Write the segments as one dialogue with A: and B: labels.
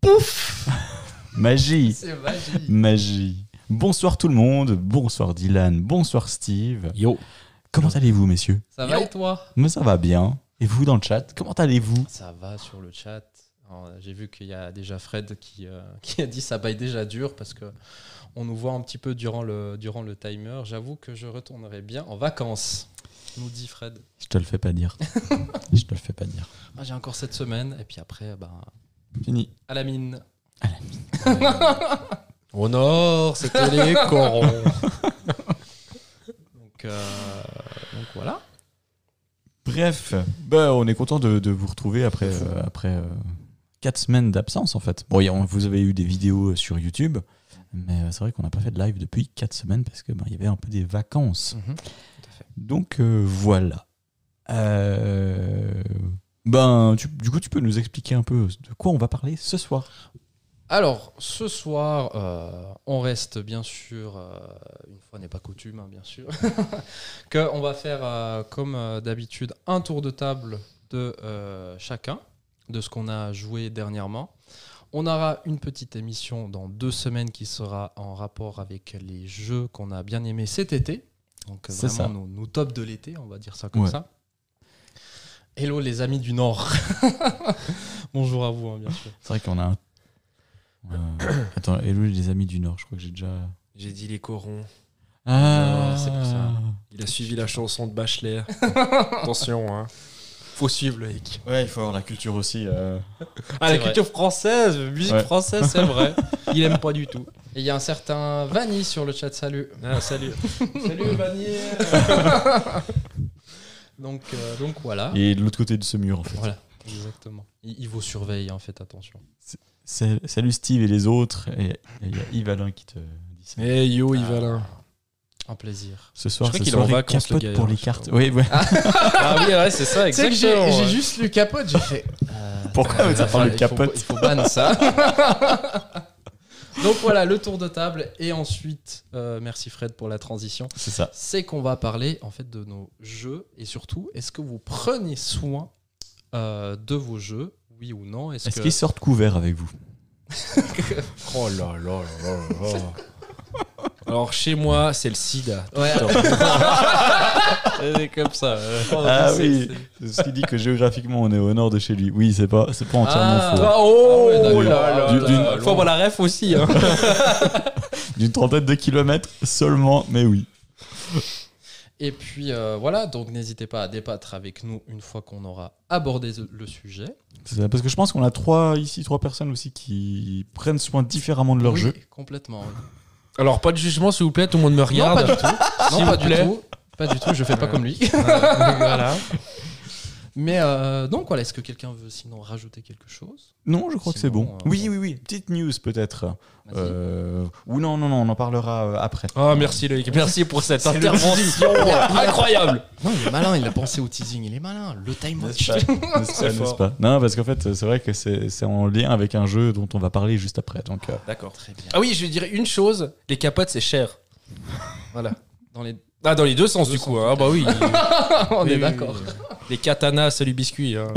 A: Pouf
B: Magie
A: C'est magique.
B: Magie Bonsoir tout le monde, bonsoir Dylan, bonsoir Steve.
C: Yo.
B: Comment allez-vous, messieurs
A: Ça va et toi
B: Mais ça va bien. Et vous dans le chat, comment allez-vous
A: Ça va sur le chat. Alors, J'ai vu qu'il y a déjà Fred qui, euh, qui a dit ça baille déjà dur parce que on nous voit un petit peu durant le, durant le timer. J'avoue que je retournerai bien en vacances, nous dit Fred.
B: Je te le fais pas dire. Je te le fais pas dire.
A: Ah, J'ai encore cette semaine et puis après, ben,
B: Fini.
A: à la mine.
C: Au nord, c'était les corons.
A: Donc, euh, donc voilà.
B: Bref, bah, on est content de, de vous retrouver après, euh, après euh, quatre semaines d'absence en fait. Bon, y a- on- vous avez eu des vidéos euh, sur YouTube, mais euh, c'est vrai qu'on n'a pas fait de live depuis quatre semaines parce que ben, il y avait un peu des vacances.
A: Mhm.
B: Donc euh, voilà. Euh, ben, tu- du coup, tu peux nous expliquer un peu de quoi on va parler ce soir.
A: Alors, ce soir, euh, on reste bien sûr, euh, une fois n'est pas coutume, hein, bien sûr, qu'on va faire, euh, comme euh, d'habitude, un tour de table de euh, chacun, de ce qu'on a joué dernièrement. On aura une petite émission dans deux semaines qui sera en rapport avec les jeux qu'on a bien aimés cet été. Donc, euh,
B: C'est ça.
A: vraiment, nos, nos tops de l'été, on va dire ça comme
B: Ouais.
A: ça. Hello, les amis du Nord. Bonjour à vous, hein, bien sûr.
B: C'est vrai qu'on a un. Euh, attends, hello les amis du Nord, je crois que j'ai déjà.
C: J'ai dit les corons.
B: Ah,
C: c'est pour ça. Il a suivi la chanson de Bachelet. Attention, hein. Faut suivre le hic.
B: Ouais, il faut avoir la culture aussi. euh.
A: C'est
C: Ah, la
A: vrai.
C: culture française, musique
B: Ouais.
C: française, c'est vrai. Il aime pas du tout.
A: Et il y a un certain Vanny sur le chat, salut.
C: Ah, salut.
A: Salut Vanny donc, euh, donc voilà.
B: Et de l'autre côté de ce mur, en fait.
A: Voilà, exactement. Il, il vous surveille, en fait, attention.
B: Sa- Salut Steve et les autres. Et il y a Yves Alain qui te dit ça.
C: Hey Eh, yo,
A: Ah.
C: Yvalin.
A: Un plaisir.
B: Ce soir,
C: crois
B: ce
C: qu'il est
B: soir,
C: en
B: il
C: vacances, le
B: capote
C: gars,
B: pour
C: hein,
B: les
C: je sais
B: cartes.
C: pas.
B: Oui, ouais.
C: Ah oui, ouais, c'est ça,
A: Tu sais que
C: exactement.
A: j'ai j'ai
C: ouais.
A: juste lu capote, j'ai fait.
B: Pourquoi
A: euh,
B: vous avez parlé de
A: il faut-
B: capote
A: Il faut ban ça. Donc voilà, le tour de table. Et ensuite, euh, merci Fred pour la transition.
B: c'est ça.
A: c'est qu'on va parler en fait de nos jeux et surtout est-ce que vous prenez soin euh, de vos jeux oui ou non est-ce
B: Est-ce
A: que
B: qu'ils sortent couverts avec vous
C: Oh là là là là là là. Alors, chez moi, c'est le sida.
A: Ouais.
C: C'est comme ça. ouais.
B: Ah oui, c'est ce qui dit que géographiquement, on est au nord de chez lui. Oui, c'est pas, c'est pas entièrement
A: Ah.
B: faux.
C: Ah,
A: Ah
C: oh
A: ouais, d'accord.
C: là là
B: Du-
C: là
B: d'une-
C: là. Faut avoir la ref aussi. Hein.
B: D'une trentaine de kilomètres seulement, mais oui.
A: et puis euh, voilà donc n'hésitez pas à débattre avec nous une fois qu'on aura abordé ce- le sujet
B: C'est ça, Parce que je pense qu'on a trois ici, trois personnes aussi qui prennent soin différemment de leur
A: oui,
B: jeu.
A: complètement oui.
C: Alors, pas de jugement, s'il vous plaît, tout le monde me regarde.
A: non pas du tout non
C: S'il
A: pas
C: vous plaît.
A: du tout pas du tout je fais pas comme lui
C: voilà.
A: mais euh, donc voilà est-ce que quelqu'un veut sinon rajouter quelque chose
B: Non, je crois que c'est
A: Sinon,
B: bon.
A: euh,
B: Oui, oui, oui. Petite news peut-être.
A: Vas-y.
B: Euh, Ou non, non, non, on en parlera euh, après.
C: Ah, merci Loïc. Merci pour cette
A: C'est le
C: intervention incroyable.
A: non il est malin il a pensé au teasing il est malin le time
B: N'est-ce pas N'est-ce pas, n'est-ce pas Non, parce qu'en fait, c'est vrai que c'est c'est en lien avec un jeu dont on va parler juste après. Donc, euh,
C: D'accord.
A: très bien
C: Ah oui, je dirais une chose les capotes, c'est cher.
A: voilà dans les
C: Ah, dans les deux sens, du coup. hein. Ah, bah oui.
A: on
C: Oui,
A: est
C: oui,
A: d'accord
C: oui. Les katanas, salut biscuit. hein.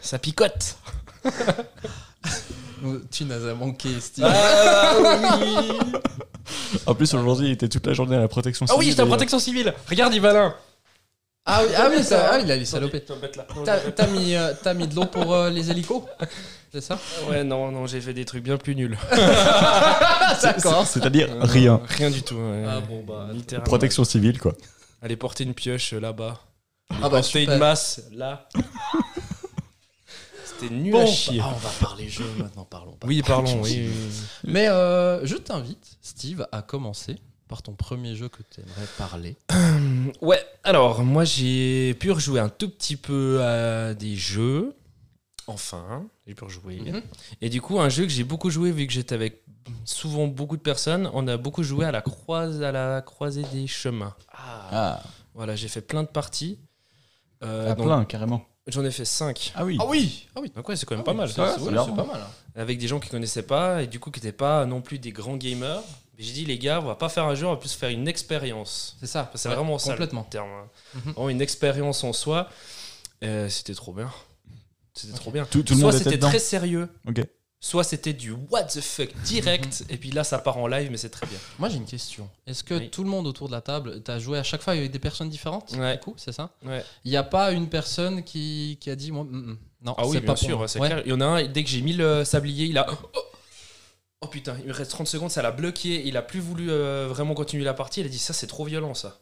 C: Ça picote.
A: Nous, Tu nous as manqué, Steve.
C: Ah oui.
B: En plus, aujourd'hui, il était toute la journée à la protection
C: Ah
B: civile.
C: oui, j'étais en
B: d'ailleurs.
C: protection civile. Regarde, Yvalin.
A: Ah oui, ah oui, ça, ah, il a les
C: Salopé.
A: salopés. T'as t'as mis, euh, t'as mis de l'eau pour euh, les hélicos C'est ça
C: Ouais, non, non, j'ai fait des trucs bien plus nuls. Euh,
A: D'accord.
B: C'est-à-dire rien.
C: Rien du tout. ouais.
A: Ah bon, bah,
C: Littéralement.
B: Protection civile, quoi.
C: Aller porter une pioche euh, là-bas.
A: Ah bah
C: Porter
A: super.
C: une masse là. C'était nul
A: Bon,
C: à
A: bah,
C: chier.
A: ah, on va parler jeu maintenant, parlons. pas.
C: Oui, pardon. Oui, oui, oui.
A: Mais euh, je t'invite, Steve, à commencer par ton premier jeu que tu aimerais parler.
C: Ouais, alors moi j'ai pu rejouer un tout petit peu à des jeux. Enfin, j'ai pu rejouer.
A: Mhm.
C: Et du coup, un jeu que j'ai beaucoup joué vu que j'étais avec souvent beaucoup de personnes, on a beaucoup joué à la, croise, à la croisée des chemins.
B: Ah,
C: Voilà, j'ai fait plein de parties. Euh,
B: à
C: donc,
B: Ah, plein, carrément.
C: J'en ai fait 5.
B: Ah oui.
A: oui Ah oui,
C: Donc ouais, c'est quand même
A: Ah
C: pas
A: oui,
C: mal.
A: C'est
B: Ouais,
A: c'est-
B: c'est
A: ouais,
B: énorme.
A: c'est pas mal. hein.
C: avec des gens qui connaissaient pas et du coup qui n'étaient pas non plus des grands gamers. Mais j'ai dit les gars, on va pas faire un jeu, on va plus faire une expérience.
A: C'est ça.
C: C'est
A: ouais,
C: vraiment ça le
A: Complètement.
C: terme. hein.
A: Mhm.
C: Vraiment une expérience en soi. Euh, C'était trop bien. C'était trop bien.
B: Tout, tout le
C: soit
B: monde était
C: c'était
B: dedans.
C: très sérieux,
B: Ok.
C: soit c'était du what the fuck direct, et puis là ça part en live, mais c'est très bien.
A: Moi j'ai une question. Est-ce que
C: Oui.
A: tout le monde autour de la table, t'as joué à chaque fois avec des personnes différentes
C: Ouais.
A: Du coup, c'est ça
C: Ouais.
A: Il n'y a pas une personne qui, qui a dit moi, mm, mm. non,
C: Ah oui,
A: c'est
C: bien
A: pas pour
C: sûr,
A: moi.
C: c'est
A: Ouais.
C: clair. Il y en a un, dès que j'ai mis le sablier, il a. Oh, Oh putain, il me reste 30 secondes, ça l'a bloqué. Il a plus voulu euh, vraiment continuer la partie. Il a dit ça, c'est trop violent ça.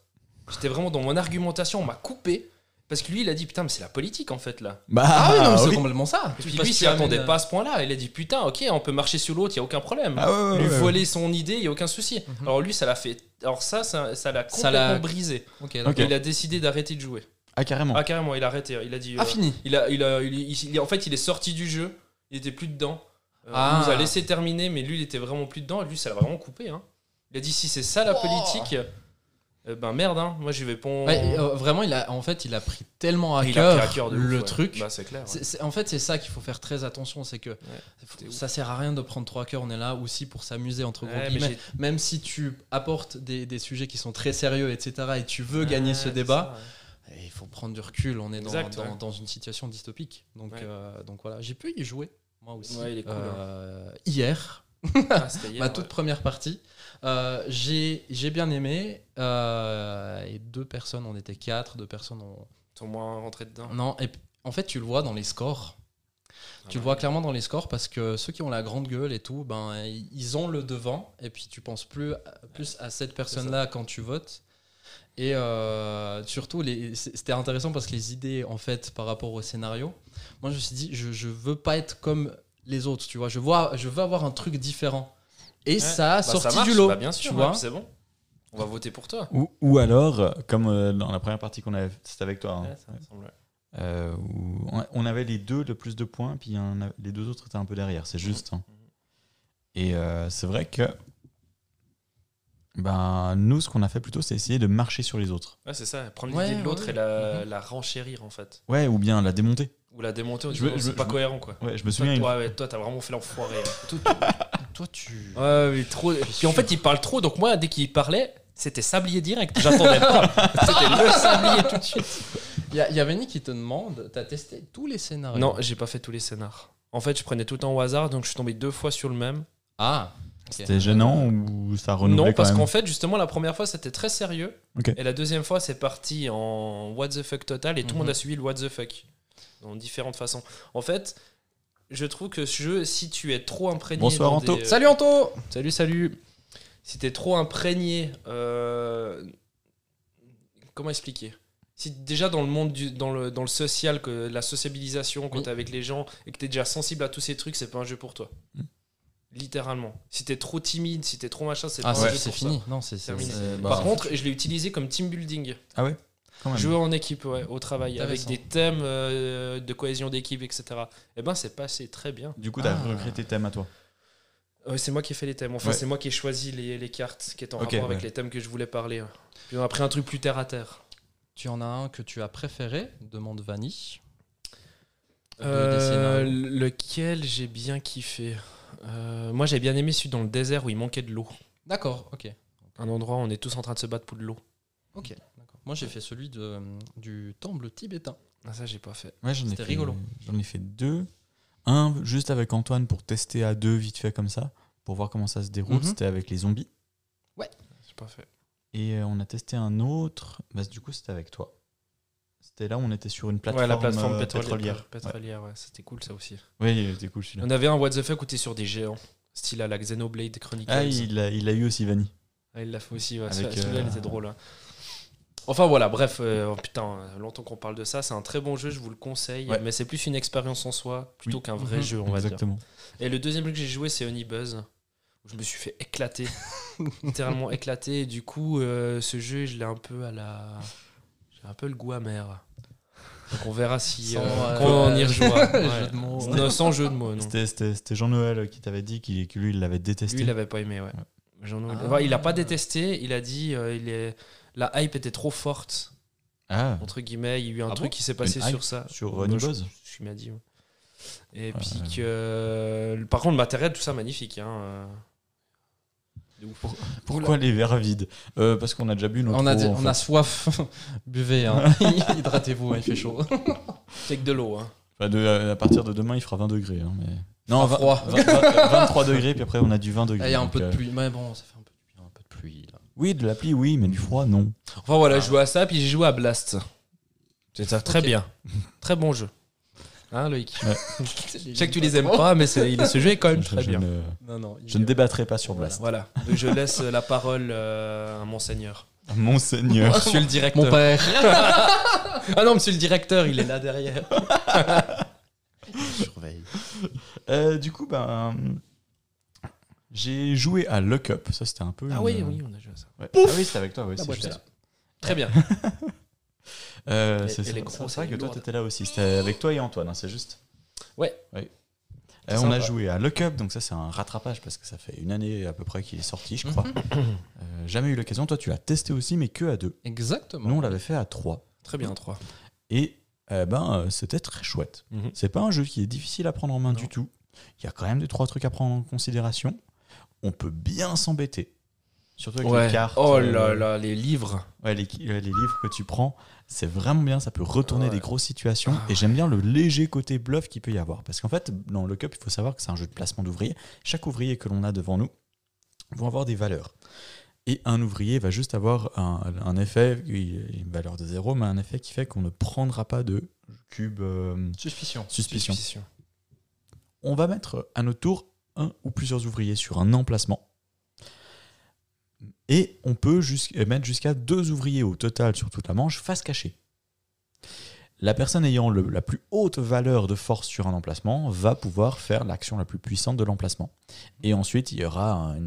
C: J'étais vraiment dans mon argumentation, on m'a coupé. Parce que lui, il a dit putain, mais c'est la politique en fait là.
B: Bah,
A: Ah, oui, non, mais c'est
B: oui.
A: complètement ça.
C: Et
A: Tu-
C: puis
A: parce
C: lui, il
A: que
C: s'y
A: tu
C: attendait
A: amènes-
C: pas à ce point-là. Il a dit putain, ok, on peut marcher sur l'autre, il y a aucun problème.
B: Ah ouais, ouais,
C: lui
B: ouais, ouais.
C: voler son idée, il y a aucun souci. Alors lui, ça l'a fait. Alors ça, ça ça l'a
A: Mhm. Ça
C: complètement
A: l'a-
C: brisé.
A: Ok,
B: Ok.
A: d'accord.
C: Il a décidé d'arrêter de jouer.
B: Ah, carrément.
C: Ah carrément, il a arrêté. Il a dit.
A: Ah,
C: euh,
A: fini.
C: il a, il a, il- il- il- en fait, il est sorti du jeu. Il était plus dedans. Euh,
A: Ah.
C: On nous a laissé terminer, mais lui, il était vraiment plus dedans. Et lui, ça l'a vraiment coupé. hein. Il a dit si c'est ça la
A: Wow.
C: politique, euh, ben merde, hein, moi je vais pas. en-
A: Ouais, et, euh, vraiment, il a, en fait, il a pris tellement à
C: Et il a
A: cœur,
C: pris à cœur de ouf,
A: le
C: ouais.
A: truc.
C: Bah, c'est clair. ouais.
A: C'est- c'est- en fait, c'est ça qu'il faut faire très attention, c'est que
C: T'es ouf.
A: ça sert à rien de prendre trois cœurs. On est là aussi pour s'amuser entre gros
C: Ouais, mais
A: guillemets.
C: j'ai-
A: Même si tu apportes des, des sujets qui sont très sérieux, etc., et tu veux
C: Ouais,
A: gagner ce
C: Ah, c'est
A: débat,
C: ça, ouais.
A: et il faut prendre du recul. On est dans,
C: Exact,
A: dans-
C: ouais.
A: dans une situation dystopique. Donc,
C: Ouais.
A: euh, donc voilà, j'ai pu y jouer moi aussi
C: Ouais, il est cool, hein.
A: euh, hier.
C: Ah, c'était hier,
A: ma
C: ouais.
A: toute première partie. Euh, j'ai j'ai bien aimé. euh, et deux personnes, on était quatre, deux personnes ont.
C: Ils sont moins rentrés dedans.
A: Non, et p- en fait, tu le vois dans les scores.
C: Ah bah.
A: Tu le vois clairement dans les scores parce que ceux qui ont la grande gueule et tout, ben i- ils ont le devant et puis tu penses plus à- plus à cette personne-là quand tu votes. Et euh, surtout, les- c- c'était intéressant parce que les idées en fait par rapport au scénario, moi je me suis dit je, je veux pas être comme les autres, tu vois. Je vois, je veux avoir un truc différent. Et
C: Ouais.
A: ça a
C: Bah,
A: sorti
C: ça marche,
A: du lot,
C: bah, bien sûr,
A: tu
C: ouais,
A: vois.
C: puis C'est bon. On va voter pour toi.
B: Ou, ou alors, euh, comme euh, dans la première partie qu'on avait, c'était avec
A: Ah,
B: toi, hein,
C: Ouais, ça me semble.
B: euh, où on- on avait les deux le plus de points, puis il y en a- les deux autres étaient un peu derrière, c'est juste. hein.
C: Mhm.
B: Et euh, c'est vrai que ben, nous, ce qu'on a fait plutôt, c'est essayer de marcher sur les autres.
C: Ouais, c'est ça. Prendre
A: Ouais,
C: l'idée de l'autre
A: ouais.
C: et la, la renchérir en fait.
B: Ouais, ou bien la démonter.
C: Ou la démonter au
B: Je veux- je
C: c'est
B: veux- je
C: pas
B: veux-
C: cohérent quoi.
B: Ouais, je me souviens,
C: Toi,
B: une-
C: toi, ouais, toi, t'as vraiment fait l'enfoiré. hein.
A: Toi, toi, tu.
C: Ouais, mais trop. Puis en
A: sûr.
C: fait, il parle trop, donc moi, dès qu'il parlait, c'était sablier direct. J'attendais pas. C'était le sablier tout de suite.
A: Il y, a- il y avait Nick qui te demande t'as testé tous les scénarios
C: Non, j'ai pas fait tous les scénars. En fait, je prenais tout le temps au hasard, donc je suis tombé deux fois sur le même.
A: Ah ok.
B: c'était gênant ou ça renouvelait
C: non, parce
B: quand même
C: qu'en fait, justement, la première fois, c'était très sérieux.
B: Ok.
C: Et la deuxième fois, c'est parti en what the fuck total, et tout le
A: Mhm.
C: monde a suivi le what the fuck. Dans différentes façons. En fait, je trouve que ce jeu, si tu es trop imprégné.
B: Bonsoir,
C: dans
B: Anto.
C: des- euh,
A: Salut Anto
C: Salut, salut. Si t'es trop imprégné, euh, comment expliquer Si déjà dans le monde du, dans le dans le social que la sociabilisation quand
A: Oui.
C: t'es avec les gens et que t'es déjà sensible à tous ces trucs, c'est pas un jeu pour toi.
A: Hmm.
B: Mm.
C: Littéralement. Si t'es trop timide, si t'es trop machin, c'est
A: Ah,
C: pas
A: c'est
C: un jeu
A: c'est
C: pour
A: fini.
C: ça.
A: Non, c'est c'est-
C: Terminé.
A: c'est-
B: Bah,
C: Par contre, je l'ai utilisé comme team building,
B: Ah ouais quand même.
C: jouer en équipe ouais, au travail, avec
A: Intéressant.
C: des thèmes euh, de cohésion d'équipe, etc. Et ben c'est passé très bien.
B: Du coup, t'as
A: Ah.
B: regretté tes thèmes à toi.
C: Ouais, c'est moi qui ai fait les thèmes. Enfin,
B: Ouais.
C: c'est moi qui ai choisi les, les cartes qui est en
B: Ok,
C: rapport avec
B: ouais.
C: les thèmes que je voulais parler. hein. Puis on a pris un truc plus terre à terre.
A: tu en as un que tu as préféré demande Vanny. De- des
C: Euh,
A: scénarios.
C: lequel j'ai bien kiffé Euh, Moi, j'ai bien aimé celui dans le désert où il manquait de l'eau.
A: D'accord, ok.
C: Un endroit où on est tous en train de se battre pour de l'eau.
A: ok. d'accord. Moi, j'ai fait celui de, du temple tibétain.
C: Ah, ça, j'ai pas fait.
B: Ouais, j'en ai
A: C'était
B: fait-
A: rigolo.
B: J'en ai fait deux. Un juste avec Antoine pour tester à deux vite fait comme ça, pour voir comment ça se déroule.
A: Mhm.
B: C'était avec les zombies.
C: J'ai pas fait.
B: Et euh, on a testé un autre. Bah, du coup, c'était avec toi. C'était là où on était sur une plateforme,
C: ouais, la plateforme
B: euh,
C: pétroli-
B: pétrolière.
C: pétrolière, ouais, c'était cool ça aussi.
B: Ouais, il était cool celui-là.
C: On avait un What the fuck où t'es sur des géants. Style à la Xenoblade Chronicles.
B: Ah, il a, il a eu aussi Vanny.
C: Ah, il l'a fait aussi, ouais.
B: Avec,
C: Celui- celui-là,
B: euh,
C: il était drôle. hein. Enfin voilà, bref, euh, oh, putain, euh, longtemps qu'on parle de ça, c'est un très bon jeu, je vous le conseille,
B: Ouais.
C: mais c'est plus une expérience en soi plutôt
B: Oui.
C: qu'un vrai
A: Mhm.
C: jeu, on va dire. Ah
B: Exactement.
C: Et le deuxième jeu que j'ai joué, c'est Honeybuzz, où je me suis fait éclater, littéralement éclater, et du coup, euh, ce jeu, je l'ai un peu à la... J'ai un peu le goût amer. Donc on verra si...
A: Sans,
C: euh,
A: euh,
C: quand on y
A: euh,
C: rejoint.
A: jeu de mots.
C: Non, sans jeu de mots, non.
B: C'était- C'était c'était Jean-Noël qui t'avait dit qu'il que lui, il l'avait détesté.
C: Lui, il avait pas aimé, ouais. J'en ai-
A: Ah.
C: Enfin, il a pas détesté, il a dit euh, il est... la hype était trop forte,
B: Ah,
C: entre guillemets. Il y a eu un
B: Ah
C: truc
B: bon
C: qui s'est passé
B: Une hype
C: sur ça.
B: sur
C: Bah,
B: Honey
C: je-
B: Buzz Ah,
C: Je, suis m'a dit. ouais. Et
B: Ouais.
C: puis que. euh, Par contre, le matériel, tout ça, magnifique. Hein. euh. De ouf.
B: Pourquoi les verres vides Euh, Parce qu'on a déjà bu notre
A: On a,
B: eau,
A: des-
B: en
A: on
B: fait.
A: a soif. Buvez, hein. hydratez-vous, hein, il fait chaud.
C: C'est que de l'eau. Hein.
B: Enfin, de- à partir de demain, il fera 20 degrés. hein, mais... Non, 20
A: fera froid.
B: 20
C: Ah,
B: 20 23 degrés, puis après, on a du 20
A: Ah,
B: degrés.
A: Il y a un
B: donc,
A: peu de
B: euh,
A: pluie. Mais bon, ça fait un peu de bien, un peu de pluie. là.
B: Oui, de la pluie, oui, mais du froid, non.
C: Enfin
B: Ah.
C: voilà, je jouais à ça, puis j'ai joué à Blast. C'est ça, très
A: Ok.
C: bien. Très bon jeu. Hein, Loïc
B: Ouais.
C: Je sais que tu les aimes pas, mais c'est- il- ce jeu est quand même
B: Je-
C: très
B: je
C: bien.
B: ne-
A: Non, non. il
B: je
A: est-
B: ne débattrai pas sur Blast.
C: Voilà. Donc je laisse la parole euh, à Monseigneur.
B: Monseigneur.
C: Monsieur le directeur.
A: Mon père.
C: Ah non, monsieur le directeur, il est là derrière.
A: surveille.
B: Euh, du coup, ben. J'ai joué à Lock Up. Ça, c'était un peu.
C: Ah
B: une-
C: oui, oui, on a joué à ça.
B: Ouais. Ah oui, c'était avec toi. Oui, c'est
A: boîte,
B: juste.
A: c'est
C: Très bien.
B: Euh,
C: Elle-
B: c'est
C: elle
B: c'est-
C: est grosse,
B: c'est vrai
C: elle
B: que
C: est
B: toi,
C: lourde.
B: t'étais là aussi. C'était avec toi et Antoine, hein, c'est juste
C: Ouais.
B: Euh,
C: C'est
B: on a
C: sympa.
B: joué à Lock Up, donc ça, c'est un rattrapage parce que ça fait une année à peu près qu'il est sorti,
C: Mhm.
B: je crois. Euh, jamais eu l'occasion. Toi, tu l'as testé aussi, mais que à deux.
A: Exactement.
B: Nous, on l'avait fait à trois.
C: Très bien, 3.
B: Et euh, ben, euh, c'était très chouette.
C: Mhm.
B: C'est pas un jeu qui est difficile à prendre en main
C: Non.
B: du tout. Il y a quand même des trois trucs à prendre en considération. On peut bien s'embêter. Surtout avec les cartes.
C: oh
B: euh,
C: là là, les livres.
B: ouais, les, euh, les livres que tu prends, c'est vraiment bien. Ça peut retourner
C: Ouais.
B: des grosses situations.
C: Ah
B: et j'aime bien le léger côté bluff qu'il peut y avoir. Parce qu'en fait, dans le cup, il faut savoir que c'est un jeu de placement d'ouvriers. Chaque ouvrier que l'on a devant nous vont avoir des valeurs. Et un ouvrier va juste avoir un, un effet, il- une valeur de zéro, mais un effet qui fait qu'on ne prendra pas de cube euh,
A: Suspicion.
B: suspicion. On va mettre à notre tour un ou plusieurs ouvriers sur un emplacement. Et on peut jus- mettre jusqu'à deux ouvriers au total sur toute la manche face cachée. La personne ayant le- la plus haute valeur de force sur un emplacement va pouvoir faire l'action la plus puissante de l'emplacement. Et ensuite, il y aura un-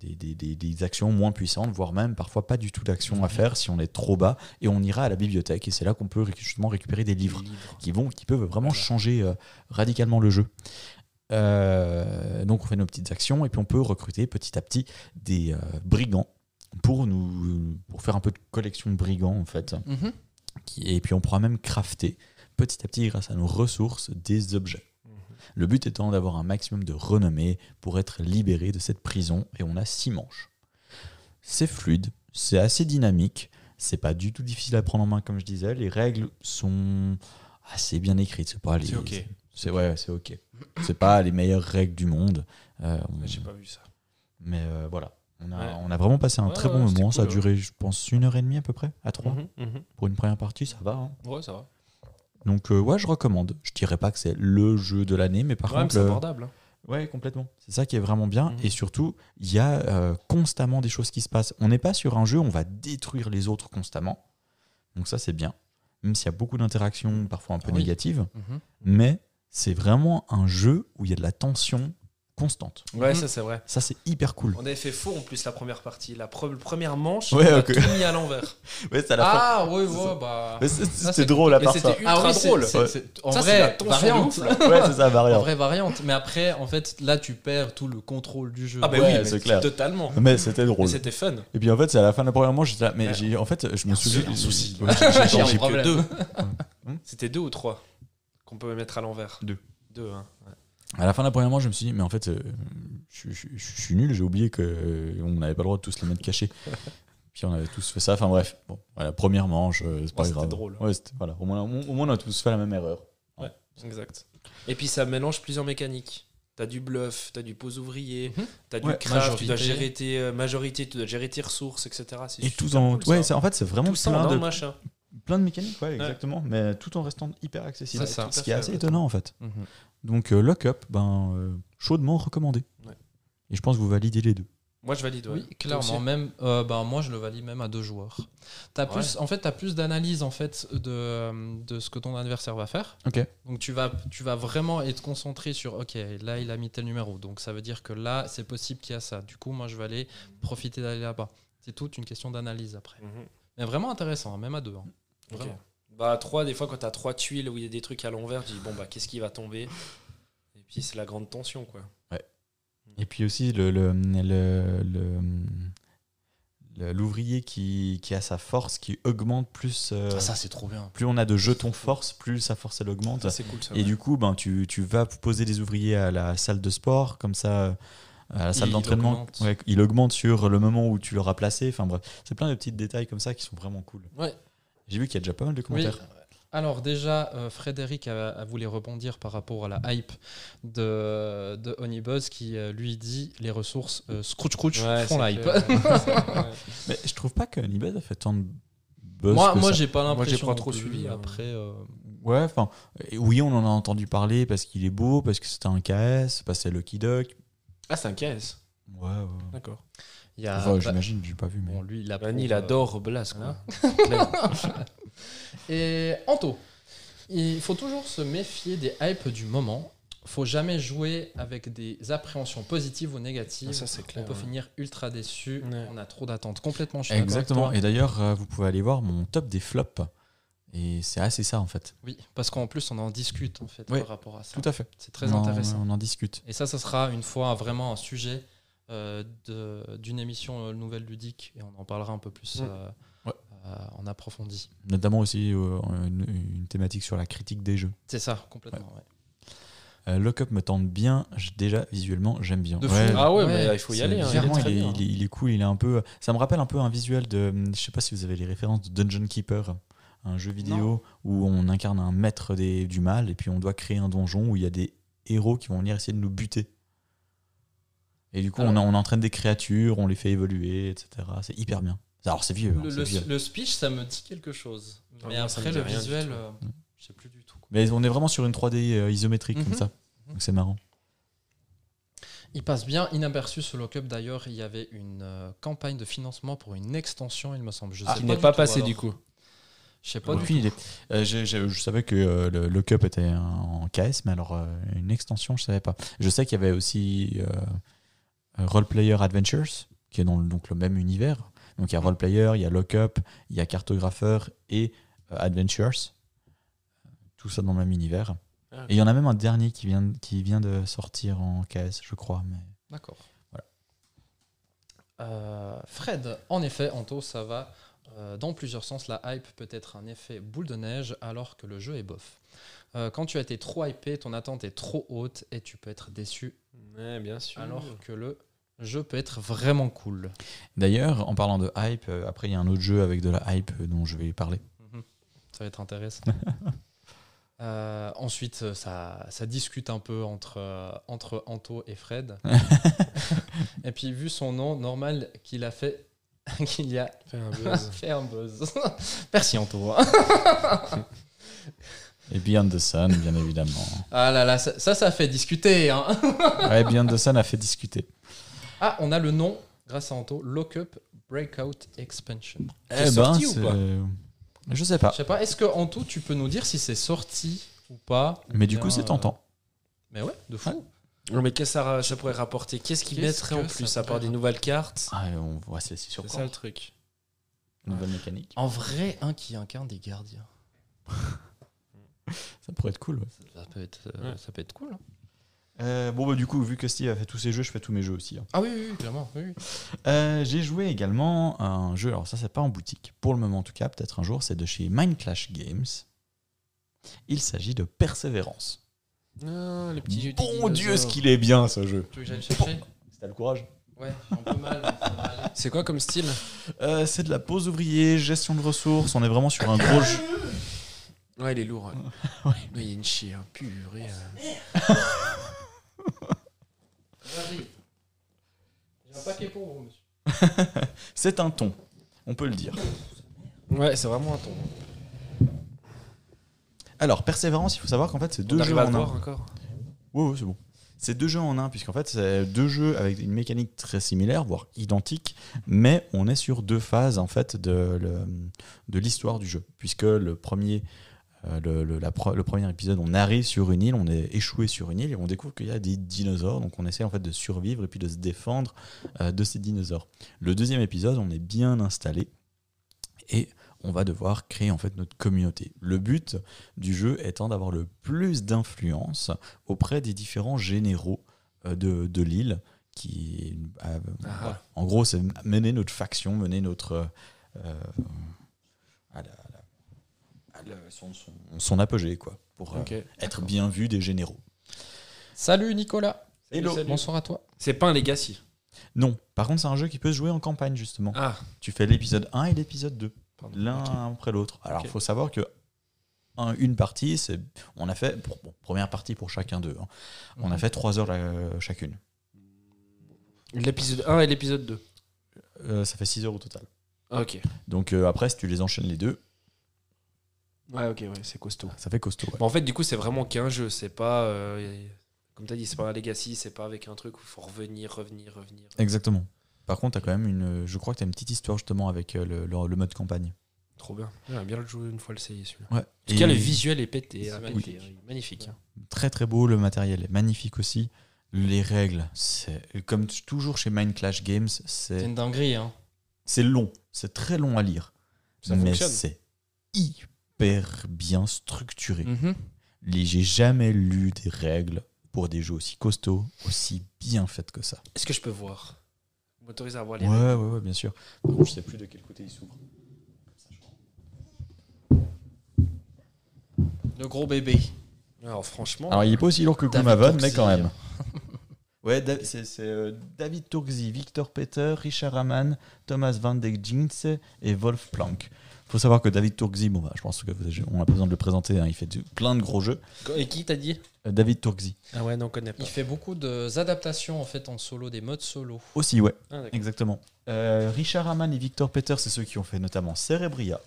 B: des, des- des- des actions moins puissantes, voire même parfois pas du tout d'action à faire si on est trop bas. Et on ira à la bibliothèque et c'est là qu'on peut ré- justement récupérer des livres qui vont, qui peuvent vraiment
C: Voilà.
B: changer euh, radicalement le jeu. Euh, donc on fait nos petites actions et puis on peut recruter petit à petit des euh, brigands pour nous pour faire un peu de collection de brigands en fait.
A: Mhm.
B: Qui- Et puis on pourra même crafter petit à petit grâce à nos ressources des objets.
C: Mhm.
B: Le but étant d'avoir un maximum de renommée pour être libéré de cette prison et on a six manches. C'est fluide, c'est assez dynamique, c'est pas du tout difficile à prendre en main comme je disais, les règles sont assez bien écrites, c'est pas les-
C: C'est ok.
B: c'est ouais, ouais, c'est ok. C'est pas les meilleures règles du monde. euh, on-
C: J'ai pas vu ça.
B: mais euh, voilà, on a,
C: Ouais.
B: on a vraiment passé un
C: Ouais,
B: très
C: ouais,
B: bon
C: c'était
B: moment. ça a
C: cool,
B: duré, je pense, une heure et demie à peu près, à trois.
C: Mhm, mhm.
B: Pour une première partie, ça va. hein.
C: Ouais, ça va.
B: Donc euh, ouais, je recommande. Je dirais pas que c'est le jeu de l'année, mais par
C: Quand même,
B: contre,
C: c'est
B: euh,
C: abordable. hein.
B: ouais, complètement. C'est ça qui est vraiment bien.
C: Mhm.
B: Et surtout, il y a euh, constamment des choses qui se passent. On n'est pas sur un jeu, où on va détruire les autres constamment. Donc ça, c'est bien. Même s'il y a beaucoup d'interactions, parfois un peu
A: Ah oui.
B: négatives,
A: Mhm.
B: mais c'est vraiment un jeu où il y a de la tension constante.
C: Ouais,
A: Mhm.
C: ça c'est vrai.
B: Ça, c'est hyper cool.
C: On avait fait faux en plus la première partie. La pre- première manche,
B: Ouais,
C: on
B: ok.
A: Mhm.
C: a tout mis à l'envers.
B: Ouais, c'est à la fin.
A: Ah oui,
B: C'est ça.
A: ouais, bah.
B: Mais c'est-
A: Ah,
B: C'était
A: c'est-
B: drôle à
C: mais
B: part
C: c'était
B: ça.
C: ultra drôle.
A: c'est- c'est- En
C: Ça, c'est la
A: vrai,
C: tension de
A: variante.
C: ouf, là.
B: Ouais, c'est ça,
A: En
B: variant.
A: vraie variante. Mais après, en fait, là, tu perds tout le contrôle du jeu.
C: Ah, bah
B: Ouais,
C: oui,
B: c'est
C: mais
B: clair.
C: totalement.
B: Mais c'était
C: Mais
B: drôle.
C: c'était fun.
B: Et puis en fait, c'est à la fin de la première manche, j'étais là. Mais
C: Ouais.
B: j'ai- en fait, je me souviens.
C: un souci.
B: Ouais, j'ai- j'ai-
A: J'ai un
B: j'ai-
A: problème.
C: C'était deux ou trois qu'on peut mettre à l'envers
B: Deux.
C: Deux, hein.
B: À la fin de la première manche, je me suis dit, mais en fait, euh, je, je- je- je suis nul, j'ai oublié que euh, on n'avait pas le droit de tous les mettre cachés. Puis on avait tous fait ça. Enfin bref, bon, voilà, première manche, euh, c'est pas
C: Ouais, c'était
B: grave.
C: drôle.
B: Ouais, c'était- voilà. Au moins, au moins, on a tous fait la même erreur.
C: Exact. Et puis ça mélange plusieurs mécaniques. T'as du bluff, t'as du pose ouvrier,
A: Mhm.
C: t'as du
B: Ouais,
C: craft, tu dois
A: majorité.
C: gérer tes euh, majorités, tu dois gérer tes ressources, etc. C'est
B: Et
C: super
B: tout en.
C: cool,
B: ouais,
C: ça.
B: c'est- en fait, c'est vraiment
C: tout ça en
B: plein
C: un
B: de,
C: machin.
B: plein de mécaniques, ouais, exactement. Mais tout en restant hyper accessible.
A: C'est ça.
B: Ce
C: Tout à
B: qui est
C: fait,
B: assez
C: ouais.
B: étonnant en fait.
A: Mhm.
B: Donc euh, Lock Up, ben, euh, chaudement recommandé.
C: Ouais.
B: Et je pense que vous validez les deux.
C: Moi je valide. ouais.
A: Oui,
C: Toi
A: clairement.
C: aussi
A: Même, euh, ben, moi, je le valide même à deux joueurs. As
C: Ouais.
A: plus, en fait, tu as plus d'analyse en fait, de, de ce que ton adversaire va faire.
B: Ok.
A: Donc, tu vas, tu vas vraiment être concentré sur OK, là, il a mis tel numéro. Donc, ça veut dire que là, c'est possible qu'il y a ça. Du coup, moi, je vais aller profiter d'aller là-bas. C'est toute une question d'analyse après.
C: Mhm.
A: Mais vraiment intéressant, hein, même à deux. hein.
C: Ok.
A: Vraiment.
C: Bah, à trois, des fois, quand t'as trois tuiles où il y a des trucs à l'envers, tu dis bon, bah, qu'est-ce qui va tomber Et puis, c'est la grande tension, quoi.
B: Et puis aussi le le- le- le- le- l'ouvrier qui, qui a sa force qui augmente plus. euh,
A: Ah, ça, c'est trop bien.
B: plus on a de jetons force, plus sa force elle augmente.
C: c'est cool, ça.
B: Et du coup, ben, tu, tu vas poser des ouvriers à la salle de sport, comme ça, euh, à la salle
A: Il
B: d'entraînement.
A: augmente.
B: Ouais, il augmente sur le moment où tu l'auras placé. Enfin bref, c'est plein de petits détails comme ça qui sont vraiment cool.
C: Ouais.
B: J'ai vu qu'il y a déjà pas mal de
A: Oui.
B: commentaires.
A: Alors déjà, euh, Frédéric a, a voulu rebondir par rapport à la hype de, de Honeybuzz qui euh, lui dit les ressources euh, scrooge scrooge font la hype.
B: Mais je trouve pas que Nibet a fait tant de buzz.
A: moi,
B: que
A: moi
B: ça.
A: j'ai pas l'impression.
C: j'ai pas
A: non
C: trop
A: plus,
C: suivi, hein.
A: Après, euh,
B: Ouais, enfin, et oui, on en a entendu parler parce qu'il est beau, parce que c'était un KS, parce que c'est Lucky Duck.
C: Ah, c'est un KS.
B: Ouais, ouais.
C: D'accord.
A: il y a-
B: Enfin,
A: bah,
B: j'imagine, j'ai pas vu, mais.
A: bon, lui, il, approuve,
C: Vanny, il
A: euh,
C: adore Blas, quoi.
A: Hein Et Anto, il faut toujours se méfier des hypes du moment. Faut jamais jouer avec des appréhensions positives ou négatives.
C: Ah, ça, c'est clair,
A: On peut
C: ouais.
A: finir ultra déçu.
C: Ouais.
A: On a trop d'attentes complètement. je suis d'accord avec
B: Exactement.
A: toi.
B: Et d'ailleurs, euh, vous pouvez aller voir mon top des flops. Et c'est assez ça, en fait.
A: Oui, parce qu'en plus on en discute en fait
B: Oui,
A: par rapport à ça.
B: Tout à fait.
A: C'est très
B: On en-
A: intéressant.
B: On en discute.
A: Et ça, ça sera une fois vraiment un sujet euh, de- d'une émission euh, nouvelle ludique et on en parlera un peu plus
C: Mm.
A: euh,
B: Ouais.
A: euh, en approfondi.
B: Notamment aussi euh, une, une thématique sur la critique des jeux.
A: C'est ça, complètement. ouais.
B: Euh, Lockup me tente bien. J'ai- Déjà, visuellement, j'aime bien.
A: De fou.
B: Ouais,
C: Ah ouais,
A: Ouais,
C: mais il faut y
B: C'est-
C: aller. hein,
B: Visuellement,
C: très
B: il, est,
C: bien.
B: il est- il est cool. Il est un peu. Ça me rappelle un peu un visuel de. Je sais pas si vous avez les références de Dungeon Keeper, un jeu vidéo où on incarne un maître des, du mal et puis on doit créer un donjon où il y a des héros qui vont venir essayer de nous buter. Et du coup, on,
C: Ah
A: Alors-
B: en- on entraîne des créatures, on les fait évoluer, etc. C'est hyper bien. Alors c'est vieux. hein,
A: Le,
B: c'est
A: le-
B: vieux.
A: le speech, ça me dit quelque chose.
C: Ah,
A: Mais
C: moi, ça
A: après,
C: me dit
A: le
C: rien du
A: visuel,
C: tout.
A: euh, je sais plus du tout. quoi.
B: Mais on est vraiment sur une 3D euh, isométrique
A: Mhm.
B: comme ça. Donc c'est marrant.
A: Il passe bien inaperçu ce lock-up. D'ailleurs, il y avait une euh, campagne de financement pour une extension, Ah, il me semble. Je sais
C: Ah, Qui n'est
A: du
C: pas
A: tout,
C: passé
A: alors.
C: du coup.
A: Je sais pas du
B: Aucune idée. Euh, je, je- je savais que euh, le, le cup était en KS, mais alors euh, une extension, je savais pas. Je sais qu'il y avait aussi euh, euh, Roleplayer Adventures, qui est dans le- donc le même univers. Donc il y a Roleplayer, il y a Lockup, il y a Cartographeur et euh, Adventures. Tout ça dans le même univers.
C: Ah, ok.
B: Et il y en a même un dernier qui vient, qui vient de sortir en KS, je crois. Mais...
A: D'accord.
B: Voilà.
A: Euh, Fred, en effet, Anto, ça va euh, dans plusieurs sens. La hype peut être un effet boule de neige alors que le jeu est bof. Euh, quand tu as été trop hypé, ton attente est trop haute et tu peux être déçu
C: Ouais, bien sûr.
A: alors que le jeu peut être vraiment cool.
B: D'ailleurs, en parlant de hype, euh, après il y a un autre jeu avec de la hype euh, dont je vais parler.
A: Ça va être intéressant. Euh, ensuite, euh, ça, ça discute un peu entre, euh, entre Anto et Fred. et puis, vu son nom, normal qu'il a fait qu'il y a
C: Fais un buzz.
A: Fais un buzz. Merci Anto.
B: hein. Et Beyond the Sun, bien évidemment.
A: Ah là là, ça, ça, ça fait discuter. hein.
B: Ouais, Beyond the Sun a fait discuter.
A: Ah, on a le nom, grâce à Anto, Lockup Breakout Expansion.
C: C'est sorti ou
B: c'est-
C: pas
B: euh, Je sais pas.
A: Eh ben, Je sais pas, est-ce que Anto, tu peux nous dire si c'est sorti ou pas ou
B: Mais du
A: bien,
B: coup, c'est
A: euh,
B: tentant. Ah.
A: Mais ouais, de fou.
C: Non, mais qu'est-ce que ça, ça pourrait rapporter Qu'est-ce qu'ils
A: Qu'est-ce
C: mettraient en
A: que
C: plus
A: ça
C: à part
A: pourrait
C: des nouvelles cartes
B: Ah, on voit, c'est c'est
C: C'est ça
B: surprenant.
C: le truc.
B: Nouvelle mécanique.
A: En vrai, un qui incarne des gardiens.
B: Ça pourrait être cool. ouais.
A: Ça peut être, euh,
C: Ouais.
A: ça peut être cool. hein.
B: Euh, bon, bah, du coup, vu que Steve a fait tous ses jeux, je fais tous mes jeux aussi. hein.
A: Ah oui, oui, oui, clairement. oui, oui.
B: Euh, J'ai joué également à un jeu, alors ça, c'est pas en boutique. Pour le moment, en tout cas, peut-être un jour, c'est de chez Mind Clash Games. Il s'agit de Persévérance.
C: Non, Ah, les petits jeux des
B: Bon Dieu, ce
C: dinosaures.
B: qu'il est bien, ce jeu.
A: Tu veux que j'aille le chercher
B: Si t'as le courage.
A: Ouais, j'ai un peu mal. mais ça va aller.
C: C'est quoi comme style
B: Euh, c'est de la pause ouvrier, gestion de ressources. On est vraiment sur un gros jeu.
C: Ouais, il est lourd.
B: Ouais.
C: Mais il y a une chie, hein, purée. hein.
A: J'arrive. J'ai un paquet pour vous, monsieur.
B: C'est un ton, on peut le dire.
C: Ouais, c'est vraiment un ton.
B: Alors, Persévérance, il faut savoir qu'en fait, c'est
C: On
B: deux
C: arrive
B: jeux
C: à
B: en
C: le voir
B: un.
C: encore.
B: Ouais, ouais, c'est bon. C'est deux jeux en un, puisqu'en fait, c'est deux jeux avec une mécanique très similaire, voire identique, mais on est sur deux phases, en fait, de, le- de l'histoire du jeu. Puisque le premier, euh, le, le- la pro- le premier épisode, on arrive sur une île, on est échoué sur une île, et on découvre qu'il y a des dinosaures, donc on essaie, en fait, de survivre et puis de se défendre euh, de ces dinosaures. Le deuxième épisode, on est bien installé, et on va devoir créer, en fait, notre communauté. Le but du jeu étant d'avoir le plus d'influence auprès des différents généraux euh, de, de l'île qui euh,
C: Ah.
B: voilà. en gros c'est mener notre faction mener notre euh, euh, à la- à la- à la- son, son- son apogée quoi pour euh,
C: Ok.
B: être bien vu des généraux
A: Salut Nicolas.
B: Hello.
C: salut.
A: Bonsoir à toi.
C: C'est pas un Legacy.
B: non par contre c'est un jeu qui peut se jouer en campagne justement
C: Ah,
B: tu fais l'épisode 1 et l'épisode 2
C: pardon.
B: l'un après l'autre alors
C: Ok.
B: faut savoir que un- une partie, c'est on a fait pour- bon, première partie pour chacun d'eux. hein. On a fait trois heures euh, chacune.
C: L'épisode 1 et l'épisode 2.
B: Euh, ça fait six heures au total.
C: Ah, Ok.
B: Donc euh, après, si tu les enchaînes les deux,
C: Ouais, ok, ouais, c'est costaud.
B: ça fait costaud. ouais.
C: Bon, en fait, du coup, c'est vraiment qu'un jeu. C'est pas. euh, comme t'as dit, c'est pas un legacy, c'est pas avec un truc où il faut revenir, revenir, revenir.
B: Exactement. Par contre, t'as quand même une. Je crois que t'as une petite histoire justement avec euh, le, le- le mode campagne.
C: Trop bien. J'aimerais bien le jouer une fois, le essayer celui-là.
B: Ouais.
C: En tout cas, le visuel est pété.
A: C'est
C: hein,
A: magnifique.
C: pété, hein, Magnifique. hein.
B: Très très beau, le matériel est magnifique aussi. Les règles, c'est comme t- toujours chez Mind Clash Games,
A: C'est
B: c'est
A: une dinguerie. Hein.
B: c'est long, c'est très long à lire,
C: Ça
B: mais
C: fonctionne.
B: c'est hyper bien structuré.
A: Mhm.
B: Les- J'ai jamais lu des règles pour des jeux aussi costauds, aussi bien faites que ça.
C: Est-ce que je peux voir Vous m'autorisez à voir les
B: Ouais, ouais, ouais, bien sûr. Par contre, je sais plus de quel côté il s'ouvre.
A: Le gros bébé.
C: Alors, franchement.
B: Alors, il est pas aussi lourd que
A: David
B: Kumavon, mais
A: Torxy.
B: quand même. ouais, Da- c'est c'est, euh, David Turksi, Victor Peter, Richard Raman, Thomas Van de Gintz et Wolf Planck. Faut savoir que David Turksi, bon, bah, je pense que vous- on a pas besoin de le présenter, hein, il fait du- plein de gros jeux.
C: Et qui t'as dit
B: Euh, David Turksi
C: Ah ouais, non, on connaît pas.
A: Il fait beaucoup d'adaptations en fait en solo, des modes solo.
B: aussi, ouais,
C: Ah, d'accord.
B: exactement. Euh, Richard Raman et Victor Peter, c'est ceux qui ont fait notamment Cerebria.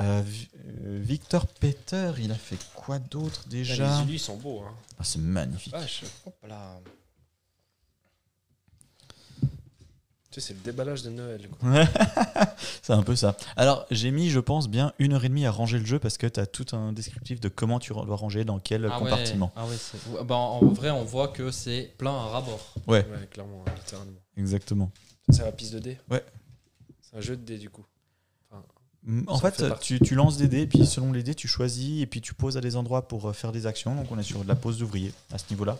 B: Euh, Vi- euh, Victor Peter, il a fait quoi d'autre
C: Putain,
A: Bah,
B: déjà
C: Les élus, ils sont beaux. Hein.
B: Ah, C'est magnifique.
A: Vache. Hop là.
C: Tu sais, c'est le déballage de Noël. Quoi.
B: C'est un peu ça. Alors, j'ai mis, je pense, bien une heure et demie à ranger le jeu parce que tu as tout un descriptif de comment tu dois ranger, dans quel
A: Ah ouais.
B: compartiment.
A: Ah ouais, c'est- Ouais, bah, en vrai, on voit que c'est plein à rabord.
C: Ouais, clairement, hein, littéralement.
B: Exactement.
C: C'est la piste de dés
B: Ouais.
C: C'est un jeu de dés, du coup.
B: Mm, En
C: Ça
B: fait,
C: fait partie.
B: tu, tu lances des dés, et puis selon les dés, tu choisis et puis tu poses à des endroits pour euh, faire des actions. Donc, on est sur de la pose d'ouvrier à ce niveau-là.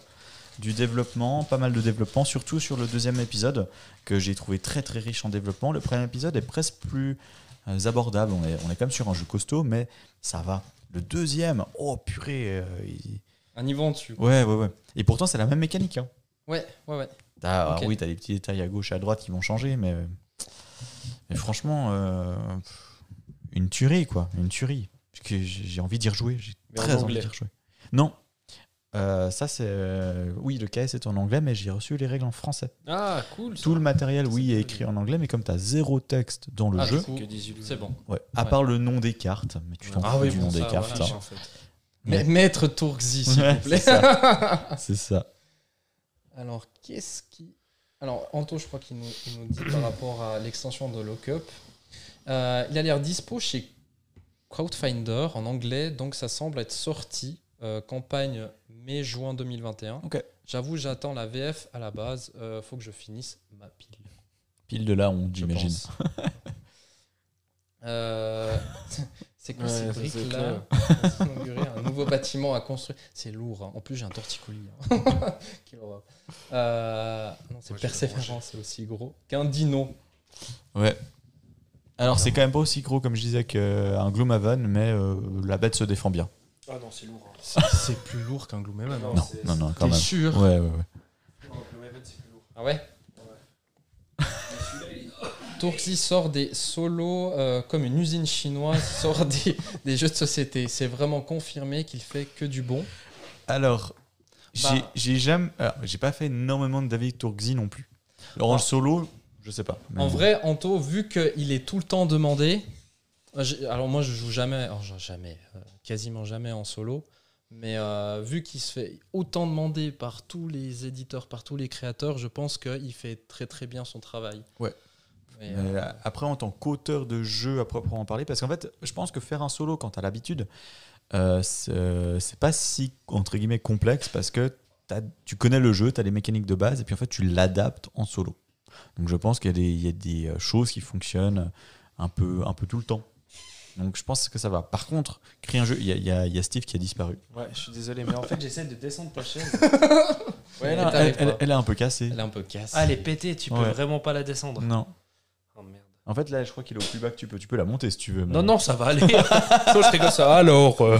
B: Du développement, pas mal de développement, surtout sur le deuxième épisode que j'ai trouvé très très riche en développement. Le premier épisode est presque plus euh, abordable. On est, on est quand même sur un jeu costaud, mais ça va. Le deuxième, oh purée, euh, il-
A: Un niveau en dessus.
B: Ouais, ouais, ouais. Et pourtant, c'est la même mécanique. Hein.
A: Ouais, ouais, ouais.
B: T'as- ah
A: Ok.
B: oui, t'as des petits détails à gauche et à droite qui vont changer, mais, mais franchement, euh, pff, une tuerie, quoi. Une tuerie. Parce que j'ai j'ai envie d'y rejouer. J'ai
C: Mais en
B: très envie
C: anglais.
B: d'y rejouer. Non. Euh, ça, c'est. euh, oui, le KS est en anglais, mais j'ai reçu les règles en français.
C: Ah, cool.
B: Tout le matériel, oui,
C: C'est
B: est
C: cool.
B: écrit en anglais, mais comme t'as zéro texte dans le
A: Ah,
B: jeu,
A: du coup,
C: que 18.
A: c'est bon.
B: ouais, à
A: ouais.
B: part le nom des cartes, mais tu t'en
C: Ouais.
B: fous
A: Ah oui,
B: du
A: bon,
B: nom
A: ça,
B: des
A: voilà,
B: cartes.
A: je
B: hein.
A: sais. Mais Maître Tourxi, s'il
B: Ouais,
A: vous plaît.
B: c'est ça. C'est ça.
A: Alors, qu'est-ce qui. Alors, Anto, je crois qu'il nous, il nous dit par rapport à l'extension de Lockup. Euh, il a l'air dispo chez Crowdfinder en anglais, donc ça semble être sorti. euh, campagne mai-juin 2021.
B: Ok.
A: J'avoue, j'attends la VF à la base. euh, faut que je finisse ma pile.
B: Pile de là, on
A: je
B: j'imagine.
A: pense. Euh, c'est quoi
C: Ouais,
A: ces
C: ça, c'est clair.
A: briques-là On inaugurait un nouveau bâtiment à construire. C'est lourd. hein. En plus, j'ai un torticolis. hein. Quelle horreur. Euh, non, c'est
C: Moi, je l'ai
A: persévérance, c'est aussi gros qu'un dino.
B: Ouais. Alors, c'est quand même pas aussi gros, comme je disais, qu'un Gloomhaven, mais euh, la bête se défend bien.
C: Ah non, c'est lourd. hein.
A: C'est plus lourd qu'un Gloomhaven.
C: Non,
A: hein.
B: Non,
C: c'est-
B: non, non, quand
A: T'es
B: même.
A: sûr
B: Ouais, ouais, ouais.
C: Non, le Maven, c'est plus lourd.
A: Ah ouais
C: Mais celui-là, il est-
A: Tourxi sort des solos euh, comme une usine chinoise sort des, des jeux de société. C'est vraiment confirmé qu'il fait que du bon.
B: Alors, j'ai-
A: Bah.
B: j'ai jamais. alors, J'ai pas fait énormément de David Turkzy non plus. Laurent
A: Ah.
B: Solo, je sais pas. mais-
A: En vrai, Anto, vu qu'il est tout le temps demandé, euh, j'ai- alors moi je joue jamais, alors je- jamais, euh, quasiment jamais en solo, mais euh, vu qu'il se fait autant demander par tous les éditeurs, par tous les créateurs, je pense qu'il fait très très bien son travail.
B: Ouais.
A: Mais,
B: Mais,
A: euh,
B: euh, après, en tant qu'auteur de jeu à proprement parler, parce qu'en fait, je pense que faire un solo quand t'as l'habitude, euh, c'est euh, c'est pas si entre guillemets complexe parce que t'as- tu connais le jeu, t'as les mécaniques de base et puis en fait tu l'adaptes en solo. Donc je pense qu'il y, a des- il y a des euh, choses qui fonctionnent un peu, un peu tout le temps. Donc je pense que ça va. Par contre, créer un jeu, il y a, il y a- il y a Steve qui a disparu.
C: Ouais, je suis désolé, mais en fait, j'essaie de descendre ta chaise.
A: elle
B: elle,
A: a- t'arrives
B: elle-
A: pas.
B: elle est un peu cassée.
A: elle est un peu casse.
C: Ah, elle est pétée, tu peux
B: Ouais.
C: vraiment pas la descendre.
B: Non.
C: Oh merde.
B: En fait, là, je crois qu'il est au plus bas que tu peux. Tu peux la monter si tu veux. mais-
C: Non, non, ça va aller. non, Oh, je rigole ça. Alors. euh,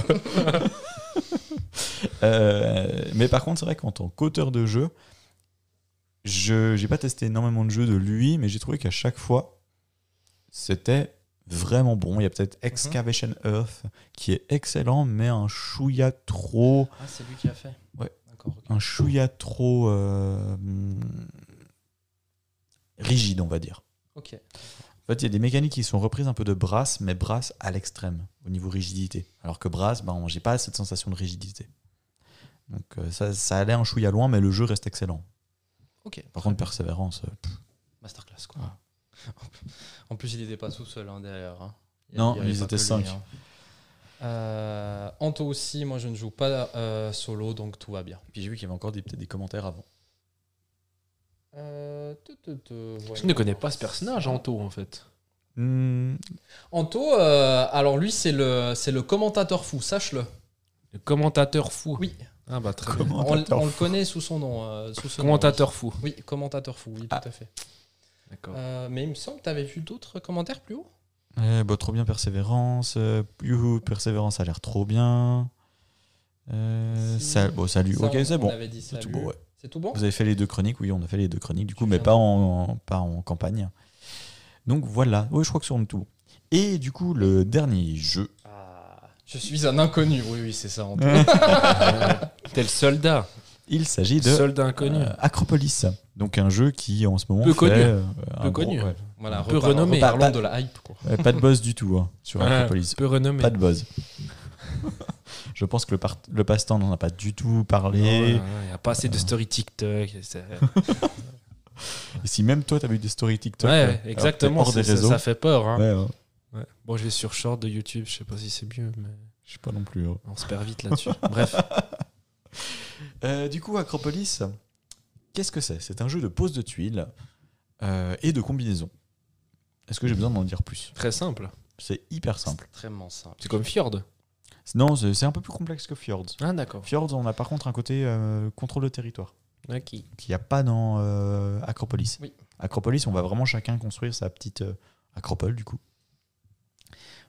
B: Euh, mais par contre, c'est vrai qu'en tant qu'auteur de jeu, je j'ai pas testé énormément de jeux de lui, mais j'ai trouvé qu'à chaque fois, c'était vraiment bon. Il y a peut-être Excavation Earth qui est excellent, mais un chouïa trop.
A: Ah, c'est lui qui a fait
B: Ouais.
A: D'accord. ok.
B: Un chouïa trop. euh, hum, rigide, on va dire.
A: Ok.
B: En fait, il y a des mécaniques qui sont reprises un peu de Brass, mais Brass à l'extrême, au niveau rigidité. Alors que Brass, ben, j'ai pas cette sensation de rigidité. Donc euh, ça, ça allait un chouïa loin, mais le jeu reste excellent.
A: Ok.
B: Par contre, Persévérance, euh, pff,
A: Masterclass, quoi. Ah. En plus, il n'était pas tout seul hein, derrière. hein. Il y
B: Non,
A: avait- il y avait
B: ils
A: pas
B: étaient
A: que lui,
B: cinq.
A: hein. Euh, Anto aussi, moi je ne joue pas euh, solo, donc tout va bien.
B: puis j'ai vu qu'il y avait encore des- peut-être des commentaires avant.
A: Euh,
C: Je ne connais pas ce personnage, Anto, en fait.
B: Hmm,
A: Anto, euh, alors lui, c'est le, c'est le commentateur fou, sache-le.
C: Le commentateur fou.
A: Oui,
C: Ah bah très bien.
B: Comment
A: on, on le connaît sous son nom. euh, sous ce nom,
C: Commentateur fou.
A: oui. Oui, commentateur fou, oui,
B: Ah.
A: tout à fait.
C: D'accord.
A: Euh, mais il me semble que tu avais vu d'autres commentaires plus haut.
B: Eh bah, trop bien Persévérance. euh, youhou, Persévérance a l'air trop bien. Euh,
A: Si.
B: ça- bon, salut.
A: Ça,
B: ok,
A: on-
B: c'est
A: on
B: bon.
A: avait dit
B: C'est tout
A: salut.
B: bon, ouais.
A: C'est tout bon
B: Vous avez fait les deux chroniques, oui, on a fait les deux chroniques, du coup,
A: Tu
B: mais
A: viens
B: pas en, pas en campagne. Donc voilà, oui, je crois que c'est tout. bon. Et du coup, le dernier jeu.
A: Ah, Je suis un inconnu, oui, oui, c'est ça, Anto. Hein
C: Tel soldat.
B: Il s'agit de
C: Soldat inconnu.
B: euh, Acropolis. Donc un jeu qui, en ce moment,
C: Peu
B: fait,
C: connu.
B: euh, un
C: Peu
B: gros-
C: connu.
B: ouais.
A: Voilà,
B: Un
C: peu
A: reparlons-
C: renommé.
A: Reparlons
B: Pas-
A: de la hype, quoi.
B: Ouais, pas de boss du tout hein, sur Acropolis.
C: Peu renommé.
B: Pas de buzz. je pense que le, part- le passe-temps n'en a pas du tout
C: Il
B: parlé.
C: n'y a pas assez de story TikTok. c'est-
B: Et si même toi, t'as vu des stories
A: hein.
B: TikTok. euh, alors
C: Ouais,
B: que t'es
C: exactement.
B: Hors des
C: c'est- Ça,
B: réseaux.
C: ça fait peur. hein.
B: Ouais, hein.
C: Ouais. Bon, je vais sur short de YouTube. Je sais pas si c'est mieux, mais
B: je sais pas non plus. hein.
C: on se perd vite là-dessus. Bref.
B: Euh, du coup, Acropolis, qu'est-ce que c'est C'est un jeu de pose de tuiles euh, et de combinaison. Est-ce que j'ai besoin d'en dire plus
C: Très simple.
B: C'est hyper simple.
A: Extrêmement simple.
C: C'est comme Fjord.
B: Non, c'est c'est un peu plus complexe que Fjords.
C: Ah, d'accord.
B: Fjords, on a par contre un côté euh, contrôle de territoire
C: Ok.
B: qu'il n'y a pas dans euh, Acropolis.
A: Oui.
B: Acropolis, on va vraiment chacun construire sa petite euh, acropole du coup.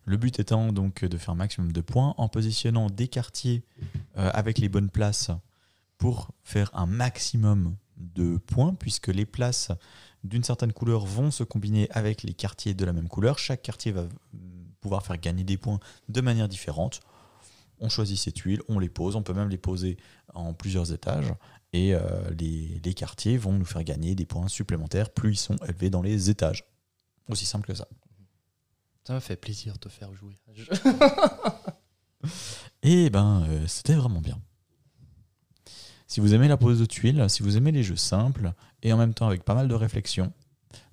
B: Le but étant donc de faire un maximum de points en positionnant des quartiers euh, avec les bonnes places pour faire un maximum de points puisque les places d'une certaine couleur vont se combiner avec les quartiers de la même couleur. Chaque quartier va euh, pouvoir faire gagner des points de manière différente. On choisit ses tuiles, on les pose, on peut même les poser en plusieurs étages et euh, les, les quartiers vont nous faire gagner des points supplémentaires plus ils sont élevés dans les étages. Aussi simple que ça.
A: Ça m'a fait plaisir de te faire jouer. Je-
B: Et ben, euh, c'était vraiment bien. Si vous aimez la pose de tuiles, si vous aimez les jeux simples et en même temps avec pas mal de réflexion,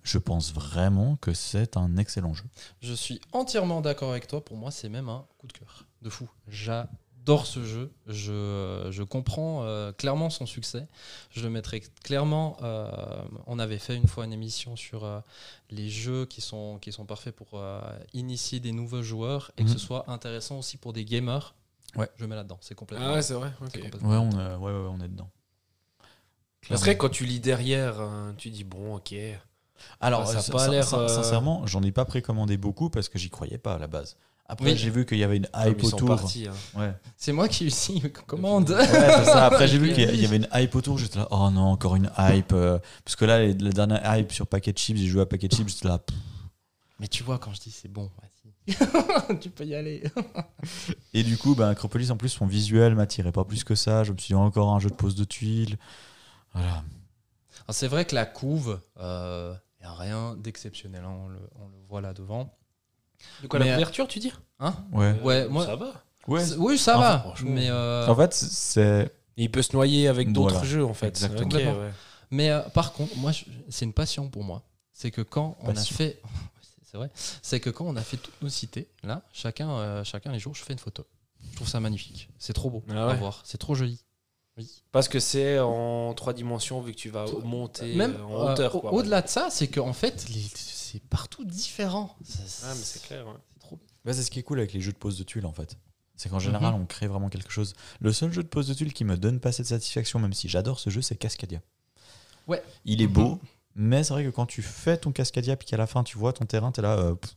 B: je pense vraiment que c'est un excellent jeu.
A: Je suis entièrement d'accord avec toi. Pour moi, c'est même un coup de cœur. De fou. J'adore ce jeu. Je, je comprends euh, clairement son succès. Je le mettrai clairement. euh, on avait fait une fois une émission sur euh, les jeux qui sont, qui sont parfaits pour euh, initier des nouveaux joueurs et que
B: Mhm.
A: ce soit intéressant aussi pour des gamers.
B: Ouais.
A: Je mets là-dedans. C'est complètement.
C: Ah ouais, c'est vrai.
A: c'est
C: Ok.
A: complètement-
B: Ouais, on, euh, ouais, ouais, on est dedans.
C: Parce que quand tu lis derrière, hein, tu dis bon, ok.
B: Alors,
C: Ça a
B: euh, sin-
C: pas l'air,
B: sin-
C: euh,
B: sincèrement, j'en ai pas précommandé beaucoup parce que j'y croyais pas à la base. Après,
A: Oui.
B: j'ai vu qu'il y avait une
C: Comme
B: hype
C: Ah ils sont
B: autour.
C: partis. hein.
B: Ouais.
A: C'est moi qui ici commande.
B: Ouais, c'est ça. Après, j'ai vu qu'il y avait une hype autour. J'étais là, oh non, encore une hype. euh, Parce que là, les- la dernière hype sur Packet Chips, j'ai joué à Packet Chips, j'étais là. pff.
A: Mais tu vois, quand je dis c'est bon, vas-y. tu peux y aller.
B: Et du coup, ben, Acropolis, en plus, son visuel m'attirait pas plus que ça. Je me suis dit, encore un jeu de pose de tuiles. Voilà.
A: Alors, c'est vrai que la couve, il n'y a rien d'exceptionnel. hein, on, le, on le voit là devant.
C: De quoi
A: Mais-
C: la couverture, tu dis
A: Hein
B: Ouais.
A: Ouais, moi-
C: euh, Ça va.
B: ouais.
A: C'est- Oui, ça
B: Enfin,
A: va.
C: franchement.
A: Mais, euh,
B: En fait, c'est.
C: Il peut se noyer avec d'autres
B: Voilà.
C: jeux en fait.
B: Exactement.
C: Ok,
A: Complètement.
C: ouais.
A: mais euh, par contre, moi, je- c'est une passion pour moi. C'est que quand on a
B: Passion.
A: fait. C'est vrai. C'est que quand on a fait toutes nos cités, là, chacun, euh, chacun les jours, je fais une photo. Je trouve ça magnifique. C'est trop beau
C: Ah
A: à
C: ouais.
A: voir. C'est trop joli. Oui.
C: Parce que c'est en trois dimensions vu que tu vas monter
A: Même
C: euh, en hauteur.
A: euh, au-
C: quoi.
A: au-delà de ça, c'est qu'en fait, les- c'est partout différent. Ça-
C: Ah, mais c'est clair. ouais.
A: c'est trop
B: Bah, c'est ce qui est cool avec les jeux de pose de tuiles, en fait. C'est qu'en général,
C: Mhm.
B: on crée vraiment quelque chose. Le seul jeu de pose de tuiles qui me donne pas cette satisfaction, même si j'adore ce jeu, c'est Cascadia.
A: Ouais.
B: Il est
A: Mhm.
B: beau, mais c'est vrai que quand tu fais ton Cascadia, puis qu'à la fin, tu vois ton terrain, t'es là. euh, pff.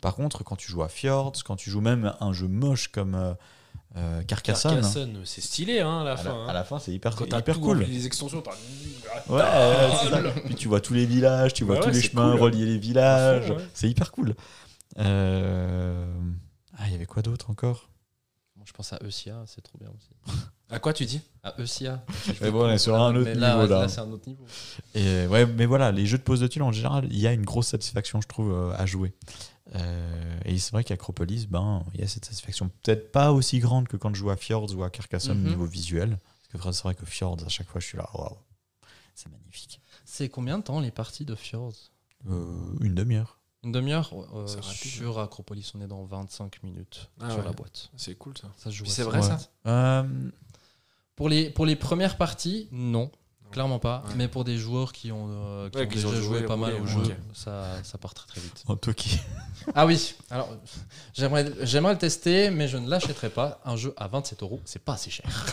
B: Par contre, quand tu joues à Fjords, quand tu joues même un jeu moche comme euh, euh, Carcassonne,
C: Carcassonne, c'est stylé hein, à la
B: à, la,
C: fin. hein.
B: à la fin, c'est hyper,
C: Quand t'as
B: hyper
C: tout,
B: cool.
C: en plus, Les extensions, t'as.
B: Ouais, ouais, c'est ça. Puis tu vois tous les villages, tu vois
C: Oh, Ouais,
B: tous
C: ouais,
B: les
C: c'est
B: chemins
C: cool.
B: relier les villages.
C: À fond, ouais.
B: C'est hyper cool. Euh, Ah, il y avait quoi d'autre encore
A: Moi, je pense à E Eusia, c'est trop bien aussi.
C: À quoi tu dis
A: À E Eusia.
B: Mais bon, on est sur un autre
A: Mais là,
B: niveau
A: ouais,
B: là.
A: là, c'est un autre niveau.
B: Et, ouais, mais voilà, les jeux de pose de tuiles en général, il y a une grosse satisfaction, je trouve, euh, à jouer. Euh, et c'est vrai qu'Acropolis, ben, il y a cette satisfaction peut-être pas aussi grande que quand je joue à Fjords ou à Carcassonne au
C: Mhm.
B: niveau visuel. Parce que c'est vrai que Fjords, à chaque fois, je suis là, waouh, c'est magnifique.
A: C'est combien de temps les parties de Fjords
B: Euh, une demi-heure.
A: Une demi-heure euh,
C: C'est rapide. hein.
A: Sur Acropolis, on est dans 25 minutes
C: Ah
A: sur
C: ouais.
A: la boîte.
C: C'est cool ça.
A: Ça se joue
C: Puis
A: à
C: c'est
A: ça.
C: vrai, ça
B: Euh,
A: pour les, pour les premières parties, non.
C: Non.
A: Clairement pas.
C: Ouais.
A: Mais pour des joueurs qui ont, euh, qui
C: Ouais,
A: ont
C: qui
A: déjà
C: ont
A: joué,
C: joué,
A: pas mal
C: roulé,
A: au
C: ouais,
A: jeu,
C: ok.
A: ça, ça part très très vite.
B: en toki.
A: Ah oui, alors j'aimerais j'aimerais le tester, mais je ne l'achèterai pas. Un jeu à 27 euros, c'est pas assez cher.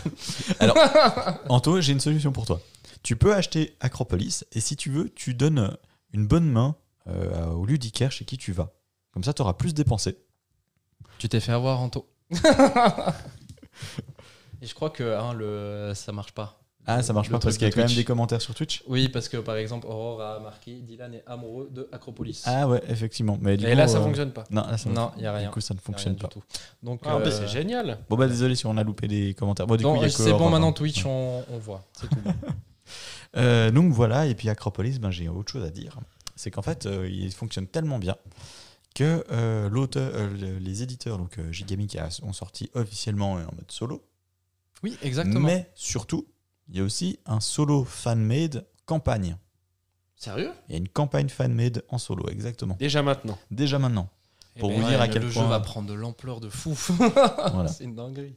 B: Anto, j'ai une solution pour toi. Tu peux acheter Acropolis et si tu veux, tu donnes une bonne main euh, au ludicaire chez qui tu vas. Comme ça, tu auras plus dépensé.
A: Tu t'es fait avoir en taux. Et je crois que hein, le, ça marche pas.
B: Ah, ça marche
A: Le
B: pas parce qu'il y
A: truc
B: a
A: de
B: quand même
A: Twitch.
B: des commentaires sur Twitch.
A: Oui, parce que par exemple, Aurore a marqué Dylan est amoureux de Acropolis.
B: Ah ouais, effectivement. Mais du
C: Et
B: coup,
C: là, ça
B: euh,
C: fonctionne pas.
B: Non, là, ça ne-
A: Non, y a rien.
B: Du coup, ça ne
A: Y a rien
B: fonctionne
A: du
B: pas.
A: tout. Donc,
C: Ah,
A: euh,
C: bah, c'est génial.
B: Bon, bah désolé si on a loupé des commentaires. Bon, du
A: donc,
B: coup, il y a que
A: c'est bon,
B: Aurore,
A: maintenant
B: hein.
A: Twitch, on, on voit. C'est tout.
B: Euh, donc voilà, et puis Acropolis, ben, j'ai autre chose à dire. C'est qu'en fait, euh, il fonctionne tellement bien que euh, l'auteur, euh, le- les éditeurs, donc euh, Gigamic, a- ont sorti officiellement euh, en mode solo.
A: oui, exactement.
B: Mais surtout, il y a aussi un solo fan-made campagne.
A: Sérieux
B: Il y a une campagne fan-made en solo, exactement.
C: Déjà maintenant.
B: Déjà maintenant. Pour
C: Eh
B: vous
C: ben,
B: dire à
A: mais
B: quel
A: le
B: point-
A: jeu va prendre de l'ampleur de fou.
B: voilà.
A: c'est une dinguerie.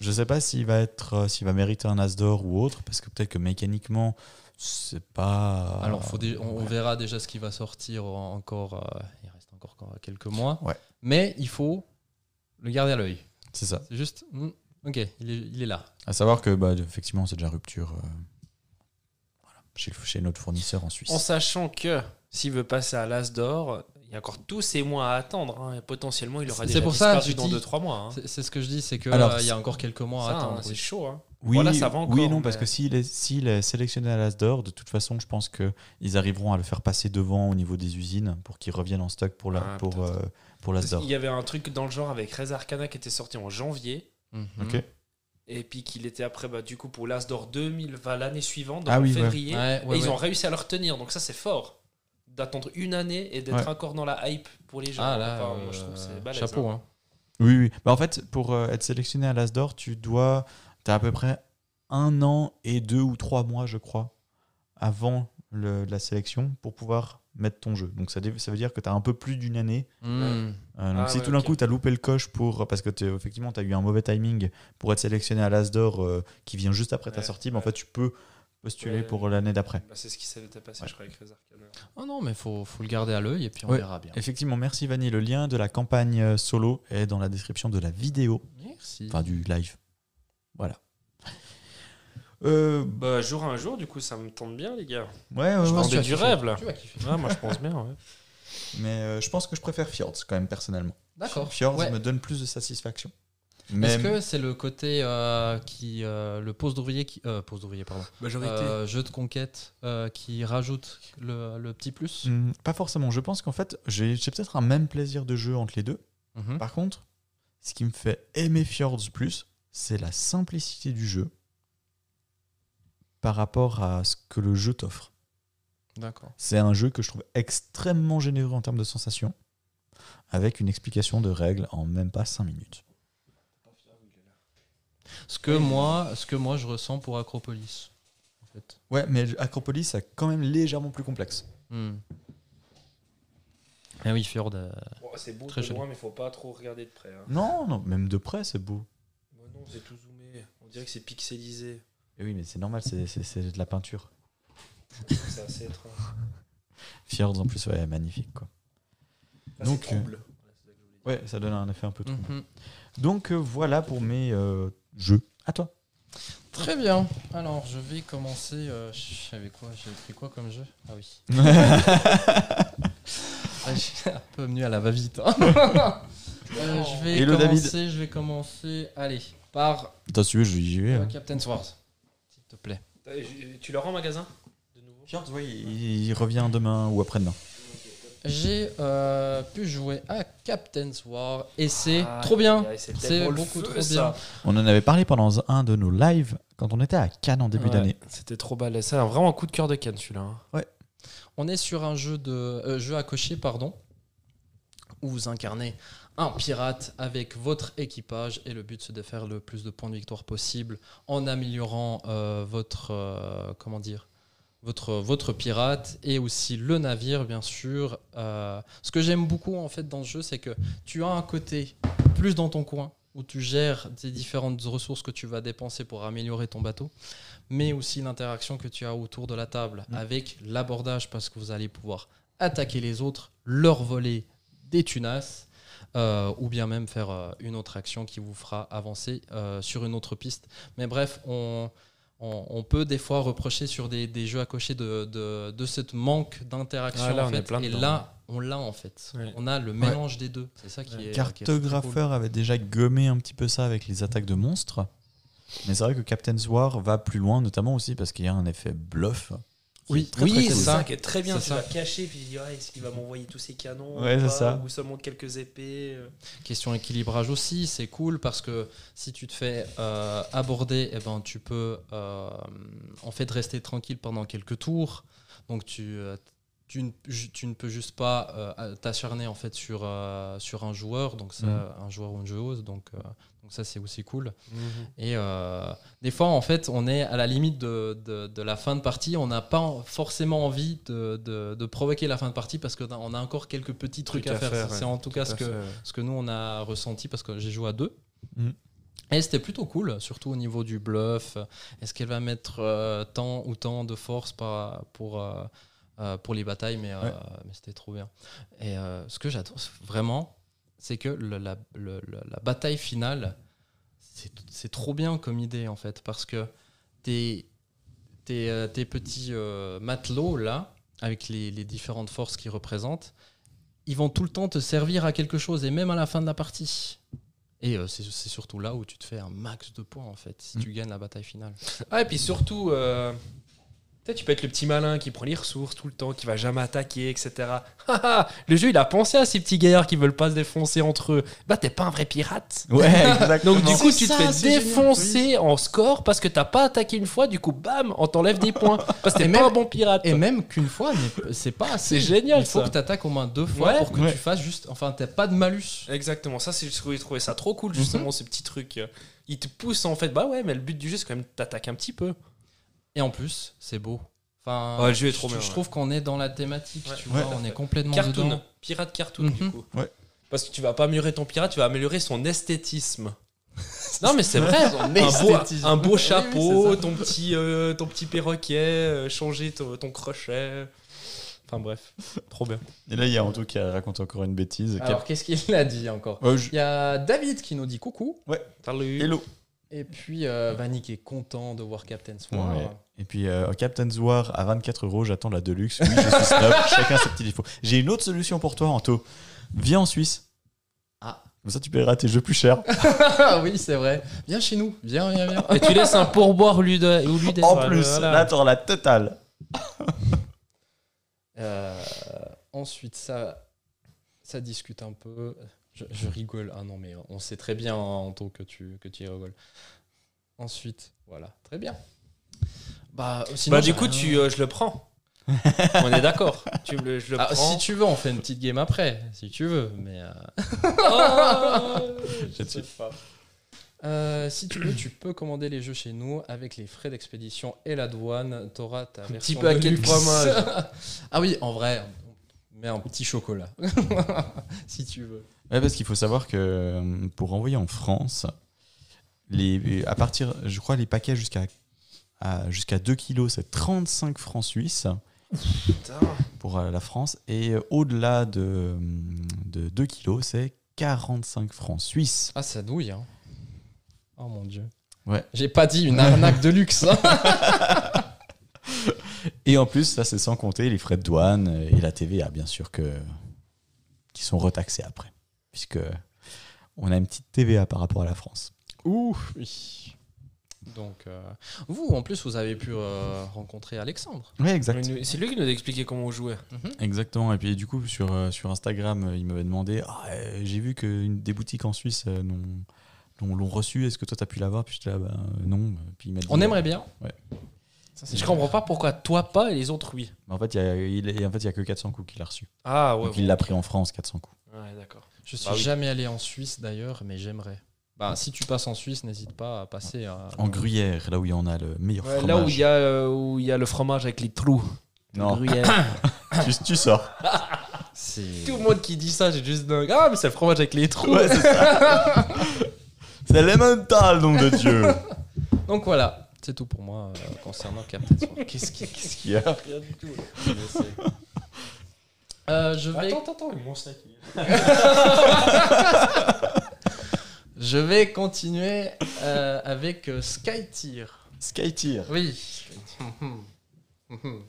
B: Je sais pas s'il va être, euh, s'il va mériter un as d'or ou autre, parce que peut-être que mécaniquement, c'est pas.
A: Alors, faut dé- on, on
B: Ouais.
A: verra déjà ce qui va sortir en- encore. euh, il reste encore quand- quelques mois.
B: Ouais.
A: Mais il faut le garder à l'œil.
B: C'est ça.
A: C'est juste. hmm, ok, il est, il est là.
B: À savoir que, bah, effectivement, c'est déjà rupture. euh, voilà, Chez, chez notre fournisseur en Suisse.
C: En sachant que s'il veut passer à l'As d'or, il y a encore tous ces mois à attendre. hein, et potentiellement, il aura
A: C'est
C: déjà
A: pour ça,
C: disparu
A: tu
C: dans
A: dis-
C: 2-3 mois. hein.
A: C'est c'est ce que je dis, c'est que
B: Alors,
A: euh, il y
B: c'est-
A: a encore quelques mois
C: Ça,
A: à attendre.
C: hein, c'est
A: oui.
C: chaud. hein.
B: Oui,
C: Voilà, ça va
B: oui et
C: encore,
B: non,
C: mais-
B: parce que s'il est, s'il est sélectionné à l'As d'or, de toute façon, je pense qu'ils arriveront à le faire passer devant au niveau des usines pour qu'il revienne en stock pour, la,
C: Ah,
B: pour,
C: peut-être.
B: euh, pour l'As d'or.
C: Il y avait un truc dans le genre avec Reza Arcana qui était sorti en janvier.
A: Mhm.
B: Ok.
C: Et puis qu'il était après, bah, du coup, pour l'As d'or 2000, va l'année suivante, donc
B: Ah
C: en
B: oui, ouais.
C: février.
A: Ouais, ouais,
C: et ils
A: ouais.
C: ont réussi à le retenir. Donc ça, c'est fort. D'attendre une année et d'être
B: Ouais.
C: encore dans la hype pour les gens.
A: Ah là,
C: Enfin, moi, je trouve que
A: euh,
C: c'est balèze, hein.
A: chapeau. hein.
B: Oui, oui. Bah, en fait, pour euh, être sélectionné à l'As d'or, tu dois. Tu as à peu près un an et deux ou trois mois, je crois, avant le- la sélection pour pouvoir mettre ton jeu. Donc ça, dé- ça veut dire que tu as un peu plus d'une année
A: Hmm.
B: Euh, donc
C: Ah
B: si
C: ouais,
B: tout d'un
C: ok.
B: coup tu as loupé le coche pour parce que t'es- effectivement tu as eu un mauvais timing pour être sélectionné à l'As d'or euh, qui vient juste après ta
C: Ouais,
B: sortie, mais en
C: ouais.
B: fait tu peux postuler
C: Ouais.
B: pour l'année d'après.
C: Bah, c'est ce qui s'était passé,
B: hein. Ouais.
C: je crois, avec Reza Arcana.
A: Ah non, mais faut, faut le garder à l'œil et puis on
B: Ouais.
A: verra bien.
B: Effectivement, merci Vanny, le lien de la campagne euh, solo est dans la description de la vidéo,
A: Merci.
B: enfin du live. Voilà. Euh,
C: Bah, jour à un jour, du coup, ça me tente bien, les gars.
B: ouais, ouais, ouais.
C: Je pense que tu as du
A: kiffé.
C: rêve, là.
A: Tu vas kiffer.
C: Ouais, moi, je pense bien, ouais.
B: mais euh, je pense que je préfère Fjords quand même personnellement.
A: D'accord.
B: Fjords
A: Ouais.
B: me donne plus de satisfaction.
A: Est-ce
B: Même-
A: que c'est le côté euh, qui euh, le pose d'ouvrier qui euh, pose d'ouvrier pardon Euh, jeu de conquête euh, qui rajoute le, le petit plus
B: Hmm, pas forcément. Je pense qu'en fait j'ai j'ai peut-être un même plaisir de jeu entre les deux.
A: Mhm.
B: Par contre, ce qui me fait aimer Fjords plus, c'est la simplicité du jeu par rapport à ce que le jeu t'offre.
A: D'accord.
B: C'est un jeu que je trouve extrêmement généreux en termes de sensations, avec une explication de règles en même pas 5 minutes.
A: Ce que moi, ce que moi je ressens pour Acropolis. En fait.
B: Ouais, mais Acropolis, c'est quand même légèrement plus complexe.
A: Hmm. Ah oui, Fjord. euh,
C: Bon, c'est beau
A: Très
C: de
A: joli.
C: loin, mais faut pas trop regarder de près. hein.
B: Non, non, même de près, c'est beau.
C: Bon, non, c'est tout zoomé. On dirait que c'est pixelisé.
B: Et Eh oui, mais c'est normal, c'est- c'est c'est de la peinture.
C: C'est assez étrange.
B: Fjords, en plus, ouais, magnifique, quoi.
C: Là,
B: Donc,
C: c'est trouble.
B: Ouais, ça donne un effet un peu de
A: mhm.
B: Donc euh, voilà pour mes euh, jeux. À toi.
A: Très bien. Alors je vais commencer. euh, je- J'avais quoi J'avais pris quoi comme jeu Ah oui. Ah, J'ai un peu venu à la va-vite. hein. Euh, je vais
B: Hello, David.
A: commencer. Je vais commencer. Allez, par
B: Attends, si tu veux, j'y vais.
A: euh,
B: hein.
A: Captain Sword, s'il te plaît.
C: T'as- et je- Tu le rends en magasin De nouveau
B: Il, il revient demain ou après-demain.
A: Je j'ai euh, pu jouer à Captain's War et c'est
C: Ah,
A: trop bien.
C: aïe, C'est
A: C'est
C: tellement le
A: beaucoup
C: feu,
A: trop
C: ça.
B: On en avait parlé pendant un de nos lives quand on était à Cannes en début
A: Ouais.
B: d'année.
C: C'était trop balèze. C'est un- vraiment un coup de cœur de Cannes celui-là. hein.
A: On est sur un jeu, de, euh, jeu à cocher pardon, où vous incarnez un pirate avec votre équipage et le but c'est de faire le plus de points de victoire possible en améliorant euh, votre euh, comment dire votre, votre pirate et aussi le navire bien sûr. Euh, ce que j'aime beaucoup en fait dans ce jeu c'est que tu as un côté plus dans ton coin où tu gères tes différentes ressources que tu vas dépenser pour améliorer ton bateau, mais aussi l'interaction que tu as autour de la table
C: Mmh.
B: Mm.
A: avec l'abordage parce que vous allez pouvoir attaquer les autres, leur voler des tunas euh, ou bien même faire euh, une autre action qui vous fera avancer euh, sur une autre piste. Mais bref, on, on, on peut des fois reprocher sur des, des jeux à cocher de, de, de cette manque d'interaction.
C: Ah, là,
A: en
C: on est
A: fait.
C: plein
A: Et
C: dedans,
A: là, on l'a en fait.
C: Ouais.
A: On a le mélange des deux. C'est ça qui
C: Ouais.
A: est. qui est très
B: Cartographeur avait déjà gommé un petit peu ça avec les attaques de monstres. Mais c'est vrai que Captain's War va plus loin, notamment aussi parce qu'il y a un effet bluff.
A: cool. Oui,
B: Très,
A: oui,
B: très
A: c'est
B: cool.
A: ça.
C: qui est très bien.
A: C'est
C: Tu
A: ça.
C: vas cacher, puis il dit ah, est-ce qu'il va m'envoyer tous ses canons
B: Ouais,
C: ou
B: c'est
C: pas
B: ça.
C: Ou seulement quelques épées euh.
A: Question équilibrage aussi, c'est cool parce que si tu te fais euh, aborder, eh ben, tu peux euh, en fait rester tranquille pendant quelques tours. Donc tu, euh, tu, ne- ju- tu ne peux juste pas euh, t'acharner en fait sur, euh, sur un joueur, donc ça,
B: Mhm.
A: un joueur ou une joueuse. Donc, euh, donc ça c'est aussi cool. Et euh, des fois, en fait, on est à la limite de, de- de la fin de partie. On n'a pas en- forcément envie de, de- de provoquer la fin de partie parce qu'on a, on a encore quelques petits trucs
C: Truc
A: à,
C: à
A: faire.
C: faire,
A: C'est
C: ouais.
A: en tout cas ce que, ce que nous, on a ressenti parce que j'ai joué à deux.
B: Mhm.
A: Et c'était plutôt cool, surtout au niveau du bluff. Est-ce qu'elle va mettre euh, tant ou tant de force par- pour, euh, euh, pour les batailles Mais, euh,
B: Ouais.
A: mais c'était trop bien. Et euh, ce que j'adore c'est vraiment, c'est que le- la, le- le- la bataille finale, c'est c'est trop bien comme idée en fait, parce que tes, tes, euh, tes petits euh, matelots là, avec les, les différentes forces qu'ils représentent, ils vont tout le temps te servir à quelque chose, et même à la fin de la partie. Et euh, c'est c'est surtout là où tu te fais un max de points en fait, si
B: Mm.
A: tu gagnes la bataille finale.
C: Ah, et puis surtout, euh, peut-être tu peux être le petit malin qui prend les ressources tout le temps, qui va jamais attaquer, etc. Ah, ah, le jeu, il a pensé à ces petits gaillards qui veulent pas se défoncer entre eux. Bah, t'es pas un vrai pirate.
B: Ouais, exactement.
C: Donc, du coup, tu
A: ça,
C: te
A: c'est
C: fais
A: génial,
C: défoncer en score parce que t'as pas attaqué une fois, du coup, bam, on t'enlève des points. Parce que t'es
A: Et
C: pas
A: même-
C: un bon pirate.
A: Et même qu'une fois, n'est- c'est pas assez.
C: C'est génial,
A: Il faut
C: ça.
A: que tu attaques au moins deux fois
C: Ouais.
A: pour que
B: Ouais.
A: tu fasses juste. Enfin, t'as pas de malus.
C: Exactement, ça c'est je trouvais- je trouvais ça trop
A: Mhm.
C: cool justement ce petit truc. Il euh, te pousse en fait, bah ouais, mais le but du jeu c'est quand même de t'attaquer un petit peu.
A: Et en plus, c'est beau. Enfin,
C: Ouais, le jeu est
A: je-
C: trop
A: je,
C: bien, ouais.
A: trouve qu'on est dans la thématique,
C: Ouais.
A: tu
B: Ouais.
A: vois, on est complètement
C: Cartoon,
A: dedans.
C: pirate cartoon du
A: Mhm.
C: coup.
B: Ouais.
C: Parce que tu vas pas améliorer ton pirate, tu vas améliorer son esthétisme. non mais c'est vrai, un beau,
A: esthétisme.
C: un beau
A: Oui, oui,
C: chapeau,
A: c'est ça.
C: ton petit euh, ton petit perroquet, euh, changer ton, ton crochet. Enfin bref, trop bien.
B: Et là, il y a Anto qui raconte encore une bêtise.
A: Alors, qu'est-ce qu'il a dit encore
B: Cap- Euh, je-
A: Il y a David qui nous dit coucou.
C: Salut.
B: Hello.
A: Et puis, euh, Vanny qui est content de voir Captain Swan.
B: Ouais. Et puis, euh, Captain's War à 24 euros, j'attends la Deluxe. Oui, je suis snob, chacun ses petits défauts. J'ai une autre solution pour toi, Anto. Viens en Suisse.
A: Ah.
B: Comme ça, tu paieras tes jeux plus chers.
A: Ah oui, c'est vrai. Viens chez nous. Viens, viens, viens.
C: Et tu laisses un pourboire au lieu de- au lieu des-
B: en
C: voilà,
B: plus,
C: voilà.
B: là, t'auras la totale.
A: Euh, ensuite, ça, ça discute un peu. Je, je rigole. Ah non, mais on sait très bien, hein, Anto, que tu, que tu y rigoles. Ensuite, voilà, très bien. Bah, sinon,
C: bah du
A: j'ai
C: coup
A: rien.
C: tu euh, je le prends. On est d'accord. Tu me le- je le
A: Ah,
C: prends.
A: si tu veux, on fait une petite game après, si tu veux. Mais euh,
B: Je sais
C: pas.
A: euh, si tu veux, tu peux commander les jeux chez nous avec les frais d'expédition et la douane. T'auras ta version
C: petit paquet de
A: deluxe.
C: fromage.
A: ah oui, en vrai, on met un petit chocolat, si tu veux.
B: Ouais, parce qu'il faut savoir que euh, pour envoyer en France, les, à partir, je crois, les paquets jusqu'à à- jusqu'à 2 kilos, c'est 35 francs suisses
C: Putain.
B: pour euh, la France. Et euh, au-delà de, de 2 kilos, c'est 45 francs suisses.
A: Ah, ça douille, hein. Oh mon dieu.
B: Ouais.
A: J'ai pas dit une arnaque de luxe. hein.
B: Et en plus, ça, c'est sans compter les frais de douane et la TVA, bien sûr, que, qui sont retaxés après. Puisque on a une petite TVA par rapport à la France.
A: Ouh, oui. Donc, euh, vous, en plus, vous avez pu euh, rencontrer Alexandre.
B: Oui, exact.
C: Il nous- C'est lui qui nous a expliqué comment on jouait.
B: Exactement. Et puis du coup, sur, euh, sur Instagram, euh, il m'avait demandé Ah, euh, j'ai vu que une- des boutiques en Suisse euh, n'ont- l'ont l'ont reçu, est-ce que toi t'as pu l'avoir Puis j'étais là, bah, euh, non. Puis il m'a dit,
A: On aimerait bien.
B: Ouais.
A: Ça, c'est
C: Je
A: bien.
C: comprends pas pourquoi toi pas et les autres oui.
B: Mais en fait, il y a, il est- en fait, il y a que 400 coups qu'il a reçu.
C: Ah ouais.
B: Donc il l'a pris en France, 400 coups.
C: Ouais, d'accord.
A: Je suis
C: Bah oui.
A: jamais allé en Suisse d'ailleurs, mais j'aimerais. Bah, si tu passes en Suisse, n'hésite pas à passer hein. à-
B: En Gruyère, là où il y en a le meilleur
C: Ah Ouais,
B: fromage.
C: là où il y, a, euh, où il y a le fromage avec les trous.
B: Non,
C: Gruyère.
B: tu, tu sors.
A: C'est-
C: Tout le monde qui dit ça, j'ai juste dingue. Ah, mais c'est le fromage avec les trous.
B: Ouais, c'est ça. c'est l'émental, nom de Dieu.
A: Donc voilà, c'est tout pour moi euh, concernant Captain Swan. Qu'est-ce qu'il
B: Qu'est-ce qu'il y a
C: Rien du tout.
A: Euh, je vais,
C: Attends, attends, attends, le monstre qui
A: je vais continuer euh, avec euh, Skytier.
B: Skytier.
A: Oui. Vous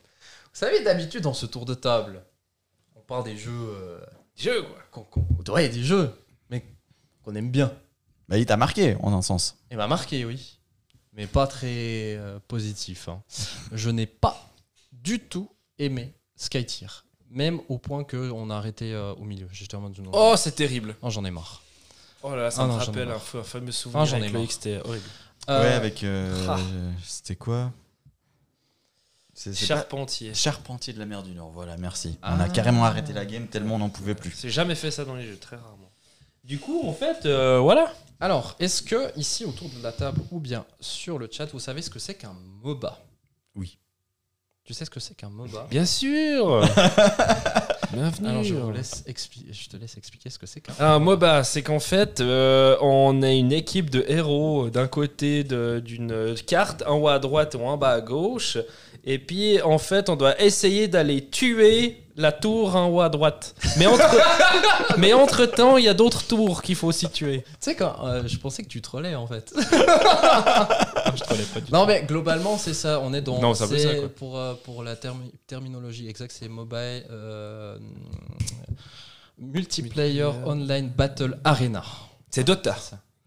A: savez, d'habitude, dans ce tour de table, on parle des jeux. euh,
C: Jeu, quoi.
A: qu'on, qu'on- ouais, des jeux, mais qu'on aime bien.
B: Bah, il t'a marqué, en un sens.
A: Il m'a marqué, oui. Mais pas très euh, positif. hein. Je n'ai pas du tout aimé Skytier. Même au point qu'on a arrêté euh, au milieu. J'étais en mode non.
C: Oh, c'est terrible.
A: Non, j'en ai marre.
C: Oh là là, ça
A: Ah
C: me
A: non, j'en ai
C: rappelle
A: marre.
C: un, f- un fameux souvenir.
A: Ah, j'en ai
C: avec le
A: marre.
C: X, c'était horrible.
A: Euh,
B: Ouais, avec. euh,
C: Ah.
B: euh, C'était quoi C'est- c'est pas-
C: Charpentier.
B: Charpentier de la mer du Nord, voilà, merci. On
A: Ah.
B: a carrément arrêté la game tellement on n'en pouvait plus.
C: J'ai jamais fait ça dans les jeux, très rarement. Du coup, en fait, euh, voilà.
A: Alors, est-ce que ici autour de la table ou bien sur le chat, vous savez ce que c'est qu'un MOBA
B: Oui.
A: Tu sais ce que c'est qu'un MOBA
C: Bien sûr. Bienvenue.
A: Alors, je, vous laisse expli- je te laisse expliquer ce que c'est qu'un.
C: Un MOBA, Ah, bah, c'est qu'en fait, euh, on est une équipe de héros euh, d'un côté de- d'une euh, carte, en haut à droite ou en bas à gauche. Et puis, en fait, on doit essayer d'aller tuer la tour en haut à droite. Mais entre, mais entre temps, il y a d'autres tours qu'il faut aussi tuer.
A: Tu sais, quand euh, je pensais que tu trollais en fait.
C: Je connais pas du
A: Non, mais globalement, c'est ça. On est dans.
C: Non, c'est un peu
A: c'est
C: ça, quoi.
A: Pour, euh, pour la termi- terminologie exacte, c'est mobile. euh, multiplayer
C: Multiplayer.
A: Online Battle Arena.
C: C'est Dota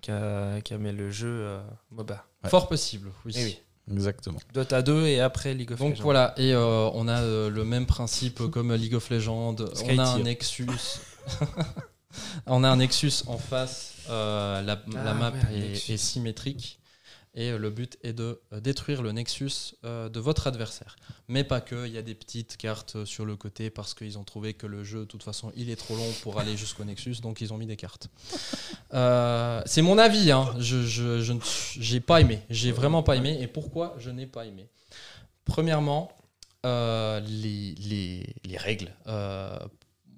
C: qui a, qui a mis le jeu euh, MOBA.
B: Ouais.
A: Fort possible, oui.
C: Eh oui.
B: Exactement.
C: Dota 2 et après League of
A: Donc
C: Legends.
A: voilà, et euh, on a euh, le même principe comme League of Legends. on a un
C: Skytier.
A: Nexus. on a un Nexus en face. euh, la, la
C: Ah,
A: map
C: ouais, un
A: est-
C: Nexus.
A: est, symétrique. Et euh, le but est de euh, détruire le Nexus euh, de votre adversaire. Mais pas que, il y a des petites cartes euh, sur le côté parce qu'ils ont trouvé que le jeu, de toute façon, il est trop long pour aller jusqu'au Nexus, donc ils ont mis des cartes. Euh, c'est mon avis, hein. je, je, je ne- j'ai pas aimé, j'ai vraiment pas aimé. Et pourquoi je n'ai pas aimé Premièrement, euh, les, les- les règles. Euh,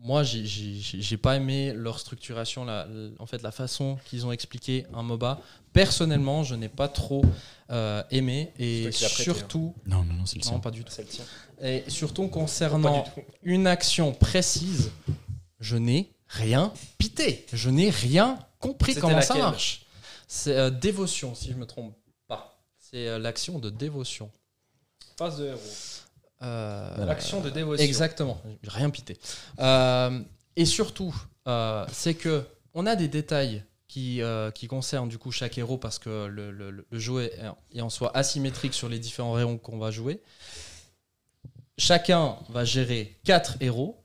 A: moi, j'ai j'ai- j'ai- j'ai pas aimé leur structuration, la- la- en fait, la façon qu'ils ont expliqué un MOBA. Personnellement, je n'ai pas trop euh, aimé
C: C'est
A: et
C: toi qui l'as prêté, hein.
A: surtout,
B: Non, non, non, c'est le
A: non,
B: sien.
A: pas du tout.
C: C'est le tien.
A: Et surtout
C: Pas
A: concernant
C: du tout.
A: une action précise, je n'ai rien pité. Je n'ai rien compris
C: C'était
A: comment ça
C: laquelle
A: marche. C'est euh, dévotion, si je me trompe pas. C'est euh, l'action de dévotion.
C: Passe de héros.
A: Euh,
B: Voilà.
C: Action de dévotion.
A: Exactement, J'ai rien pité. Euh, et surtout, euh, c'est que on a des détails qui, euh, qui concernent du coup chaque héros parce que le, le- le jeu est, est en soi asymétrique sur les différents rayons qu'on va jouer. Chacun va gérer quatre héros.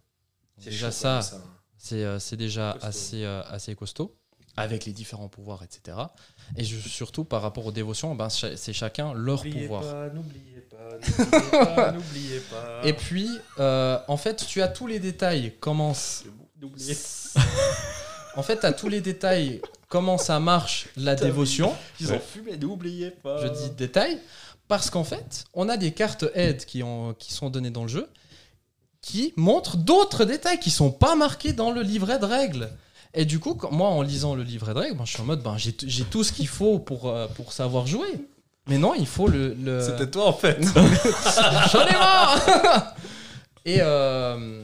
C: C'est
A: Déjà
C: chaud,
A: ça,
C: quand même,
A: c'est euh, c'est déjà
C: Costaud.
A: assez, euh, assez costaud, avec les différents pouvoirs, etc. Et ju- surtout par rapport aux dévotions, ben, cha- c'est chacun leur
C: N'oubliez
A: pouvoir.
C: pas, n'oubliez pas, n'oubliez pas, n'oubliez pas.
A: Et puis, euh, en fait, tu as tous les détails. Comment s-
C: N'oubliez
A: En fait, à tous les détails, comment ça marche la
C: Putain, Euh.
A: dévotion.
C: Ils ont fumé, n'oubliez pas.
A: Je dis détails parce qu'en fait, on a des cartes aides qui, ont- qui sont données dans le jeu qui montrent d'autres détails qui sont pas marqués dans le livret de règles. Et du coup, quand- moi, en lisant le livret de règles, moi, je suis en mode, ben, j'ai t- j'ai tout ce qu'il faut pour, euh, pour savoir jouer. Mais non, il faut le. le-
C: C'était toi en fait.
A: J'en ai marre Et euh,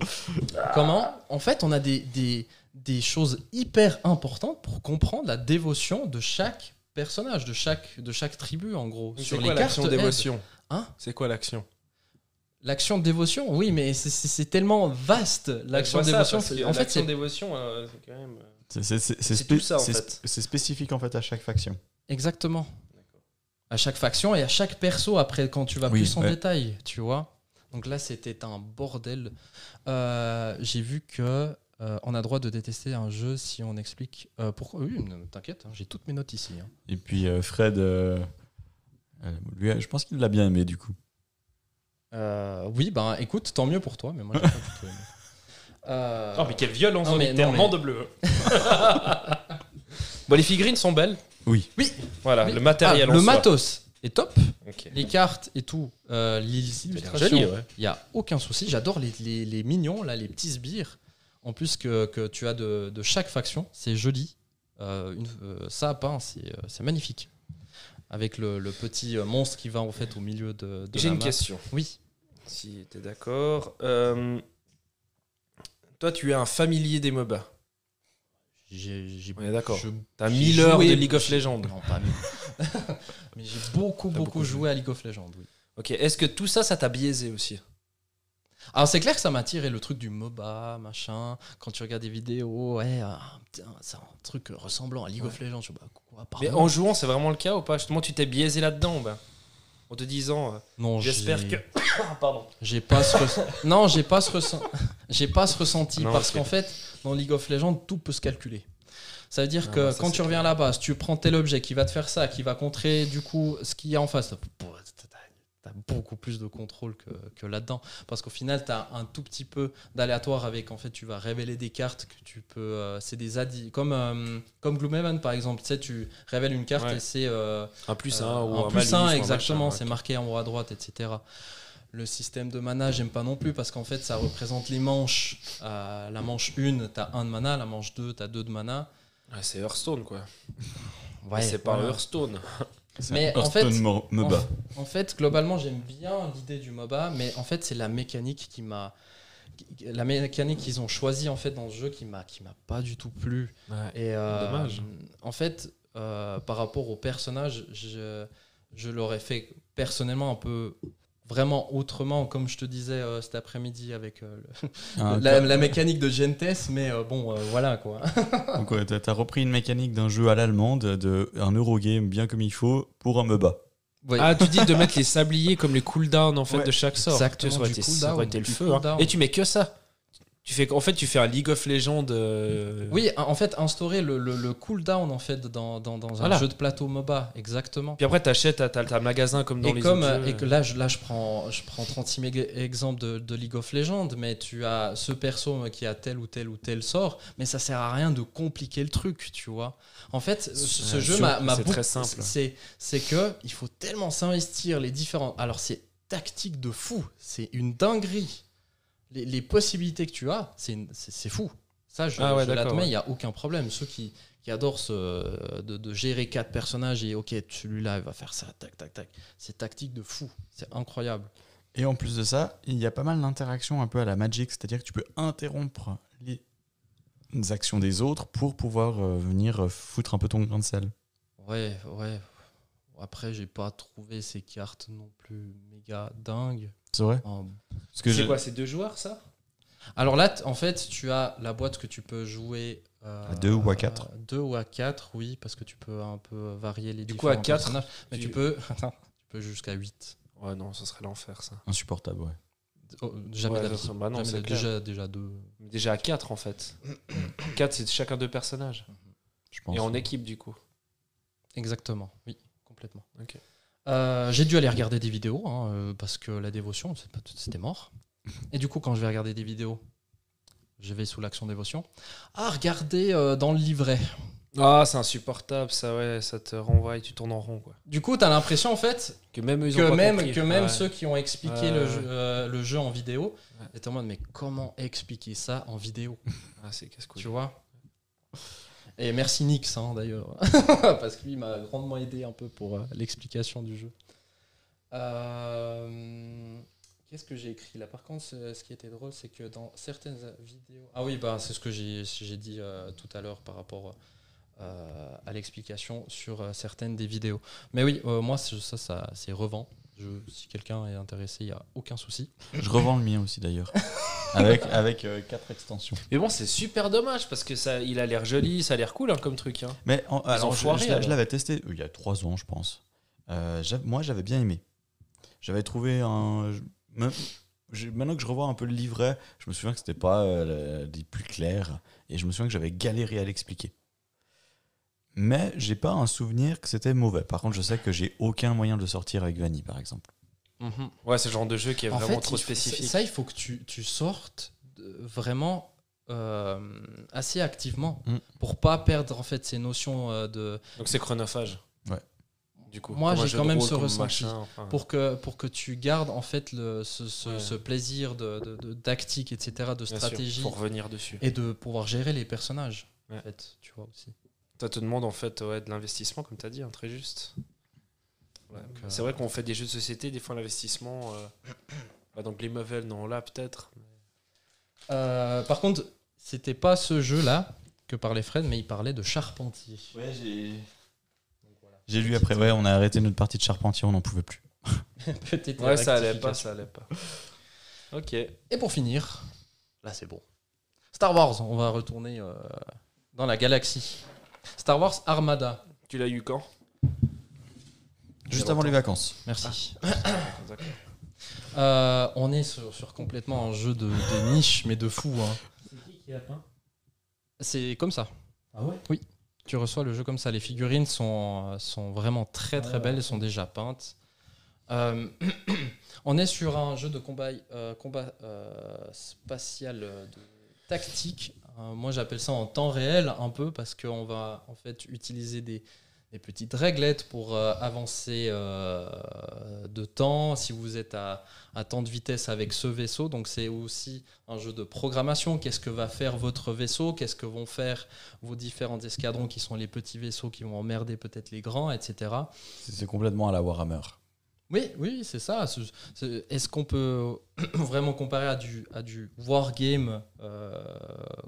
A: comment En fait, on a des, des, des choses hyper importantes pour comprendre la dévotion de chaque personnage, de chaque, de chaque tribu, en gros. Sur les cartes.
C: l'action
A: aides.
C: dévotion
A: Hein
C: C'est quoi l'action
A: L'action de dévotion, oui, mais c'est- c'est c'est tellement vaste. L'action de dévotion, c'est- en fait,
C: l'action
A: c'est.
C: dévotion, euh, c'est quand même. euh,
B: C'est c'est- c'est- c'est
C: C'est tout
B: spé-
C: ça, en
B: c'est-
C: fait.
B: c'est spécifique en fait à chaque faction.
A: Exactement. à chaque faction et à chaque perso après quand tu vas
B: Oui,
A: plus en
B: ouais.
A: détail, tu vois. Donc là, c'était un bordel. Euh, J'ai vu que euh, on a droit de détester un jeu si on explique euh, pourquoi. Oui, mais t'inquiète, hein, j'ai toutes mes notes ici. hein.
B: Et puis euh, Fred, euh, euh, lui, euh, je pense qu'il l'a bien aimé du coup.
A: Euh, oui, ben écoute, tant mieux pour toi, mais moi j'ai pas du tout aimé. Euh,
C: Oh, mais quelle violence
A: Non,
C: en
A: mais- non, mais-
C: nom de bleu. bon, les figurines sont belles.
B: Oui.
A: Oui.
C: Voilà,
A: Mais-
C: le matériel
A: Ah,
C: en
A: le
C: soi.
A: matos est top.
C: Ok.
A: Les cartes et tout, euh, les illustrations,
C: joli,
A: il
C: ouais.
A: n'y a aucun souci. J'adore les, les- les mignons, là, les petits sbires. En plus que, que tu as de, de chaque faction, c'est joli. Euh, une- euh, ça à pain, c'est euh, c'est magnifique. Avec le, le petit euh, monstre qui va en fait au milieu de, de
C: J'ai
A: la
C: une
A: map.
C: question.
A: Oui.
C: Si t'es d'accord. Euh, toi, tu es un familier des MOBA.
A: J'ai j'ai-
C: On est d'accord.
A: je-
C: T'as
A: j'ai
C: 1000 heures de
A: joué-
C: League of Legends.
A: Non, pas mille. Mais j'ai beaucoup, beaucoup,
C: beaucoup joué.
A: joué à League of Legends, oui.
C: Ok, est-ce que tout ça, ça t'a biaisé aussi
A: Alors c'est clair que ça m'a attiré le truc du MOBA, machin. Quand tu regardes des vidéos, ouais, ah, putain, c'est un truc ressemblant à League of Legends. Je me dis, bah, quoi, pardon.
C: Mais en jouant, c'est vraiment le cas ou pas Justement, tu t'es biaisé là-dedans, bah, en te disant, euh,
A: Non,
C: j'espère
A: j'ai-
C: que. Pardon.
A: J'ai pas ce ressenti. non, j'ai pas ce ressenti. J'ai pas ce ressenti
C: Non,
A: parce
C: ok.
A: qu'en fait, dans League of Legends, tout peut se calculer. Ça veut dire
C: Ah,
A: que
C: bah, ça,
A: quand
C: c'est
A: tu reviens à la base, tu prends tel objet qui va te faire ça, qui va contrer du coup ce qu'il y a en face. Bon, t'as- T'as beaucoup plus de contrôle que, que là-dedans. Parce qu'au final, t'as un tout petit peu d'aléatoire avec. En fait, tu vas révéler des cartes que tu peux. euh, c'est des addi. Comme, euh, comme Gloomhaven par exemple. Tu sais, tu révèles une carte
C: Ouais.
A: et c'est. euh,
C: Un plus
A: euh,
C: 1 ou un
A: plus
C: malus,
A: 1,
C: ou un
A: exactement,
C: machin,
A: c'est marqué en haut à droite, etc. Le système de mana, j'aime pas non plus parce qu'en fait, ça représente les manches. Euh, la manche 1, t'as 1 de mana, la manche 2, t'as 2 de mana.
C: ouais. Ouais, c'est Hearthstone, quoi.
A: Ouais,
C: c'est pas
A: voilà.
C: Hearthstone.
A: Mais
B: C'est un
A: en fait-
B: Hearthstone Mo- MOBA.
A: En, en fait, globalement, j'aime bien l'idée du MOBA, mais en fait, c'est la mécanique qui m'a. qui- La mécanique qu'ils ont choisie en fait dans ce jeu qui m'a qui m'a pas du tout plu. Et euh,
C: Dommage.
A: En fait, euh, par rapport au personnage, je, je l'aurais fait personnellement un peu vraiment autrement, comme je te disais euh, cet après-midi avec euh, le-
B: Ah,
A: la, la mécanique de Gentes, mais euh, bon, euh, voilà quoi.
B: Donc ouais, t'as t'as repris une mécanique d'un jeu à l'allemande, de un Eurogame bien comme il faut, pour un MOBA.
A: Ouais.
C: Ah, tu dis de mettre les sabliers comme les cooldowns en fait
B: Ouais,
C: de chaque sort.
A: exactement,
C: Ça aurait
A: du
C: été-
A: cooldown,
C: ça aurait été le
A: du
C: feu. hein.
A: cooldown.
C: Et tu mets que ça. Tu fais, en fait, tu fais un League of Legends. euh,
A: Oui, en fait, instaurer le, le, le cooldown en fait dans, dans, dans un
C: Voilà.
A: jeu de plateau MOBA, exactement.
C: Puis après, t'achètes, t'as, t'as, t'as le magasin comme dans
A: Et
C: les
A: comme
C: autres
A: euh,
C: jeux.
A: et que là, je, là, je prends je prends 36 méga- exemples de, de League of Legends, mais tu as ce perso euh, qui a tel ou tel ou tel sort, mais ça sert à rien de compliquer le truc, tu vois. En fait, ce- ce
C: Euh,
A: jeu
C: sûr,
A: m'a m'a
C: c'est
A: beaucoup-
C: très simple.
A: C'est c'est que il faut tellement s'investir les différents. Alors c'est tactique de fou, c'est une dinguerie. Les, les possibilités que tu as, c'est une- c'est c'est fou. Ça, je,
C: Ah ouais,
A: je
C: d'accord,
A: l'admets, il
C: ouais.
A: n'y a aucun problème. Ceux qui, qui adorent ce- de, de gérer quatre personnages et ok, celui-là, il va faire ça, tac, tac, tac. C'est tactique de fou. C'est incroyable.
B: Et en plus de ça, il y a pas mal d'interactions un peu à la Magic, c'est-à-dire que tu peux interrompre les actions des autres pour pouvoir euh, venir euh, foutre un peu ton grain de sel.
A: Ouais, ouais. Après, j'ai pas trouvé ces cartes non plus méga dingues.
B: C'est vrai
A: En
B: Parce que j'ai-
C: c'est deux joueurs ça
A: Alors là, t- en fait, tu as la boîte que tu peux jouer euh,
B: À deux ou à quatre.
A: euh, Deux ou à quatre, oui, parce que tu peux un peu varier les
C: Du coup,
A: différents
C: à quatre,
A: personnages. Mais tu,
C: tu-
A: peux, attends, tu peux jusqu'à 8.
C: Ouais, non, ce serait l'enfer ça.
B: insupportable, ouais.
A: Oh, jamais
C: Ouais,
A: la vie.
C: ça, bah non,
A: Jamais
C: c'est
A: la vie.
C: clair.
A: déjà, déjà deux.
C: Déjà à 4 en fait. 4 c'est chacun deux personnages.
B: Je pense.
C: Et en équipe du coup.
A: Exactement, oui, complètement.
C: Ok.
A: Euh, J'ai dû aller regarder des vidéos hein, euh, parce que la dévotion, c'est pas- c'était mort. Et du coup, quand je vais regarder des vidéos, je vais sous l'action dévotion. Ah, regardez euh, dans le livret.
C: Ah, c'est insupportable ça, ouais, ça te renvoie et tu tournes en rond quoi.
A: Du coup, t'as l'impression en fait
C: Que même eux, ils ont
A: que
C: pas
A: même,
C: compris.
A: que même
C: Ouais.
A: ceux qui ont expliqué
C: Ouais,
A: le,
C: ouais,
A: jeu,
C: ouais.
A: euh, le jeu en vidéo
C: Ouais.
A: étaient en mode mais comment expliquer ça en vidéo
C: Ah, c'est casse-couille.
A: tu vois et merci Nix hein, d'ailleurs parce que lui il m'a grandement aidé un peu pour euh, l'explication du jeu Euh, qu'est-ce que j'ai écrit là par contre ce, ce qui était drôle c'est que dans certaines vidéos ah oui bah c'est ce que j'ai j'ai dit euh, tout à l'heure par rapport euh, à l'explication sur euh, certaines des vidéos mais oui euh, moi c'est- ça, ça c'est revend Je- si quelqu'un est intéressé il n'y a aucun souci
B: Je revends le mien aussi d'ailleurs. avec avec euh, quatre extensions.
C: Mais bon, c'est super dommage parce que ça, il a l'air joli, ça a l'air cool hein, comme truc. Hein.
B: Mais en- alors, je,
C: enfoirés,
B: je l'a- je
C: alors.
B: l'avais testé euh, il y a trois ans, je pense. Euh, j'a- moi, j'avais bien aimé. J'avais trouvé un. je- me- je- Maintenant que je revois un peu le livret, je me souviens que c'était pas euh, des plus clairs et je me souviens que j'avais galéré à l'expliquer. Mais j'ai pas un souvenir que c'était mauvais. Par contre, je sais que j'ai aucun moyen de sortir avec Vanny, par exemple.
C: Ouais, c'est le genre de jeu qui est
A: En
C: vraiment
A: fait,
C: trop
A: il faut-
C: spécifique.
A: Ça, il faut que tu, tu sortes de- vraiment euh, assez activement
B: Mm.
A: pour pas perdre en fait ces notions euh, de
C: Donc c'est chronophage.
B: Ouais.
C: Du coup,
A: Moi,
C: comme un
A: j'ai
C: jeu
A: quand
C: de
A: même
C: rôle,
A: ce
C: comme
A: ressenti.
C: machin, enfin.
A: pour que pour que tu gardes en fait le, ce, ce-
C: Ouais.
A: ce plaisir de, de- de- tactique etc de
C: Bien sûr,
A: stratégie
C: pour revenir dessus.
A: et de pouvoir gérer les personnages
C: Ouais.
A: en fait tu vois aussi
C: Ça te demande en fait ouais, de l'investissement, comme tu as dit, hein, très juste. Ouais.
A: Donc,
C: C'est vrai qu'on fait des jeux de société, des fois l'investissement. euh, bah, dans Glimmervel, non, là peut-être.
A: Euh, par contre c'était pas ce jeu là que parlait Fred mais il parlait de charpentier
B: Ouais, j'ai. J'ai lu après, ouais, on a arrêté notre partie de charpentier, on n'en pouvait plus.
A: Petite
C: Ouais, ça allait pas,
A: rectification.
C: ça allait pas. Ok.
A: Et pour finir, là c'est bon. Star Wars, on va retourner euh, dans la galaxie. Star Wars Armada.
C: Tu l'as eu quand
B: Juste avant les vacances.
A: Merci.
C: D'accord.
A: Euh, on est sur, sur complètement un jeu de, de niche, mais de fou. hein. C'est comme ça.
D: Ah ouais
A: Tu reçois le jeu comme ça. Les figurines sont, euh, sont vraiment très
D: Ah
A: très belles. Elles sont déjà peintes. Euh, on est sur un jeu de combat, euh, combat euh, spatial euh, de tactique. Euh, moi, j'appelle ça en temps réel un peu parce qu'on va en fait utiliser des, des petites réglettes pour euh, avancer euh, de temps. Si vous êtes à, à temps de vitesse avec ce vaisseau, donc c'est aussi un jeu de programmation. Qu'est-ce que va faire votre vaisseau Qu'est-ce que vont faire vos différents escadrons qui sont les petits vaisseaux qui vont emmerder peut-être les grands, etc.
B: C'est c'est complètement à la Warhammer.
A: Oui, oui, c'est ça. Ce- ce- Est-ce qu'on peut vraiment comparer à du, à du wargame euh,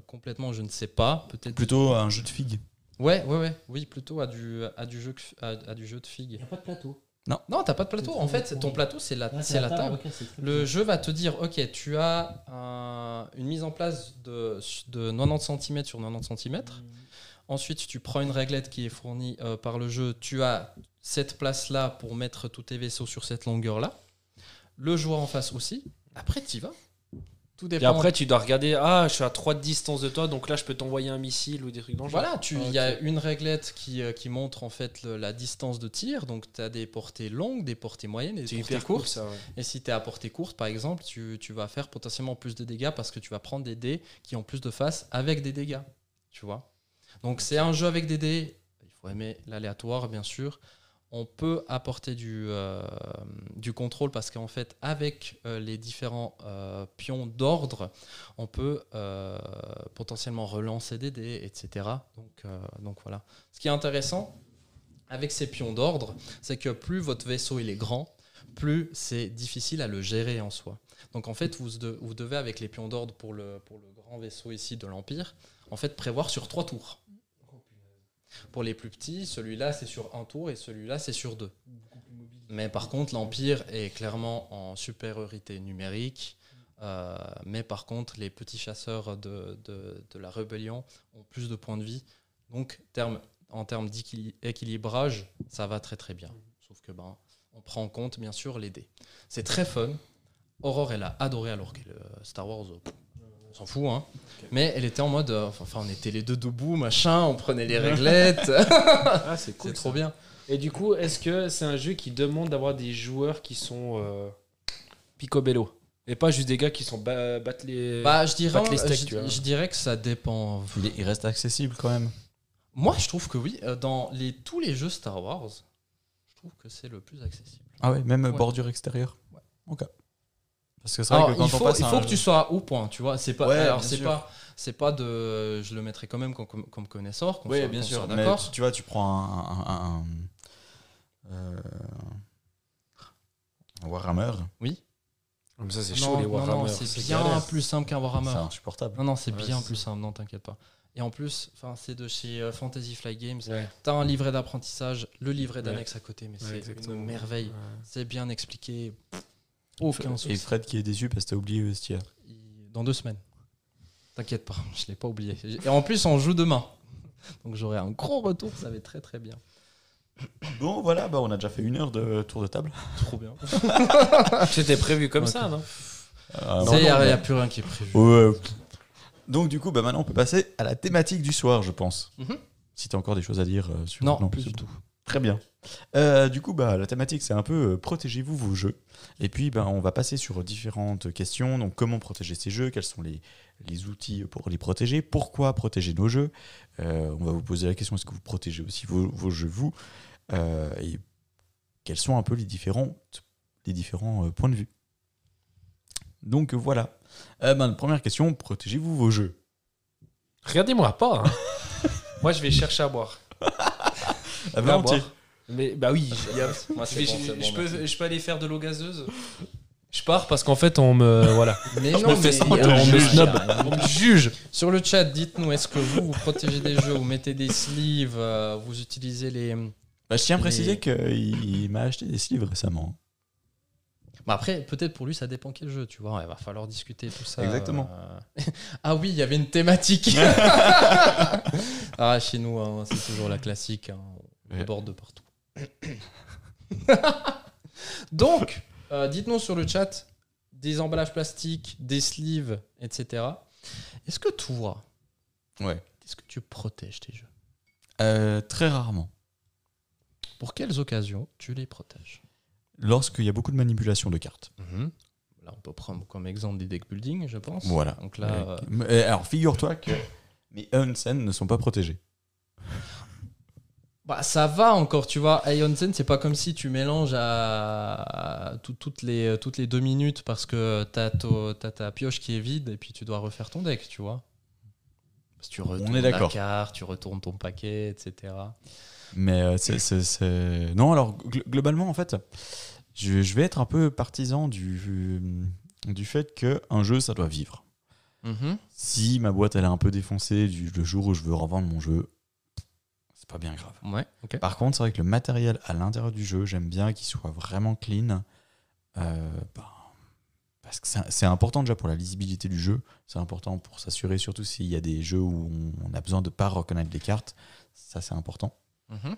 A: complètement Je ne sais pas. Peut-être.
B: Plutôt un jeu de figues.
A: Ouais, ouais, ouais. Oui, plutôt à du, à du, jeu, que- à, à du jeu de
D: Il
A: figue.
D: a pas de plateau.
A: Non, t'as pas de plateau.
D: C'est
A: En
D: très
A: fait,
D: bien.
A: ton plateau, c'est
C: Ah,
A: la, c'est la table.
D: ok, c'est très
A: Le
D: bien.
A: jeu va te dire, ok, tu as un- une mise en place de, de 90 cm sur 90 cm. Ensuite, tu prends une réglette qui est fournie euh, par le jeu. Tu as cette place-là pour mettre tous tes vaisseaux sur cette longueur-là. Le joueur en face aussi. Après, tu y vas. Tout
C: Et
A: dépend.
C: après, tu dois regarder. Ah, je suis à 3 de distance de toi, donc là, je peux t'envoyer un missile ou des trucs dangereux.
A: Voilà, tu- il y a une réglette qui, euh, qui montre en fait le- la distance de tir. Donc, tu as des portées longues, des portées moyennes et
C: C'est
A: des portées
C: hyper
A: courtes.
C: court ça. ouais.
A: Et si tu es à portée courte, par exemple, tu, tu vas faire potentiellement plus de dégâts parce que tu vas prendre des dés qui ont plus de face avec des dégâts. Tu vois Donc c'est un jeu avec des dés. Il faut aimer l'aléatoire, bien sûr. On peut apporter du, euh, du contrôle parce qu'en fait, avec euh, les différents euh, pions d'ordre, on peut euh, potentiellement relancer des dés, etc. Donc, euh, donc voilà. Ce qui est intéressant avec ces pions d'ordre, c'est que plus votre vaisseau il est grand, plus c'est difficile à le gérer en soi. Donc en fait, vous, de- vous devez, avec les pions d'ordre pour le, pour le grand vaisseau ici de l'Empire, en fait prévoir sur trois tours. Pour les plus petits, celui-là c'est sur un tour et celui-là c'est sur deux. Mais par contre, l'Empire est clairement en supériorité numérique. Euh, mais par contre, les petits chasseurs de, de- de la rébellion ont plus de points de vie. Donc, terme- en termes d'équilibrage, ça va très très bien. Sauf que ben, on prend en compte bien sûr les dés. C'est très fun. Aurore, elle a adoré alors que euh, Star Wars, euh, pff, on s'en fout. Hein. Mais elle était en mode, euh, enfin, on était les deux debout, machin, on prenait les réglettes.
C: Ah, c'est
A: c'est trop bien.
C: Et du coup, est-ce que c'est un jeu qui demande d'avoir des joueurs qui sont euh, picobello et pas juste des gars qui sont ba- battent les.
A: Bah, je dirais,
C: Pas que les steaks,
A: je-
C: tu vois.
A: je dirais que ça dépend
B: Il, est- il reste accessible quand même.
A: Moi, je trouve que oui. euh, Dans les, tous les jeux Star Wars, je trouve que c'est le plus accessible.
B: Ah ouais, Ah, même
A: Ouais.
B: bordure extérieure.
A: Ouais.
B: Ok. Parce que c'est vrai
A: Alors,
B: que quand
A: il faut,
B: on passe
A: il
B: à
A: faut
B: un
A: que tu sois au point, tu vois. C'est pas,
B: Ouais,
A: alors,
B: bien
A: c'est
B: sûr.
A: pas, c'est pas de. Je le mettrai quand même comme, comme- comme connaisseur. qu'on
B: Oui,
A: soit-
B: bien
A: qu'on
B: sûr.
A: soit
B: Mais
A: D'accord.
B: tu, tu vois, tu prends un. un- un- un- euh, un Warhammer,
A: Oui.
C: Comme Ah, ça, c'est
A: Non,
C: chaud les
A: non,
C: Warhammer.
A: non, c'est bien
C: galère.
A: plus simple qu'un
B: c'est
A: Warhammer.
B: insupportable.
A: Non, non, c'est
C: Ouais,
A: bien
C: c'est
A: plus simple. Non, t'inquiète pas. Et en plus, enfin, c'est de chez euh, Fantasy Flight Games.
C: Ouais.
A: T'as un livret d'apprentissage, le livret
C: Ouais.
A: d'annexe à côté, mais
C: Ouais,
A: c'est
C: exactement.
A: une merveille.
C: Ouais.
A: C'est bien expliqué. Pff, Aucun souci.
B: Et Fred qui est déçu parce que t'as oublié le vestiaire.
A: Il- dans deux semaines. T'inquiète pas, je l'ai pas oublié. Et en plus, on joue demain. Donc j'aurai un gros retour, ça va être très très bien.
B: Bon, voilà, bah, on a déjà fait une heure de tour de table.
A: Trop bien.
C: C'était prévu comme
A: Ok.
C: ça, non
B: Euh,
A: Il n'y
B: non,
A: a,
B: mais-
A: y a plus rien qui est prévu.
B: Ouais. Donc du coup, bah, maintenant on peut passer à la thématique du soir, je pense.
A: Mhm.
B: Si tu as encore des choses à dire euh, sur
A: Non, plus
B: c'est
A: du
B: bon. Très bien. Euh, du coup, bah, la thématique, c'est un peu euh, protégez-vous vos jeux. Et puis, bah, on va passer sur différentes questions. Donc, comment protéger ces jeux Quels sont les, les outils pour les protéger Pourquoi protéger nos jeux Euh, On va vous poser la question est-ce que vous protégez aussi vos, vos jeux, vous Euh, Et quels sont un peu les, différentes, les différents euh, points de vue Donc, voilà. Euh, ben, première question, protégez-vous vos jeux.
C: Regardez-moi pas. hein. Moi, je vais chercher à boire.
B: Ah
C: À
B: ben, entier.
C: boire. Mais bah oui, il y a-
A: Moi,
C: je,
A: c'est
C: vais-
A: bon,
C: je-
A: c'est bon,
C: je peux,
A: merci.
C: je peux aller faire de l'eau gazeuse. Je pars parce qu'en fait, on me voilà,
A: Mais
C: me fais sans te
A: on
C: juger.
A: snob.
C: on me juge.
A: Sur le chat, dites-nous, est-ce que vous, vous protégez des jeux, vous mettez des sleeves, euh, vous utilisez les...
B: Bah, je tiens à préciser
A: Mais-
B: qu'il il m'a acheté des livres récemment.
A: Bah après, peut-être pour lui, ça dépend quel jeu, tu vois. Il va falloir discuter tout ça.
B: Exactement.
A: euh. ah oui, il y avait une thématique. ah, chez nous, hein, c'est toujours la classique. hein, On
B: Ouais.
A: déborde de partout. Donc, euh, dites-nous sur le chat des emballages plastiques, des sleeves, etc. Est-ce que toi,
B: Ouais.
A: est-ce que tu protèges tes jeux
B: Euh, très rarement.
A: Pour quelles occasions tu les protèges
B: Lorsqu'il y a beaucoup de manipulation de cartes.
A: Là, on peut prendre comme exemple des deck building, je pense.
B: Voilà.
A: Donc là, euh,
B: Mhm. Ouais. Mais, euh, Alors, figure-toi que mes Hunsen ne sont pas protégés.
A: Bah, ça va encore, tu vois. Ionsen, c'est pas comme si tu mélanges à, à tout- toutes, les, euh, toutes les deux minutes parce que t'as, to- t'as ta pioche qui est vide et puis tu dois refaire ton deck, tu vois. Parce que tu retournes
B: est
A: la
B: d'accord.
A: carte, tu retournes ton paquet, etc.
B: Mais euh, c'est- c'est. c'est- Non, alors, gl- globalement, en fait, je, je vais être un peu partisan du, du fait qu'un jeu, ça doit vivre.
C: Mhm.
B: Si ma boîte, elle est un peu défoncée du, le jour où je veux revendre mon jeu, c'est pas bien grave.
A: Ouais, ok.
B: Par contre, c'est vrai que le matériel à l'intérieur du jeu, j'aime bien qu'il soit vraiment clean. Euh, bah, parce que c'est- c'est important déjà pour la lisibilité du jeu. C'est important pour s'assurer, surtout s'il y a des jeux où on a besoin de pas reconnaître les cartes. Ça, c'est important.
A: Mhm.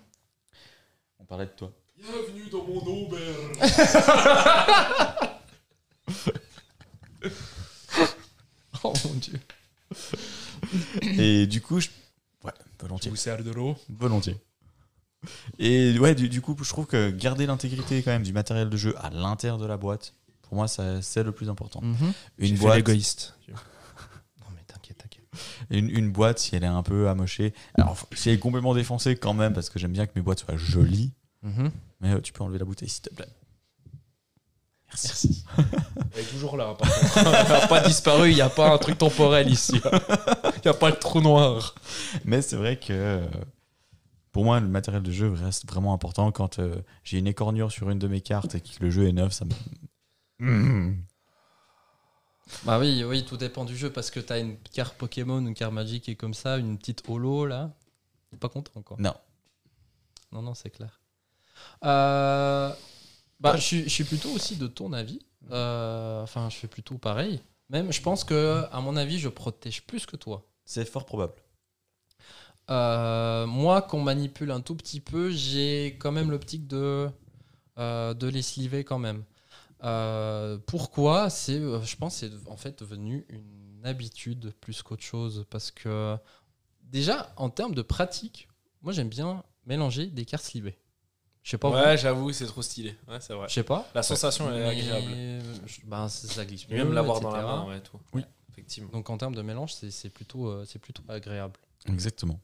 B: On parlait de toi.
C: Bienvenue dans mon auberge.
A: Oh mon dieu.
B: Et du coup, je... ouais, volontiers.
C: vous sers de l'eau.
B: Volontiers. Et ouais, du, du coup, je trouve que garder l'intégrité quand même du matériel de jeu à l'intérieur de la boîte, pour moi, ça- c'est le plus important.
C: Mhm.
B: Une boîte,
C: égoïste.
A: Non mais t'inquiète, t'inquiète.
B: une, une boîte si elle est un peu amochée. Alors, faut- si elle est complètement défoncée, quand même, parce que j'aime bien que mes boîtes soient jolies.
C: Mhm.
B: Mais euh, tu peux enlever la bouteille, s'il te plaît. Merci.
C: Elle est toujours là, hein, par contre. Elle a pas disparu. Il y a pas un truc temporel ici. Il y a pas le trou noir.
B: Mais c'est vrai que euh, pour moi, le matériel de jeu reste vraiment important. Quand euh, j'ai une écornure sur une de mes cartes et que le jeu est neuf, ça me. Mm.
A: Bah oui, oui, tout dépend du jeu parce que t'as une carte Pokémon, une carte Magic et comme ça, une petite holo là. T'es pas content quoi.
B: Non.
A: Non, non, c'est clair. Euh, bah, je, suis- je suis plutôt aussi de ton avis. Euh, enfin, je fais plutôt pareil. Même, je pense que, à mon avis, je protège plus que toi.
B: C'est fort probable.
A: Euh, moi, qu'on manipule un tout petit peu, j'ai quand même l'optique de, euh, de les sliver quand même. Euh, pourquoi C'est, euh, je pense, c'est en fait devenu une habitude plus qu'autre chose parce que déjà en termes de pratique, moi j'aime bien mélanger des cartes slivées. Je sais pas. vous.
C: Ouais, j'avoue, c'est trop stylé. Ouais, c'est vrai.
A: Je sais pas.
C: La sensation elle est
A: Mais,
C: agréable.
A: euh, je- ben, ça, ça glisse
C: Et même
A: mieux,
C: l'avoir dans la
A: etc..
C: main, ouais, tout.
B: Oui.
C: effectivement.
A: Donc en termes de mélange, c'est c'est plutôt, euh, c'est plutôt agréable.
B: Exactement.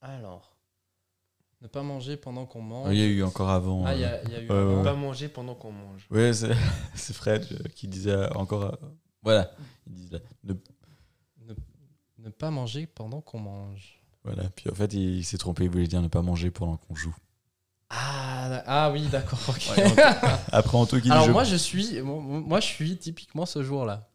A: Alors, ne pas manger pendant qu'on mange.
B: Il y a eu encore avant.
A: Oh. Ah, il y,
B: euh,
A: a il y a eu.
B: Ouais,
A: un
B: ouais,
A: an.
C: Pas manger pendant qu'on mange.
B: Ouais, c'est c'est Fred euh, qui disait euh, encore. euh, Voilà. Il disait, ne-
A: Ne, ne pas manger pendant qu'on mange.
B: voilà. Puis en fait, il, il s'est trompé. Il voulait dire ne pas manger pendant qu'on joue.
A: Ah, ah oui, d'accord. ok.
B: Ouais, Après, Anto qui dit
A: Alors
B: je-
A: moi, je suis, moi, moi, je suis typiquement ce jour-là.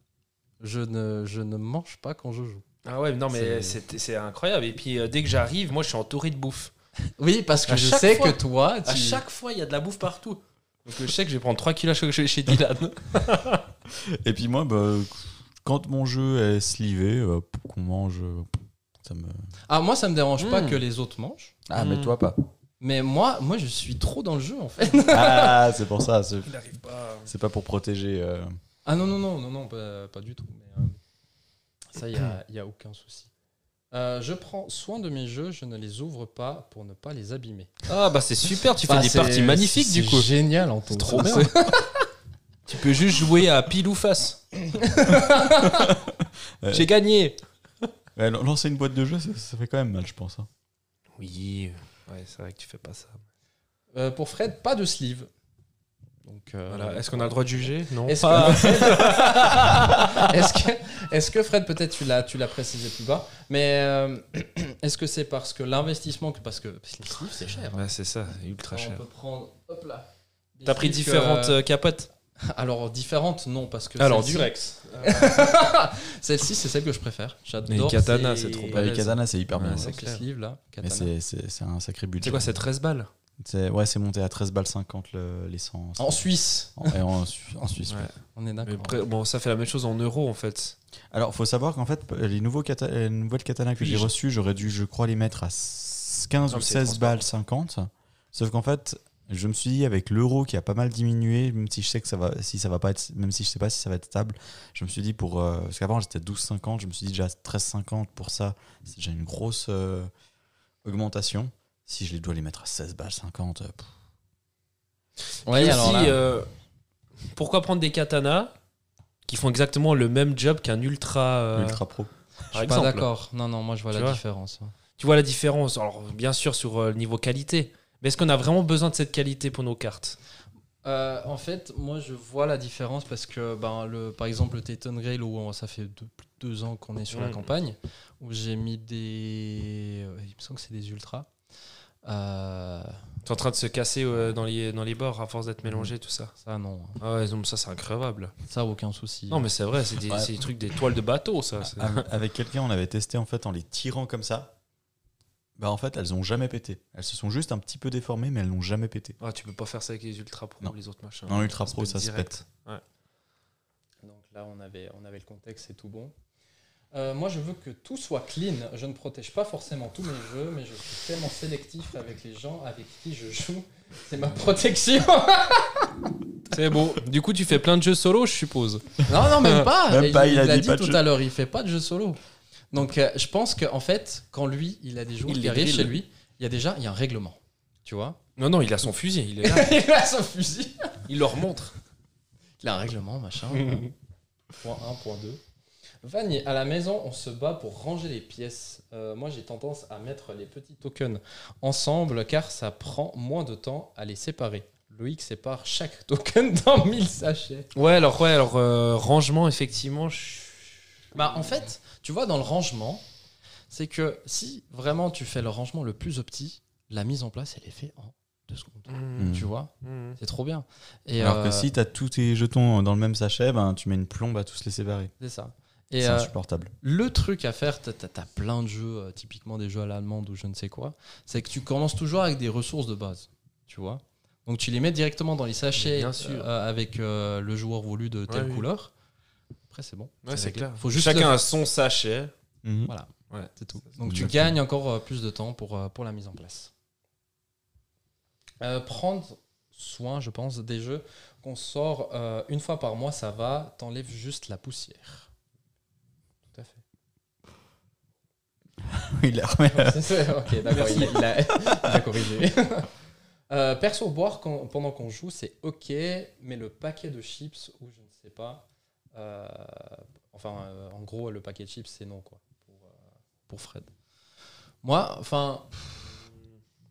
A: Je ne, je ne mange pas quand je joue.
C: Ah ouais, non, mais
A: C'est-
C: c'est c'est incroyable. Et puis, euh, dès que j'arrive, moi, je suis entouré de bouffe.
A: Oui, parce que
C: À
A: je
C: chaque
A: sais
C: fois-
A: que toi, tu...
C: À chaque fois, il y a de la bouffe partout. Donc je sais que je vais prendre 3 kilos à chaque fois que je vais chez Dylan.
B: Et puis moi, bah, quand mon jeu est slivé, euh, qu'on mange, euh, ça me.
A: Ah, moi, ça me dérange pas
C: Mm.
A: que les autres mangent.
C: Ah, mais toi
B: pas.
A: Mais moi, moi, je suis trop dans le jeu en fait.
B: Ah, c'est pour ça. C'est
C: Il n'arrive pas. hein.
B: c'est pas pour protéger. euh,
A: Ah non, non, non, non, non, pas, pas du tout. mais, euh, ça, il n'y a, y a aucun souci. Euh, je prends soin de mes jeux, je ne les ouvre pas pour ne pas les abîmer.
D: Ah bah c'est super, tu fais
A: Bah,
D: des
A: c'est-
D: parties magnifiques du
A: c'est
D: coup.
A: Génial, Antoine. Ah,
D: trop bien. Tu peux juste jouer à pile ou face. J'ai gagné.
B: ouais, lan- lancer une boîte de jeu, ça, ça fait quand même mal, je pense. hein.
D: Oui, ouais, c'est vrai que tu fais pas ça.
A: Euh, pour Fred, pas de sleeve. Donc, euh,
C: Voilà. Est-ce qu'on a le droit de juger Non.
A: Est-ce que, est-ce que, est-ce que Fred, peut-être tu l'as, tu l'as précisé plus bas, mais euh, est-ce que c'est parce que l'investissement, que parce que parce que les sleeves c'est cher. hein.
C: Ouais, Ah bah, c'est ça, c'est ultra
A: On
C: cher.
A: peut prendre, hop là. des
D: T'as pris
A: sleeves que-
D: différentes euh, capotes.
A: Alors différentes, non, parce que
C: Ah, Alors,
A: celle-ci-
C: Durex.
A: Celle-ci, c'est celle que je préfère.
C: Mais
A: J'adore.
C: katana,
A: ces-
C: c'est trop
B: Bah, les
C: balèze.
B: katanas, c'est hyper
C: Ouais,
B: bien.
A: ces
C: c'est clair.
A: sleeves, là.
B: Mais
A: katana.
B: c'est- c'est c'est un sacré budget.
C: C'est quoi, c'est 13 balles
B: C'est- Ouais, c'est monté à 13 balles 50 le- les 100.
A: En Suisse,
C: Oh.
B: En, et en Su- en Suisse.
C: Ouais.
B: ouais.
A: on est
C: Mais
A: d'accord.
C: après, Bon, ça fait la même chose en euros en fait.
B: Alors, faut savoir qu'en fait, les, nouveaux kata- les nouvelles katanas que j'ai
C: Pige.
B: reçues, j'aurais dû, je crois, les mettre à s- 15
C: Non,
B: ou
C: mais c'est
B: 16 balles 50. Sauf qu'en fait, je me suis dit, avec l'euro qui a pas mal diminué, même si je sais que ça va, si ça va pas être, même si je sais pas si ça va être stable, je me suis dit pour, euh, parce qu'avant j'étais 12,50, je me suis dit déjà 13,50 pour ça, c'est déjà une grosse euh, augmentation. Si je les dois les mettre à 16 balles 50, euh, pff.
A: Ouais,
C: Puis
A: alors
C: aussi,
A: là-
C: euh, pourquoi prendre des katanas qui font exactement le même job qu'un ultra, euh,
B: ultra pro.
A: Je
C: par
A: suis pas
C: exemple.
A: d'accord. Non, non, moi je vois
C: Tu
A: la
C: vois
A: différence. hein.
C: Tu vois la différence Alors, bien sûr, sur euh, le niveau qualité. Mais est-ce qu'on a vraiment besoin de cette qualité pour nos cartes
A: Euh, en fait, moi je vois la différence parce que, ben, le, par exemple, le Titan Grail, où on- ça fait deux, plus de deux ans qu'on est sur la
C: Mm.
A: campagne, où j'ai mis des. euh, Il me semble que c'est des ultras. Euh,
C: T'es en train de se casser euh, dans, les, dans les bords à force d'être mélangé, tout ça.
A: ça, non.
C: Ah ouais, non, mais ça, c'est increvable.
A: Ça, aucun souci.
C: Non, mais c'est vrai, c'est des,
B: Ouais.
C: c'est des trucs des toiles de bateau, ça. c'est-
A: Ah.
B: Avec- avec quelqu'un, on avait testé en fait en les tirant comme ça. Bah en fait, elles ont jamais pété. Elles se sont juste un petit peu déformées, mais elles n'ont jamais pété.
C: Ah, tu peux pas faire ça avec les ultra pro,
B: Non.
C: les autres machins.
B: Dans l'ultra
C: Ça se
B: pro,
C: pète
B: ça se
C: direct.
B: pète.
A: Donc là, on avait, on avait le contexte, c'est tout bon. Euh, moi, je veux que tout soit clean. Je ne protège pas forcément tous mes jeux, mais je suis tellement sélectif avec les gens avec qui je joue. C'est ma protection.
C: C'est beau. Du coup, tu fais plein de jeux solo, je suppose.
A: Non, non, même pas.
B: Euh, Même
A: Et
B: pas,
A: il,
B: il a
A: l'a
B: dit
A: dit,
B: pas de
A: tout
B: jeu.
A: à l'heure, il fait pas de jeu solo. Donc, euh, je pense qu'en fait, quand lui, il a des joueurs
D: Il
A: qui
D: les
A: arrivent
D: drille.
A: chez lui, il y a déjà il y a un règlement. Tu vois
C: Non, non, il a son fusil, il est là.
A: Il a son fusil.
C: Ah. il leur montre.
A: Il a un règlement, machin. point 1, point 2. Vanier, à la maison, on se bat pour ranger les pièces. Euh, moi, j'ai tendance à mettre les petits tokens ensemble car ça prend moins de temps à les séparer. Loïc sépare chaque token dans 1000 sachets.
C: Ouais, alors, ouais, alors euh, rangement, effectivement. je-
A: Bah, en fait, tu vois, dans le rangement, c'est que si vraiment tu fais le rangement le plus opti, la mise en place, elle est faite en deux secondes.
C: Mm.
A: Tu vois
C: Mm.
A: C'est trop bien. Et
B: Hmm. Alors
A: euh,
B: que si t'as tous tes jetons euh, dans le même sachet, ben tu mets une plombe à tous les séparer.
A: C'est ça. Et
B: C'est
A: euh,
B: insupportable.
A: le truc à faire, t'as t'as- t'as plein de jeux, euh, typiquement des jeux à l'allemande ou je ne sais quoi, c'est que tu commences toujours avec des ressources de base. Tu vois Donc tu les mets directement dans les sachets
C: Bien sûr.
A: euh, avec euh, le joueur voulu de telle
C: Ouais, oui.
A: couleur. Après, c'est bon.
C: Ouais, c'est
A: réglé.
C: clair.
A: Faut juste
C: Chacun
A: le-
C: a son sachet.
A: Voilà.
C: Ouais.
A: C'est tout. Donc tu
B: Exactement.
A: gagnes encore euh, plus de temps pour, euh, pour la mise en place. Euh, prendre soin, je pense, des jeux qu'on sort euh, une fois par mois, ça va, t'enlèves juste la poussière. Tout à fait.
B: Il la remet.
A: C'est ça, ok, d'accord, il, a- il a- il a corrigé. Euh, perso, boire quand- pendant qu'on joue, c'est ok, mais le paquet de chips, ou je ne sais pas, euh, enfin, euh, en gros, le paquet de chips, c'est non, quoi, pour, euh, pour Fred. Moi, enfin,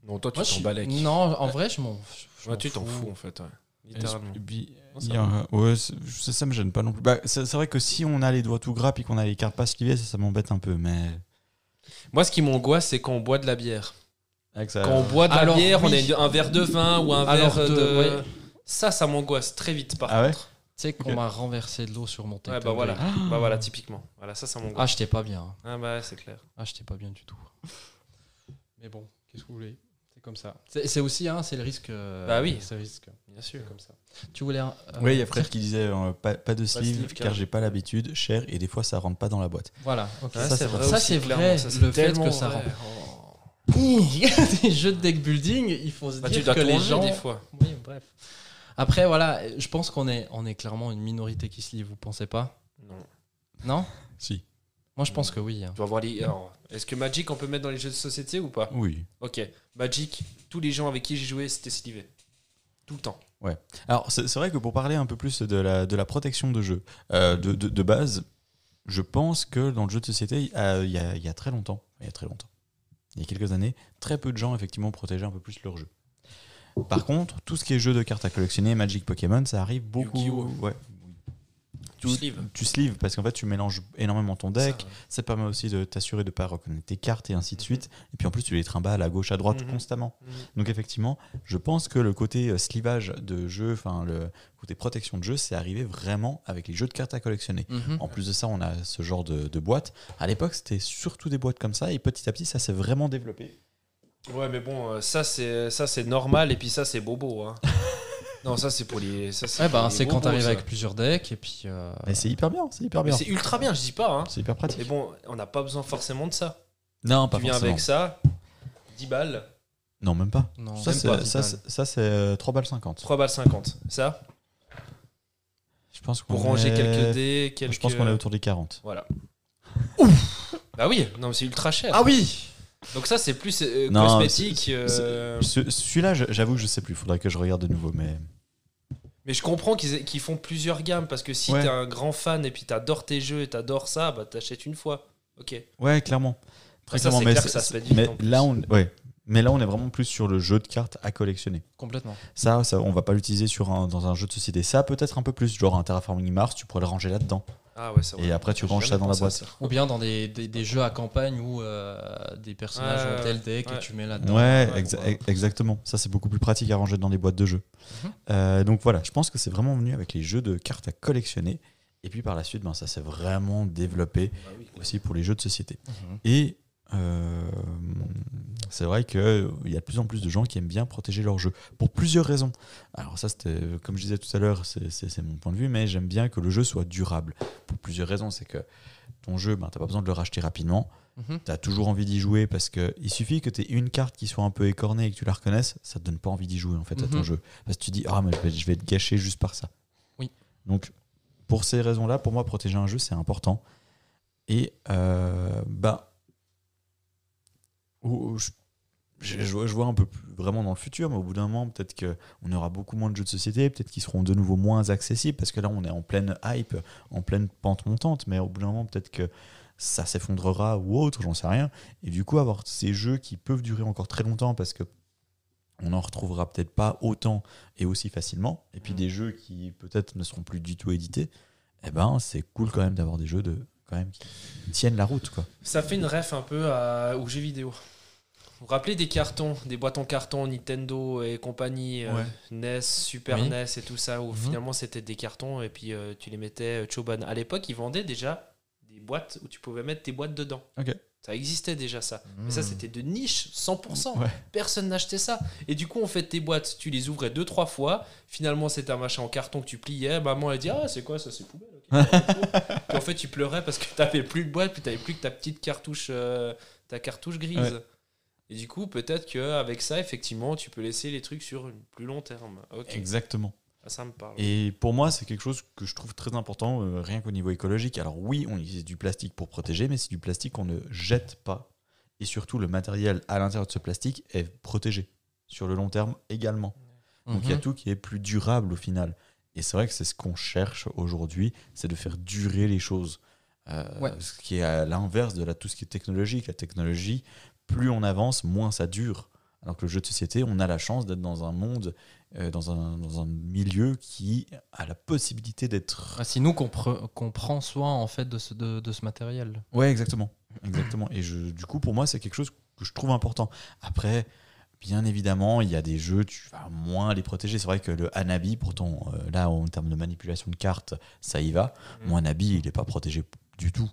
C: Non, toi, tu
A: Moi, je
C: t'en
A: suis-
C: bats avec.
A: Non, en vrai, je m'en. je- je
C: Ouais,
A: m'en
C: tu t'en
A: fous.
C: fous, en fait. ouais. Littéralement.
B: Puis,
C: Non,
B: il
C: ça
B: y a un- ouais, c'est- je- ça, ça me gêne pas non plus. Bah, c'est c'est vrai que si on a les doigts tout gras et qu'on a les cartes pas esquivées, ça, ça m'embête un peu. Mais
C: Moi, ce qui m'angoisse, c'est quand on boit de la bière. Quand on boit de
A: alors,
C: la bière, on a
A: oui.
C: une- un verre de vin ou un
A: Alors,
C: verre
A: de-
C: de.
A: ouais.
C: Ça, ça m'angoisse très vite, par
B: Ah ouais
C: contre.
A: Tu sais qu'on
B: Ok.
A: m'a renversé de l'eau sur mon
C: Ouais,
A: téléphone.
C: bah voilà. Bah voilà, typiquement. Voilà, ça, ça
A: Ah,
C: m'angoisse.
A: j'étais pas bien. hein.
C: Ah, bah, ouais, c'est clair.
A: Ah, j'étais pas bien du tout. Mais bon, qu'est-ce que vous voulez C'est comme ça. C'est c'est aussi, hein, c'est le risque. euh,
C: Bah oui.
A: C'est le risque.
C: Bien sûr.
A: C'est comme ça. Tu voulais. un- euh,
B: Oui, il y a Frère qui disait euh, pas, pas de sleeve,
C: sleeve,
B: car
C: car-
B: j'ai pas l'habitude, cher, et des fois ça rentre pas dans la boîte.
A: Voilà, ok.
C: Ouais,
B: Ça, c'est
A: vrai. Ça,
C: aussi,
A: c'est vrai,
C: clairement, ça,
A: le fait
C: tellement
A: que ça
C: vrai.
A: rend-
C: Oh.
A: des jeux de deck building, il faut se
C: Bah, tu
A: dire
C: dois
A: que les
C: tourner
A: gens.
C: des fois.
A: Oui, bref. Après, voilà, je pense qu'on est, on est clairement une minorité qui se lit, vous pensez pas
C: Non.
A: Non
B: Si.
A: Moi, je pense que oui. hein.
C: Tu vas voir les. alors, Est-ce que Magic on peut mettre dans les jeux de société ou pas
B: Oui.
C: Ok. Magic, tous les gens avec qui j'ai joué, c'était slivé. Tout le temps.
B: Alors, c'est c'est vrai que pour parler un peu plus de la, de la protection de jeu, euh, de, de- de base, je pense que dans le jeu de société, euh, il y, a, il y a très longtemps, il y a très longtemps, il y a quelques années, très peu de gens effectivement protégeaient un peu plus leur jeu. Par contre, tout ce qui est jeu de cartes à collectionner, Magic Pokémon, ça arrive beaucoup.
C: Yu-Gi-Oh!
B: Ouais.
C: Tu
B: Tout-
C: slives.
B: Tu sleeves parce qu'en fait, tu mélanges énormément ton deck.
C: Ça,
B: Ça te permet aussi de t'assurer de ne pas reconnaître tes cartes et ainsi de suite. Et puis en plus, tu les trimbales à gauche, à droite
C: Mhm.
B: constamment.
C: Mhm.
B: Donc effectivement, je pense que le côté euh, slivage de jeu, enfin le côté protection de jeu, c'est arrivé vraiment avec les jeux de cartes à collectionner.
A: Mhm.
B: En plus de ça, on a ce genre de, de boîtes. À l'époque, c'était surtout des boîtes comme ça, et petit à petit, ça s'est vraiment développé.
C: Ouais, mais bon, euh, ça c'est ça c'est normal et puis ça c'est bobo. Hein. non, ça c'est pour les. Ça, c'est
A: Ouais,
C: pour
A: bah,
C: les
A: c'est quand
C: bobos,
A: t'arrives
C: ça.
A: avec plusieurs decks et puis. euh,
B: Mais c'est hyper bien, c'est hyper
C: Ah, Mais
B: bien,
C: c'est ultra bien, je dis pas. Hein.
B: c'est hyper
C: Mais
B: pratique.
C: bon, on n'a pas besoin forcément de ça.
B: Non, pas
C: tu viens
B: forcément.
C: avec ça, 10 balles,
B: Non, même pas.
A: non,
B: Ça,
A: même
B: c'est-
A: pas, Vital.
B: ça, c'est- ça, c'est euh, 3 balles 50.
C: 3 balles 50. Ça,
B: Je pense qu'on
C: pour ranger
B: est-
C: quelques dés, quelques.
B: Je pense qu'on est autour des 40.
C: Voilà. Bah oui, non, mais c'est ultra cher.
A: Ah oui
C: Donc ça c'est plus euh,
B: Non,
C: cosmétique.
B: c'est- c'est-
C: euh,
B: Ce- Celui-là, je- j'avoue que je sais plus, faudrait que je regarde de nouveau, mais.
C: Mais je comprends qu'ils aient- qu'ils font plusieurs gammes parce que si
B: Ouais.
C: t'es un grand fan et puis t'adores tes jeux et t'adores ça, bah t'achètes une fois. Ok.
B: Ouais, clairement. Très
C: Ça,
B: clairement,
C: c'est
B: mais
C: clair
B: c'est-
C: que ça se fait
B: c'est-
C: vite,
B: mais
C: en plus.
B: là, on, ouais. Mais là, on est vraiment plus sur le jeu de cartes à collectionner.
A: Complètement.
B: Ça, ça on va pas l'utiliser sur un, dans un jeu de société. Ça, peut-être un peu plus, genre un Terraforming Mars, tu pourrais le ranger là-dedans.
C: Ah ouais, ça
B: Et après, tu
C: J'ai
B: ranges
C: jamais
B: ça dans la
C: pensé à
B: boîte.
C: ça.
A: Ou bien dans des, des- des jeux à campagne où euh, des personnages
C: Ouais,
A: ont tel deck
C: ouais.
A: et tu mets là-dedans.
B: Ouais,
C: ouais,
B: exa- e-
C: ouais. Mhm.
B: exactement. Ça, c'est beaucoup plus pratique à ranger dans des boîtes de jeux. Euh, donc voilà, je pense que c'est vraiment venu avec les jeux de cartes à collectionner. Et puis par la suite, ben, ça s'est vraiment développé
C: Bah
B: aussi pour les jeux de société.
A: Mhm.
B: Et euh, c'est vrai qu'il y a de plus en plus de gens qui aiment bien protéger leurs jeux, pour plusieurs raisons. Alors ça, c'était, euh, comme je disais tout à l'heure, c'est- c'est c'est mon point de vue, mais j'aime bien que le jeu soit durable. Pour plusieurs raisons, c'est que ton jeu, ben, tu pas besoin de le racheter rapidement,
A: Mhm.
B: tu as toujours envie d'y jouer, parce que il suffit que tu aies une carte qui soit un peu écornée et que tu la reconnaisses, ça te donne pas envie d'y jouer en fait à ton
A: Mhm.
B: jeu. Parce que tu dis, ah mais je vais, je vais être gâché juste par ça.
A: Oui.
B: Donc pour ces raisons-là, pour moi, protéger un jeu, c'est important. Et euh, bah, ou- ou je, je- je vois, je vois un peu plus vraiment dans le futur, mais au bout d'un moment, peut-être qu'on aura beaucoup moins de jeux de société, peut-être qu'ils seront de nouveau moins accessibles, parce que là, on est en pleine hype, en pleine pente montante, mais au bout d'un moment, peut-être que ça s'effondrera ou autre, j'en sais rien. Et du coup, avoir ces jeux qui peuvent durer encore très longtemps, parce que on n'en retrouvera peut-être pas autant et aussi facilement, et puis
C: Mhm.
B: des jeux qui peut-être ne seront plus du tout édités, eh ben, c'est cool quand même d'avoir des jeux de quand même qui tiennent la route quoi.
C: Ça fait une ref un peu à- aux jeux vidéo. Vous vous rappelez des cartons, des boîtes en carton Nintendo et compagnie, euh,
B: Ouais.
C: NES, Super
A: Oui.
C: NES et tout ça, où
A: Mhm.
C: finalement c'était des cartons et puis euh, tu les mettais euh, Choban. À l'époque, ils vendaient déjà des boîtes où tu pouvais mettre tes boîtes dedans.
B: Ok.
C: Ça existait déjà ça. Mais
A: Mhm.
D: Hmm.
C: ça, c'était de niche, 100%.
B: Ouais.
C: Personne n'achetait ça. Et du coup, on fait tes boîtes, tu les ouvrais deux, trois fois. Finalement, c'était un machin en carton que tu pliais. Maman, elle dit Ah, c'est quoi ça C'est poubelle. ok. puis en fait, tu pleurais parce que t'avais plus de boîte, puis t'avais plus que ta petite cartouche, euh, ta cartouche grise. Et du coup, peut-être qu'avec ça, effectivement, tu peux laisser les trucs sur une plus long terme. Ok,
B: Exactement.
C: Ah, ça me parle.
B: Et pour moi, c'est quelque chose que je trouve très important, euh, rien qu'au niveau écologique. Alors oui, on utilise du plastique pour protéger, mais c'est du plastique qu'on ne jette pas. Et surtout, le matériel à l'intérieur de ce plastique est protégé sur le long terme également. Donc il y a
A: Mhm.
B: tout qui est plus durable au final. Et c'est vrai que c'est ce qu'on cherche aujourd'hui, c'est de faire durer les choses. Euh,
A: Ouais.
B: Ce qui est à l'inverse de la, tout ce qui est technologique. La technologie, plus on avance, moins ça dure. Alors que le jeu de société, on a la chance d'être dans un monde, euh, dans, un, dans un milieu qui a la possibilité d'être.
A: Ah, si nous qu'on pre- qu'on prend soin en fait de ce, de, de ce matériel.
B: Ouais, exactement. exactement. Et je, du coup, pour moi, c'est quelque chose que je trouve important. Après, bien évidemment, il y a des jeux, tu vas moins les protéger. C'est vrai que le Hanabi, pourtant, euh, là, en termes de manipulation de cartes, ça y va.
C: Mhm.
B: Mon Hanabi, il n'est pas protégé du tout.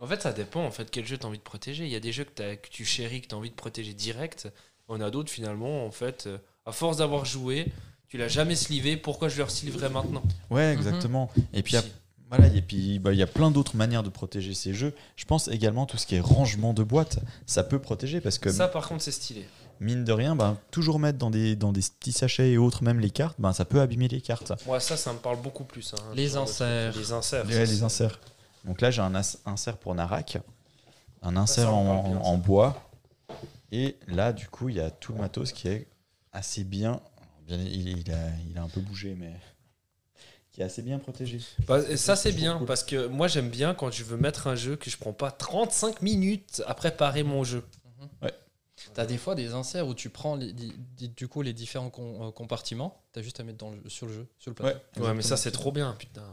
C: En fait, ça dépend en fait quel jeu t'as envie de protéger. Il y a des jeux que, t'as- que tu chéris, que t'as envie de protéger direct. On a d'autres finalement, en fait, euh, à force d'avoir joué, tu l'as jamais slivé. Pourquoi je le resliverais maintenant
B: Ouais, exactement.
A: exactement.
B: Mm-hmm. Et puis,
C: Si.
B: ap- Voilà, et puis bah, il y a plein d'autres manières de protéger ces jeux. Je pense également tout ce qui est rangement de boîtes, ça peut protéger parce que
C: Ça, par contre, c'est stylé.
B: mine de rien, bah, toujours mettre dans des, dans des petits sachets et autres, même les cartes, bah, ça peut abîmer les cartes.
C: Moi, ça, ça me parle beaucoup plus. hein,
A: Les
C: ce genre de truc.
A: inserts.
C: Les inserts.
B: Ouais,
C: ça,
B: les
C: c'est-
B: inserts. Donc là, j'ai un as- insert pour Narak, un insert
C: ça, on
B: en,
C: parle bien, ça.
B: en bois, et là, du coup, il y a tout le matos qui est assez bien. bien il, il a, il a un peu bougé, mais qui est assez bien protégé.
C: Bah, et ça, c'est
B: Je trouve
C: bien
B: cool.
C: parce que moi, j'aime bien quand je veux mettre un jeu que je prends pas 35 minutes à préparer mon jeu.
A: T'as des fois des inserts où tu prends les- les- les- du coup les différents com- euh, compartiments, t'as juste à mettre dans le- sur le jeu, sur le plateau.
C: Ouais, mais ça, c'est trop bien, putain.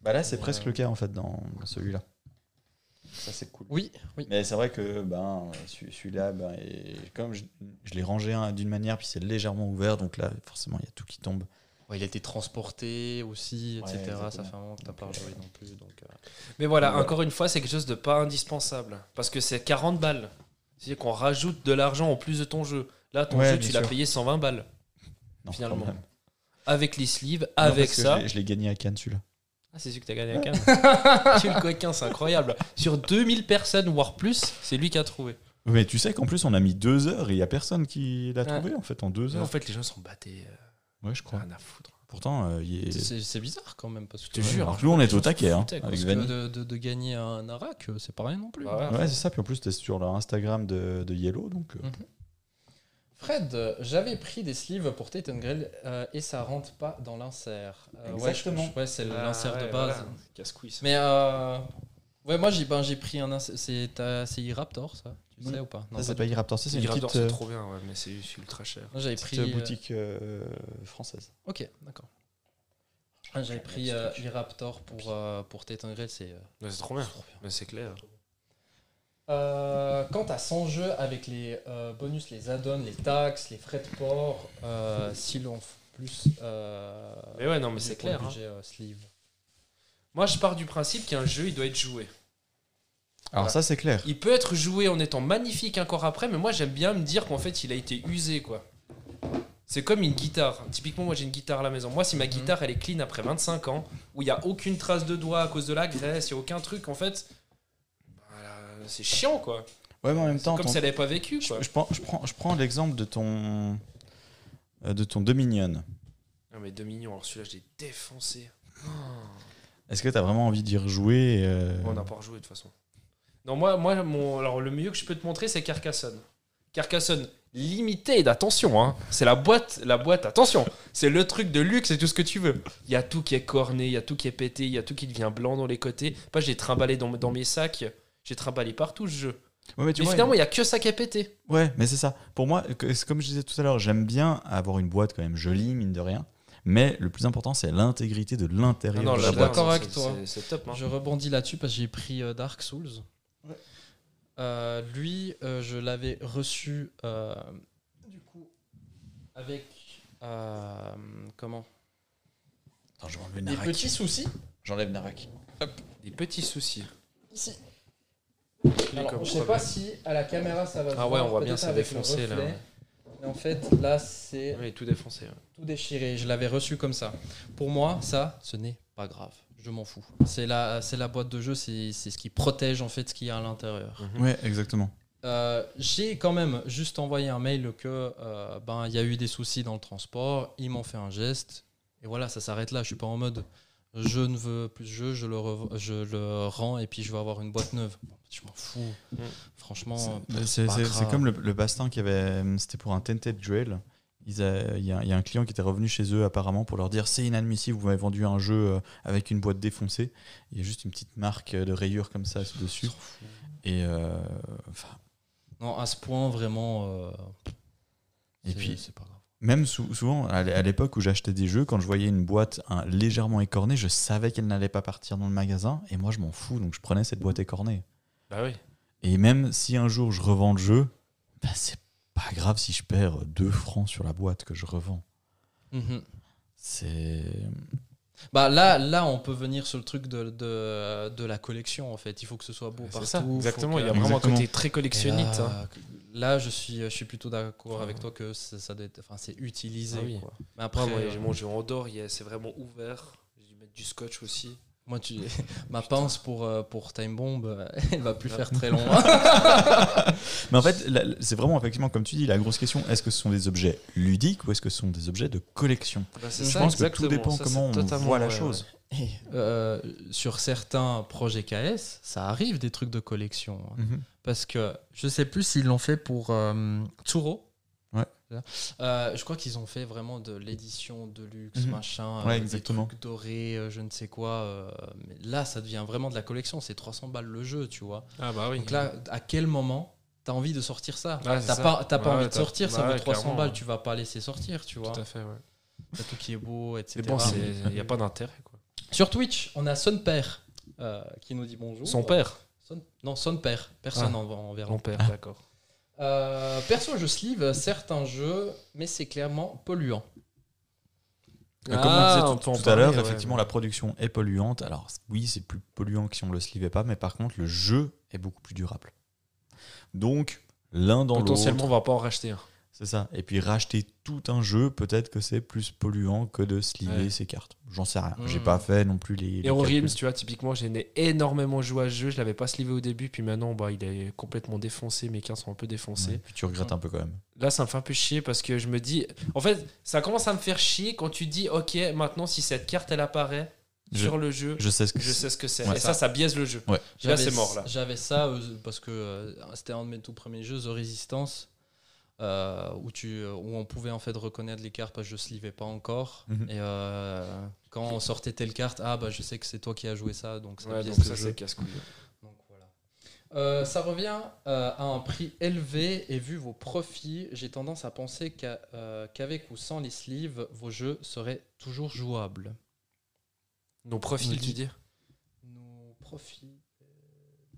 B: Bah là, c'est
A: Mais,
B: presque
A: euh,
B: le cas en fait dans dans celui-là. Ça, c'est cool.
A: Oui, oui.
B: Mais c'est vrai que ben, celui- celui-là, ben, est- comme je, je l'ai rangé hein, d'une manière, puis c'est légèrement ouvert, donc là, forcément, il y a tout qui tombe.
A: Ouais, il a été transporté aussi,
B: Ouais,
A: etc. ça
B: exactement.
A: fait un moment que t'as pas rejoué non plus. Donc, euh,
C: Mais voilà,
B: Ouais.
C: encore une fois, c'est quelque chose de pas indispensable. Parce que c'est 40 balles. C'est-à-dire qu'on rajoute de l'argent en plus de ton jeu. Là, ton
B: Ouais,
C: jeu,
B: bien
C: tu l'as
B: sûr.
C: payé 120 balles.
B: Non,
C: Finalement.
B: quand même. Non,
C: Avec les sleeves,
B: parce
C: avec
B: que je
C: ça.
B: l'ai- Je l'ai gagné à Cannes, celui-là.
C: Ah, c'est celui que t'as gagné à Cannes. Tu le coquin, c'est incroyable. Sur 2000 personnes, voire plus, c'est lui qui a trouvé.
B: Mais tu sais qu'en plus, on a mis deux heures et il n'y a personne qui l'a
A: Ouais.
B: trouvé en fait en deux
C: Mais en
B: heures.
C: fait, les gens sont battés. euh,
B: Ouais, je crois.
C: rien à foutre.
B: Pourtant, euh, il est.
A: c'est c'est bizarre quand même parce que
C: te jure,
B: alors que nous, on est au taquet hein,
C: foutait, quoi,
B: avec
A: parce que
B: Vanny.
A: de, de- de gagner un Arak, euh, c'est pas rien non plus.
C: Bah ouais.
B: Ouais, c'est ça. Puis en plus, t'es sur leur Instagram de, de Yellow, donc. euh,
A: Mm. Fred, euh, j'avais pris des sleeves pour Titan Grail euh, et ça rentre pas dans l'insert. Euh, ouais, je-
B: Exactement.
A: je- ouais, c'est
C: Ah,
A: l'insert
C: ouais,
A: de base.
C: voilà. Casse-couille, ça.
A: Mais euh, ouais, moi j'ai ben, j'ai pris un inser- c'est ta- c'est E-Raptor ça, tu
B: Oui.
A: sais ou pas Non,
B: ça, c'est pas
A: pas
B: Iraptor. Ça, c'est une
C: Grave
B: petite,
C: d'or,
B: euh,
C: c'est trop bien, ouais, mais c'est c'est ultra cher.
A: du- Non, j'avais
B: petite,
A: pris
B: euh,
A: euh,
B: boutique euh, française.
A: OK, d'accord. Ah, J'avais pris
B: Un
A: euh,
B: petit truc.
A: E-Raptor pour euh, pour Titan Grail, c'est euh,
C: Mais c'est trop bien. Mais c'est clair.
A: Euh, quant à son jeu avec les euh, bonus, les add-ons, les taxes, les frais de port, euh, si l'on f- plus. euh,
C: Mais ouais, non, mais
A: du
C: c'est
A: point de
C: clair. hein.
A: budget, euh, sleeve.
C: Moi, je pars du principe qu'un jeu, il doit être joué.
B: Alors,
C: Voilà.
B: ça, c'est clair.
C: Il peut être joué en étant magnifique encore après, mais moi, j'aime bien me dire qu'en fait, il a été usé, quoi. C'est comme une guitare. Typiquement, moi, j'ai une guitare à la maison. Moi, si ma guitare, elle est clean après 25 ans, où il n'y a aucune trace de doigt à cause de la graisse, il n'y a aucun truc, en fait, voilà, c'est chiant, quoi.
B: Ouais, mais en même temps,
C: Comme
B: ton-
C: si elle n'avait pas vécu,
B: je,
C: quoi.
B: je prends, je prends, je prends l'exemple de ton. euh, De ton Dominion.
C: Non, mais Dominion, alors celui-là, je l'ai défoncé. Oh.
B: Est-ce que t'as vraiment envie d'y rejouer euh,
C: On n'a pas rejoué de toute façon. Non, moi, moi mon, alors, le mieux que je peux te montrer, c'est Carcassonne. Carcassonne limité attention, hein. c'est la boîte, la boîte, attention, c'est le truc de luxe, c'est tout ce que tu veux. Il y a tout qui est corné, il y a tout qui est pété, il y a tout qui devient blanc dans les côtés. Pas, j'ai trimballé dans, dans mes sacs, j'ai trimballé partout ce jeu.
B: Ouais, mais tu
C: Mais
B: vois,
C: finalement, il y a que ça qui est pété.
B: Ouais, mais c'est ça. Pour moi, que- c'est comme je disais tout à l'heure, j'aime bien avoir une boîte quand même jolie, mine de rien. Mais le plus important, c'est l'intégrité de l'intérieur
A: non,
B: de
A: je
B: la
A: suis
C: là,
B: boîte.
A: d'accord
C: c'est-
A: avec
C: c'est-
A: toi.
C: c'est- C'est top. hein.
A: Je rebondis là-dessus parce que j'ai pris euh, Dark Souls. Euh, lui, euh, je l'avais reçu euh, du coup avec euh, comment
B: Attends, je vais enlever
A: des
B: Narak.
A: petits soucis.
B: J'enlève Narak.
C: Des petits soucis.
A: Ici.
C: Il est
A: Alors,
C: comme
A: je
C: ça,
A: sais pas
C: bien.
A: si à la caméra ça va. se
C: Ah ouais,
A: voir,
C: on voit bien,
A: peut-être
C: c'est
A: avec le
C: défoncé, là,
A: reflet.
C: ouais.
A: Mais en fait, là, c'est
C: Ouais, il est tout défoncé. ouais.
A: tout déchiré. Je l'avais reçu comme ça. Pour moi, ça, ce n'est pas grave. Je m'en fous. C'est la, c'est la boîte de jeu. C'est c'est ce qui protège en fait ce qu'il y a à l'intérieur.
B: Ouais, exactement.
A: Euh, j'ai quand même juste envoyé un mail que euh, ben il y a eu des soucis dans le transport, ils m'ont fait un geste et voilà ça s'arrête là. Je suis pas en mode je ne veux plus ce jeu, je le rev- je le rends et puis je vais avoir une boîte neuve. Je m'en fous.
C: Mm.
A: Franchement,
B: C'est- C'est
A: Oh, pas
B: c'est-
A: grave.
B: c'est comme le, le bastin qu'il y avait. euh, C'était pour un Tented Duel. Ils a- Il y, a il y a un client qui était revenu chez eux apparemment pour leur dire c'est inadmissible, vous m'avez vendu un jeu euh, avec une boîte défoncée. Il y a juste une petite marque euh, de rayure comme ça dessus. Et, euh, enfin,
A: non à ce point vraiment. euh,
B: et
A: c'est-
B: puis
A: c'est pas grave.
B: Même sou- souvent, à l'é- à l'époque où j'achetais des jeux, quand je voyais une boîte hein, légèrement écornée, je savais qu'elle n'allait pas partir dans le magasin. Et moi, je m'en fous, donc je prenais cette boîte écornée.
C: Bah oui.
B: Et même si un jour je revends le jeu, bah, c'est pas grave si je perds 2 francs sur la boîte que je revends.
A: Mhm.
B: C'est.
A: Bah là, là, on peut venir sur le truc de, de, de la collection en fait. Il faut que ce soit beau
C: Ah, C'est
A: partout.
C: ça.
A: faut
C: Exactement.
A: que-
C: Il y a vraiment un
B: Exactement.
C: côté très collectionniste. hein.
A: Là, là, je suis, je suis plutôt d'accord avec toi que ça, ça doit être, enfin, c'est utilisé.
C: Ah oui.
A: quoi. Mais
C: Après,
A: après, euh,
C: moi, j'ai mon jeu en dehors, il y a- c'est vraiment ouvert. J'ai dû mettre mettre du scotch aussi.
A: Moi, tu... ma
B: Bah,
A: pince pour, euh, pour Time Bomb, euh, elle va plus
C: Ah.
A: faire très long. hein.
B: Mais en fait, la- c'est vraiment effectivement, comme tu dis, la grosse question est-ce que ce sont des objets ludiques ou est-ce que ce sont des objets de collection
C: Bah, c'est
B: Je
C: ça,
B: pense que tout
C: exactement.
B: dépend
C: Ça, c'est
B: comment on
C: totalement
B: voit la
C: vrai,
B: chose.
A: Et, euh, sur certains projets KS, ça arrive des trucs de collection. hein.
B: Mhm.
A: Parce que je sais plus s'ils l'ont fait pour euh, Tsuro.
B: Ouais.
A: Euh, je crois qu'ils ont fait vraiment de l'édition de luxe,
B: Mhm.
A: machin, euh,
B: Ouais,
A: des
B: exactement.
A: trucs dorés, euh, je ne sais quoi. euh, mais là, ça devient vraiment de la collection. C'est 300 balles le jeu, tu vois.
C: ouais. Ah bah oui.
A: Donc là, à quel moment t'as envie de sortir ça
C: Ouais, c'est
A: T'as
C: ça.
A: pas, t'as pas
C: Ouais,
A: envie de
C: t'as- bah
A: sortir, ça
C: ouais,
A: vaut 300
C: clairement.
A: balles, tu vas pas laisser sortir, tu vois.
C: Tout à fait, ouais.
A: T'as tout qui est beau, etc.
C: Mais bon, il n'y a pas d'intérêt. quoi.
A: Sur Twitch, on a Son Père euh, qui nous dit bonjour.
C: Son père
A: Son- Non, Son Père. Personne
C: Ah.
A: en, en verra.
C: Mon père, d'accord.
A: Euh, perso, je sleeve certains jeux, mais c'est clairement polluant.
B: Comme
C: Ah,
B: on
C: on
B: disait
C: peut
B: tout-
C: en
B: tout, à
C: parler,
B: l'heure,
C: ouais,
B: effectivement, la production est polluante. Alors oui, c'est plus polluant que si on ne le slivait pas, mais par contre, le jeu est beaucoup plus durable. Donc, l'un dans l'autre.
C: Potentiellement, on va pas en racheter un.
B: C'est ça. Et puis racheter tout un jeu, peut-être que c'est plus polluant que de sliver
C: Ouais.
B: ses cartes. J'en sais rien.
A: Mm.
B: J'ai pas fait non plus les. les
C: Et en
B: calculs.
C: Realms, tu vois, typiquement, j'ai né- énormément joué à ce jeu. Je l'avais pas slivé au début, puis maintenant, bah, il est complètement défoncé. Mes cartes sont un peu défoncées.
B: Ouais, puis tu
C: Mm.
B: regrettes un peu quand même.
C: Là, ça me fait un peu chier parce que je me dis. En fait, ça commence à me faire chier quand tu dis, OK, maintenant, si cette carte, elle apparaît
B: Je-
C: sur le jeu,
B: Je sais ce que
C: je sais ce que c'est.
B: Ouais,
C: Et ça, ça biaise le jeu.
B: Ouais.
C: Là,
A: J'avais-
C: c'est mort, là.
A: J'avais ça euh, parce que euh, c'était un de mes tout premiers jeux, The Resistance, euh, où, tu, où on pouvait en fait reconnaître les cartes parce que je slivais pas encore.
B: Mhm.
A: Et euh, quand on sortait telle carte, ah bah je sais que c'est toi qui as joué ça, donc ça
C: Ouais,
A: biaise
C: donc
A: le
C: ça,
A: jeu.
C: c'est casse-couille.
A: Donc voilà. Euh, ça revient euh, à un prix élevé et vu vos profits, j'ai tendance à penser qu'à- euh, qu'avec ou sans les sleeves, vos jeux seraient toujours jouables.
C: Nos profils,
A: Oui.
C: tu dis
A: Nos profits. euh,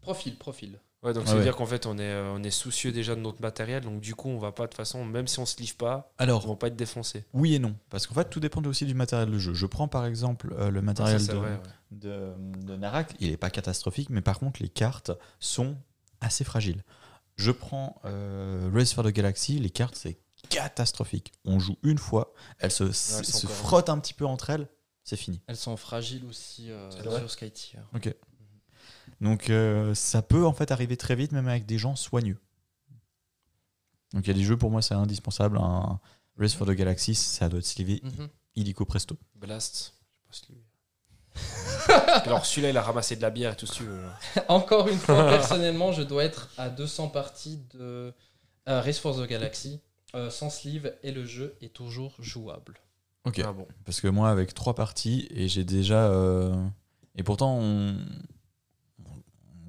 A: Profil, profil.
C: Ouais, donc
B: Ah
C: ça veut
B: ouais.
C: dire qu'en fait, on est, euh, on est soucieux déjà de notre matériel. Donc, du coup, on va pas, de toute façon, même si on se livre pas, on
B: Alors,
C: va pas être défoncé.
B: oui et non. Parce qu'en fait, tout dépend aussi du matériel de jeu. Je prends par exemple euh, le matériel
C: Ça, c'est
B: de,
C: vrai, ouais.
B: de, de Narak. Il n'est pas catastrophique, mais par contre, les cartes sont assez fragiles. Je prends euh, Race for the Galaxy. Les cartes, c'est catastrophique. On joue une fois, elles se,
C: elles sont
B: se
C: encore-
B: frottent un petit peu entre elles, c'est fini.
A: Elles sont fragiles aussi euh,
B: C'est vrai.
A: sur Skytier.
B: Donc euh, ça peut en fait arriver très vite, même avec des gens soigneux. Donc il y a des jeux pour moi, c'est indispensable. Un Race for the Galaxy, ça doit être slivé
A: Mhm.
B: illico presto.
C: Blast. Je sais pas si lui- Alors celui-là, il a ramassé de la bière et tout ce que tu veux. là.
A: Encore une fois, personnellement, je dois être à 200 parties de euh, Race for the Galaxy. euh, sans sleeve et le jeu est toujours jouable.
B: Ok.
C: Ah bon.
B: Parce que moi, avec trois parties, et j'ai déjà. euh, Et pourtant, on...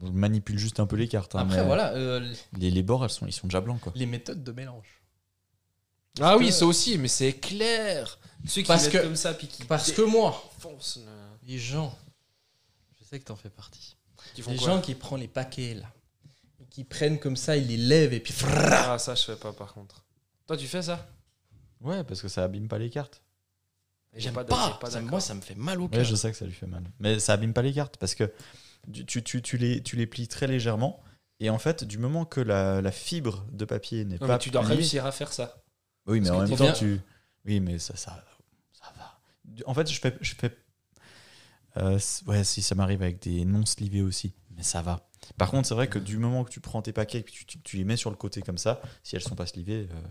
B: on manipule juste un peu les
C: Ah,
B: cartes. hein,
A: Après,
B: mais
A: voilà, euh,
B: les, les bords, elles sont, ils sont déjà blancs. Quoi.
A: les méthodes de mélange.
C: Ah oui,
A: que-
C: ça aussi, mais c'est clair. Ceux qui
A: Parce
C: mettent
A: que-
C: comme ça puis qui
A: Parce que moi,
C: défoncent, là.
A: les gens, je sais que t'en fais partie.
C: Qui font
A: Les
C: quoi
A: gens qui prennent les paquets là, et qui prennent comme ça, ils les lèvent et puis.
C: Ah ça, je fais pas par contre. Toi, tu fais ça
B: Ouais, parce que ça abîme pas les cartes.
A: J'aime
C: J'ai
A: pas.
C: d- j'ai
A: ça,
C: d'accord.
A: moi, ça me fait mal au
B: Ouais,
A: cœur.
B: je sais que ça lui fait mal. Mais ça abîme pas les cartes parce que tu, tu, tu, tu les, tu les plies très légèrement. Et en fait, du moment que la, la fibre de papier n'est
C: Non,
B: pas.
C: mais tu dois
B: pliée-
C: réussir à faire ça.
B: Oui, mais
A: Parce
B: en même
A: que t'es
B: temps,
A: bien-
B: tu. Oui, mais ça, ça, ça va. En fait, je fais. Je fais... euh, c- ouais, si ça m'arrive avec des non-slivés aussi, mais ça va. Par contre, c'est vrai que du moment que tu prends tes paquets et que tu, tu- tu les mets sur le côté comme ça, si elles sont pas slivées. euh,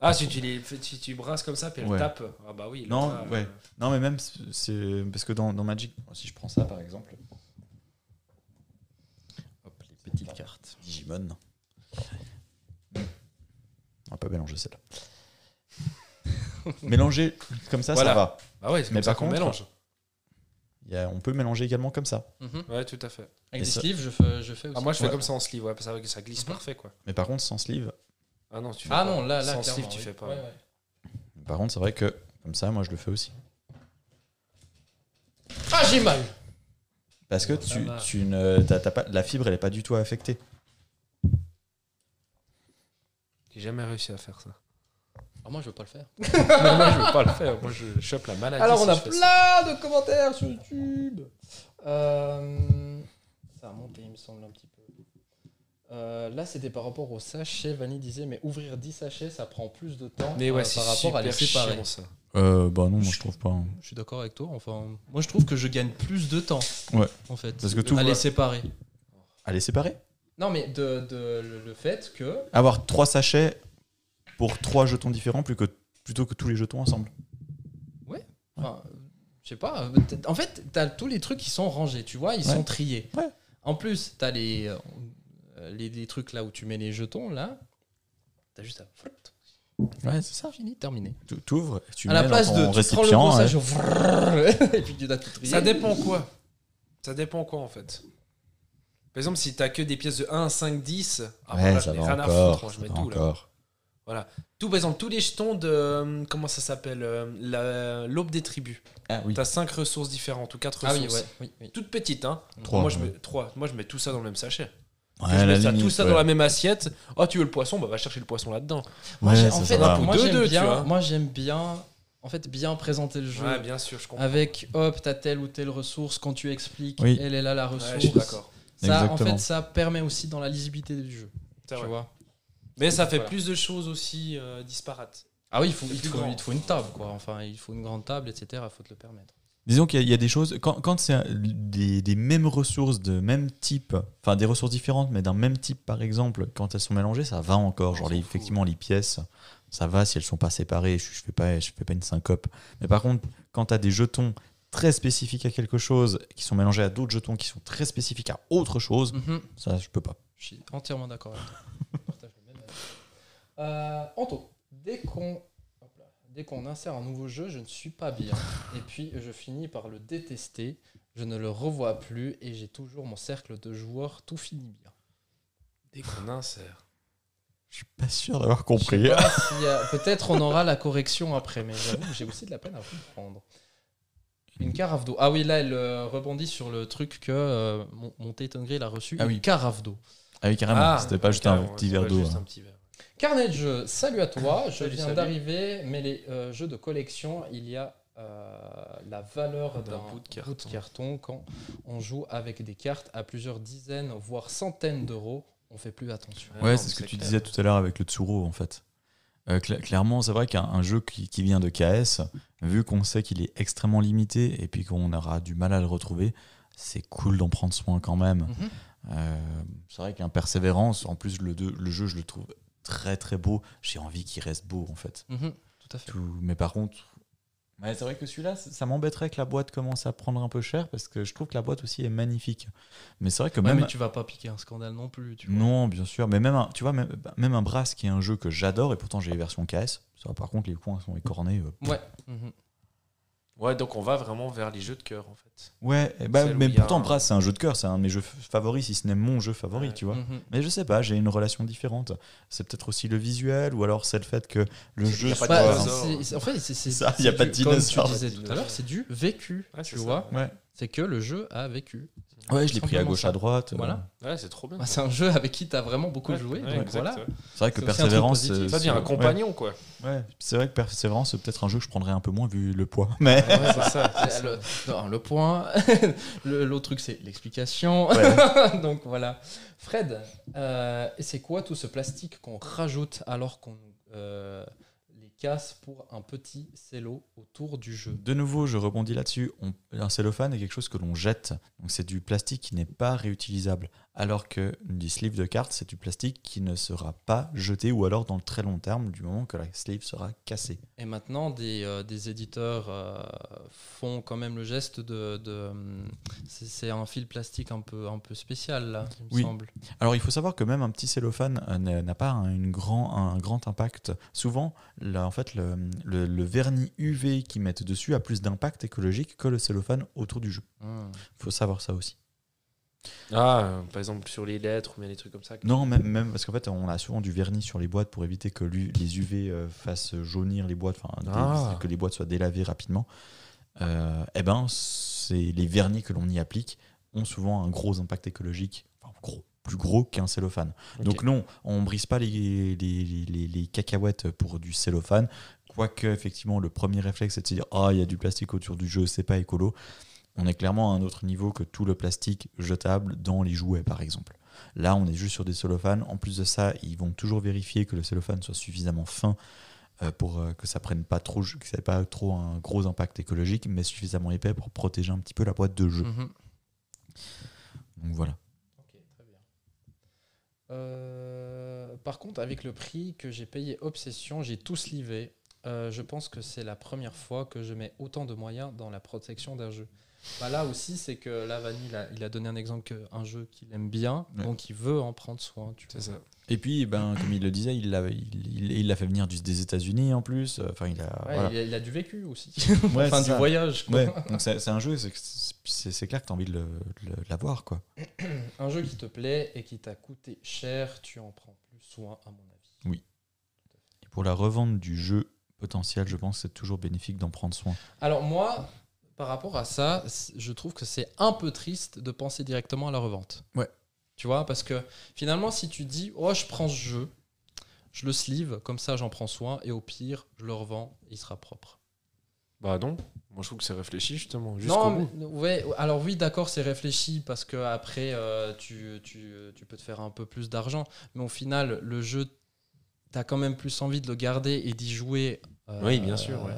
C: Ah, si tu, les, tu, tu brasses comme ça puis elle
B: Ouais.
C: tape. Ah bah oui. là,
B: Non,
C: ça,
B: ouais.
C: euh,
B: Non, mais même. c'est- c'est Parce que dans, dans Magic, si je prends ça par exemple,
A: Hop, les petites cartes.
B: Digimon. On va pas mélanger celle-là. mélanger comme ça,
C: Voilà.
B: ça va.
C: Bah ouais, c'est comme
B: Mais
C: ça
B: par
C: qu'on
B: contre-
C: mélange.
B: Il y a- on peut mélanger également comme ça.
C: Ouais, tout à fait.
A: Avec
B: Et
A: des
B: ça-
A: sleeves, je fais, je fais aussi.
C: Ah, moi, je fais
B: Ouais.
C: comme ça en sleeve, ouais, parce que ça glisse
A: Mhm.
C: parfait quoi.
B: Mais par contre, sans sleeve,
C: Ah non, tu fais
A: Ah
C: pas.
A: non, là, là, clairement,
C: Sans sleeve, tu
A: oui.
C: fais pas.
A: Ouais, ouais.
B: Par contre, c'est vrai que comme ça, moi, je le fais aussi.
A: Ah, j'ai mal.
B: Parce que
A: Ouais, ça
B: tu,
A: va.
B: tu ne, t'as- t'as pas, la fibre, elle n'est pas du tout affectée.
C: J'ai jamais réussi à faire ça.
A: Alors Ah, moi, je veux pas le faire.
C: Non, moi, je veux pas le faire. Moi, je chope la maladie.
A: Alors,
C: Ah,
A: on
C: si
A: a
C: je fais ça.
A: plein de commentaires sur YouTube. Euh, Ça a monté, il me semble, un petit peu. Euh, là, c'était par rapport aux sachets. Vanny disait, mais ouvrir 10 sachets, ça prend plus de temps
C: Mais ouais,
A: euh,
C: c'est
A: par rapport à les
C: super
A: séparer.
C: chiant, ça.
B: Euh, bah non, moi je trouve pas. hein.
A: Je suis d'accord avec toi. Enfin, moi, je trouve que je gagne plus de temps.
B: Ouais.
A: En fait.
B: Parce que tout
A: à
B: va-
A: les séparer.
B: Allez, séparer.
A: Non, mais de, de- le, le fait que.
B: Avoir trois sachets pour trois jetons différents plus que, plutôt que tous les jetons ensemble.
A: enfin, je sais pas. peut-être- En fait, t'as tous les trucs qui sont rangés. Tu vois, ils
B: Ouais.
A: sont triés.
B: Ouais.
A: En plus, t'as les, euh, les les trucs là où tu mets les jetons là. T'as juste à.
B: Ouais, c'est ça.
A: Ça fini, terminé.
B: Tu t'ouvres, tu
A: à
B: mets
A: la place
B: dans ton
A: de tu prends le
B: récipient.
A: gros
B: ouais.
A: sachet, vrrr, et puis tu dois tout trier.
C: Ça dépend quoi Ça dépend quoi en fait Par exemple, si t'as que des pièces de 1 à 5, 10, ah,
B: Ouais,
C: voilà,
B: ça
C: j'en ai
B: va
C: rien à
B: encore,
C: foutre, moi, je
B: ça
C: mets
B: va
C: tout là.
B: encore.
C: Tout, par exemple, tous les jetons de. euh, Comment ça s'appelle euh, la- L'aube des tribus.
B: Ah oui.
C: T'as 5 ressources différentes ou 4
A: Ah oui,
C: ressources.
A: ouais, oui, oui.
C: Toutes petites, hein.
B: Trois,
C: Moi, je
B: ouais.
C: mets, trois. Moi, je mets tout ça dans le même sachet.
B: Ouais,
C: je
B: à la
C: mets ça, tout
B: limite,
C: ça
B: ouais.
C: dans la même assiette. Oh, tu veux le poisson Bah, va chercher le poisson là-dedans.
A: Moi,
B: Ouais,
A: j'ai-
B: ça,
A: en
B: ça
A: fait,
B: va.
A: moi,
C: Deux,
A: j'aime
C: deux, tu
A: bien,
C: vois.
A: moi, j'aime bien, en fait, bien présenter le jeu
C: Ouais, bien sûr, je comprends.
A: avec hop, t'as telle ou telle ressource quand tu expliques,
B: Oui.
A: elle est là la
C: Ouais,
A: ressource.
C: je suis d'accord.
A: Ça, en
B: Exactement.
A: fait, ça permet aussi dans la lisibilité du jeu.
C: C'est
A: tu
C: vrai.
A: vois.
C: Mais ça fait
A: Voilà.
C: plus de choses aussi euh, disparates.
A: Ah oui, il faut,
C: C'est
A: il,
C: plus
A: faut,
C: grand.
A: il te faut une table, quoi. Enfin, il faut une grande table, etc. Il faut te le permettre.
B: Disons qu'il y, a- il y a des choses, quand, quand c'est un- des, des mêmes ressources de même type, enfin des ressources différentes, mais d'un même type par exemple, quand elles sont mélangées, ça va encore. Genre, les- effectivement, les pièces, ça va si elles sont pas séparées, je, je fais, pas, je fais pas une syncope. Mais par contre, quand tu as des jetons très spécifiques à quelque chose, qui sont mélangés à d'autres jetons qui sont très spécifiques à autre chose,
C: Mm-hmm.
A: Mhm.
B: ça je peux pas.
A: Je suis entièrement d'accord avec toi. Je partage le même avis. Euh, Anto, dès qu'on hop là, dès qu'on insère un nouveau jeu, je ne suis pas bien. Et puis je finis par le détester. Je ne le revois plus et j'ai toujours mon cercle de joueurs. Tout finit bien.
C: Dès qu'on insère.
B: Je suis pas sûr d'avoir
A: Je sais
B: compris.
A: pas s'il y a- Peut-être on aura la correction après, mais j'avoue que j'ai aussi de la peine à comprendre. Une carafe d'eau. Ah oui, là, elle euh, rebondit sur le truc que euh, mon, mon Titan Grill a reçu.
B: Ah
A: une
B: oui.
A: carafe d'eau.
B: Ah oui, carrément,
C: Ah,
B: c'était pas juste un
C: carrément,
B: petit
C: c'est
B: verre
C: pas
B: d'eau.
C: juste
B: hein.
C: un petit verre.
A: Carnet de jeu, salut à toi. Je
C: Salut,
A: viens
C: salut.
A: d'arriver, mais les euh, jeux de collection, il y a euh, la valeur d'un bout de, carton. Quand on joue avec des cartes à plusieurs dizaines, voire centaines d'euros, on fait plus attention.
C: Ah
B: Ouais,
C: non,
B: c'est ce que
C: mais
B: tu
C: clair.
B: disais tout à l'heure avec le Tsuro, en fait. Euh, cla- clairement, c'est vrai qu'un un jeu qui, qui vient de KS, vu qu'on sait qu'il est extrêmement limité et puis qu'on aura du mal à le retrouver, c'est cool d'en prendre soin quand même.
A: Mhm.
B: Euh, c'est vrai qu'un Persévérance, en plus, le, deux- le jeu, je le trouve très très beau. J'ai envie qu'il reste beau, en fait.
A: Mhm, tout à fait.
B: Tout- Mais par contre, ouais, c'est vrai que celui-là, c- ça m'embêterait que la boîte commence à prendre un peu cher parce que je trouve que la boîte aussi est magnifique. Mais c'est vrai que
A: Ouais,
B: même
A: mais tu vas pas piquer un scandale non plus. Tu vois.
B: non, bien sûr, mais même un, tu vois, même, bah, même un Brass qui est un jeu que j'adore et pourtant j'ai les versions KS. Ça, par contre, les coins sont écornés. euh, pff.
A: Ouais. Mhm.
C: Ouais, donc on va vraiment vers les jeux de cœur en fait.
B: ouais. eh bah,
C: Celle où
B: mais
C: il y a
B: pourtant
C: un-
B: Brass c'est un jeu de cœur, c'est un de mes jeux f- favoris, si ce n'est mon jeu favori,
C: Ouais.
B: tu vois.
A: Mhm.
B: Mais je sais pas, j'ai une relation différente. C'est peut-être aussi le visuel ou alors c'est le fait que le jeu.
C: y a pas
B: soit-
C: de
A: Bah,
C: dinosaure.
A: c'est- c'est- en fait, c'est- c'est-
B: Ça,
A: c'est
B: y a
A: du-
B: pas de
A: comme
B: dinosaure.
A: tu disais tout à
C: Dinosaure.
A: l'heure, c'est du vécu,
C: Ouais,
A: tu
C: c'est ça.
A: vois.
B: Ouais.
A: C'est que le jeu a vécu.
B: Ouais, je l'ai pris à
A: Simplement
B: gauche,
A: ça.
B: à droite. euh.
A: Voilà.
C: Ouais, c'est trop bien.
A: Bah, c'est un jeu avec qui tu as vraiment beaucoup
C: Ouais,
A: joué.
C: ouais,
A: donc
C: exact,
A: voilà.
C: ouais.
B: C'est vrai que
A: C'est aussi un truc
B: Persévérance.
A: positif.
B: euh,
C: Ça devient
B: c'est-
C: un compagnon quoi.
B: Ouais. ouais. C'est vrai que Persévérance, c'est peut-être un jeu que je prendrais un peu moins vu le poids. Mais.
C: Ouais, c'est ça. c'est
A: Ah,
C: ça.
A: Le, non, le point. Le- L'autre truc, c'est l'explication.
B: Ouais.
A: Donc voilà. Fred, euh, et c'est quoi tout ce plastique qu'on rajoute alors qu'on euh, les casse pour un petit cello autour du jeu
B: De nouveau, je rebondis là-dessus. On- Un cellophane est quelque chose que l'on jette. Donc c'est du plastique qui n'est pas réutilisable. Alors que du sleeve de carte, c'est du plastique qui ne sera pas jeté ou alors dans le très long terme, du moment que la sleeve sera cassée.
A: Et maintenant, des, euh, des éditeurs euh, font quand même le geste de. de, hum, c'est- c'est un fil plastique un peu, un peu spécial, là, il me
B: Oui.
A: semble.
B: Alors il faut savoir que même un petit cellophane euh, n'a n'a pas un, une grand, un grand impact. Souvent, là, en fait, le, le- le vernis UV qu'ils mettent dessus a plus d'impact écologique que le cellophane autour du jeu.
A: Hum.
B: faut savoir ça aussi.
C: Ah, euh, par exemple sur les lettres ou bien des trucs comme ça.
B: Non, même, même parce qu'en fait, on a souvent du vernis sur les boîtes pour éviter que l'U- les UV euh, fassent jaunir les boîtes, enfin, dé-
C: Ah.
B: que les boîtes soient délavées rapidement. Euh, eh ben, c'est les vernis que l'on y applique ont souvent un gros impact écologique, enfin, gros, plus gros qu'un cellophane.
C: Ok.
B: Donc non, on brise pas les, les, les- les- les cacahuètes pour du cellophane, quoique effectivement le premier réflexe c'est de se dire ah il y a du plastique autour du jeu, c'est pas écolo. On est clairement à un autre niveau que tout le plastique jetable dans les jouets par exemple. Là, on est juste sur des cellophane. En plus de ça, ils vont toujours vérifier que le cellophane soit suffisamment fin euh, pour euh, que ça prenne pas trop, que ça ait pas trop un gros impact écologique, mais suffisamment épais pour protéger un petit peu la boîte de jeu.
A: Mhm.
B: Donc voilà.
A: Ok, très bien. Euh, par contre, avec le prix que j'ai payé Obsession, j'ai tout slivé. Euh, je pense que c'est la première fois que je mets autant de moyens dans la protection d'un jeu. Bah, là aussi, c'est que là, Vanille, il a, il a donné un exemple qu'un jeu qu'il aime bien,
B: Ouais.
A: donc il veut en prendre soin. Tu vois.
B: Et puis, ben, comme il le disait, il l'a il, il- il l'a fait venir du- des États-Unis en plus. Enfin, il a.
A: Ouais,
B: Ah, voilà.
A: il, a, il a du vécu aussi,
B: Ouais,
A: enfin
B: c'est
A: du
B: ça.
A: voyage. quoi.
B: Ouais, donc c'est c'est un jeu, c'est que c'est c'est clair que t'as envie de le- le- de l'avoir, quoi.
A: Un jeu qui te plaît et qui t'a coûté cher, tu en prends plus soin, à mon avis.
B: Et pour la revente du jeu potentiel, je pense que c'est toujours bénéfique d'en prendre soin.
A: Alors moi, par rapport à ça, c- je trouve que c'est un peu triste de penser directement à la revente.
B: Ouais.
A: Tu vois, parce que finalement, si tu dis, oh, je prends ce jeu, je le sleeve, comme ça j'en prends soin, et au pire, je le revends, il sera propre.
D: Bah non. Moi, je trouve que c'est réfléchi, justement. Jusqu'au
A: Non,
D: bout.
A: mais- ouais, alors oui, d'accord, c'est réfléchi parce que après, euh, tu, tu- tu peux te faire un peu plus d'argent, mais au final, le jeu, t'as quand même plus envie de le garder et d'y jouer. euh,
D: Oui, bien sûr, ouais.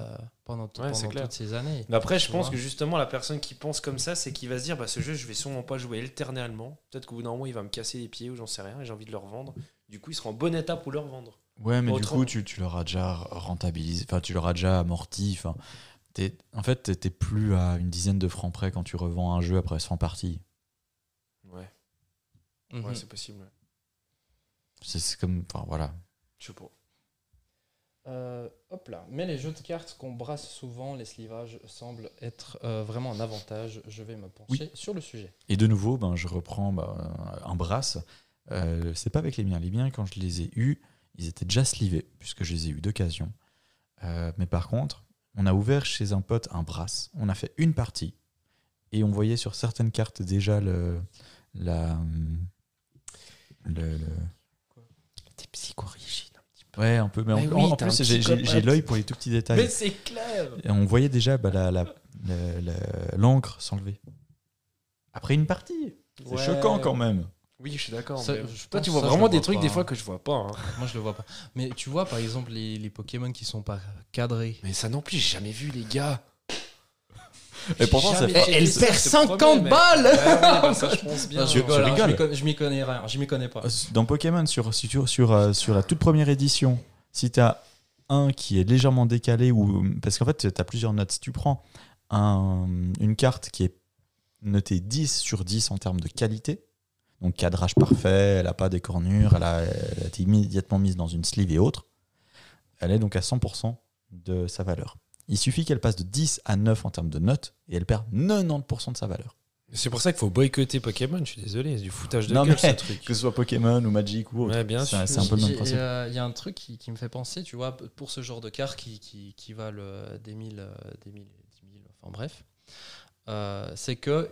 A: Pendant,
D: Ouais, c'est
A: pendant
D: clair.
A: toutes ces années.
C: Mais après, je
A: Tu
C: pense
A: vois.
C: que justement, la personne qui pense comme ça, c'est qu'il va se dire bah, ce jeu, je vais sûrement pas jouer éternellement. Peut-être qu'au bout d'un moment, il va me casser les pieds ou j'en sais rien et j'ai envie de le revendre. Du coup, il sera en bonne état pour le revendre.
B: Ouais, mais
C: Autrement-
B: du coup, tu, tu l'auras déjà rentabilisé, enfin, tu l'auras déjà amorti. Enfin, t'es- en fait, t'es- t'es plus à une dizaine de francs près quand tu revends un jeu après 100 parties.
C: Ouais,
A: Mhm.
C: ouais c'est possible. ouais.
B: C'est c'est comme, enfin, voilà.
C: Je sais pas.
A: Euh, hop là. Mais les jeux de cartes qu'on brasse souvent, les slivages semblent être euh, vraiment un avantage. Je vais me pencher sur le sujet.
B: Et de nouveau, ben, je reprends ben, un brass. Euh, c'est pas avec les miens. Les miens, quand je les ai eus, ils étaient déjà slivés, puisque je les ai eus d'occasion. Euh, mais par contre, on a ouvert chez un pote un brass. On a fait une partie. Et on voyait sur certaines cartes déjà le. La. Le. le T'es psychorigine un petit peu. Ouais, un peu. Mais, en-
C: Mais Bah oui,
B: en, en
C: t'as un
B: plus, j'ai- j'ai
C: psychopathe.
B: j'ai l'œil pour les tout petits détails.
C: Mais c'est clair
B: Et on voyait déjà bah, la- la- la- la- l'encre s'enlever. Après une partie. C'est
C: Ouais.
B: choquant quand même.
D: Oui, je suis d'accord.
A: Ça,
D: mais- Toi,
A: je pense
D: tu vois
A: ça, je
D: vraiment
A: le
D: des
A: vois
D: trucs,
A: pas,
D: des
A: hein.
D: fois, que je vois pas. hein.
A: Moi, je le vois pas. Mais tu vois, par exemple, les, les Pokémon qui sont pas cadrés.
D: Mais ça non plus, j'ai jamais vu, les gars.
B: Et pourtant, ça
C: Jamais
B: fait-
C: checké
A: elle
C: ça,
A: perd
C: je te
A: 50
C: promets, mec.
A: balles
C: Ouais, ouais, bah, ça, je pense bien.
A: Non, je
B: tu
C: hein.
A: rigole, hein,
B: rigoles.
A: je m'y con- je m'y connais rien, je m'y connais pas.
B: Euh, dans Pokémon, sur, sur, sur, euh, sur la toute première édition, si tu as un qui est légèrement décalé, ou parce qu'en fait, tu as plusieurs notes. Si tu prends un- une carte qui est notée 10 sur 10 en termes de qualité, donc cadrage parfait, elle n'a pas des cornures, elle a, elle a été immédiatement mise dans une sleeve et autres, elle est donc à 100% de sa valeur. Il suffit qu'elle passe de 10 à 9 en termes de notes et elle perd 90% de sa valeur.
D: C'est pour ça qu'il faut boycotter Pokémon, je suis désolé, c'est du foutage de
B: Non,
D: gueule
B: mais-
D: ce truc.
B: Que ce soit Pokémon ou Magic ou autre.
D: Ouais, bien
B: C'est un-
D: sûr.
B: c'est un peu le même
A: J'ai-
B: principe.
A: et, euh, Il y a un truc qui, qui me fait penser, tu vois, pour ce genre de car qui, qui, qui valent euh, des 1000, euh, des 1000, des 1000, enfin bref, euh, c'est que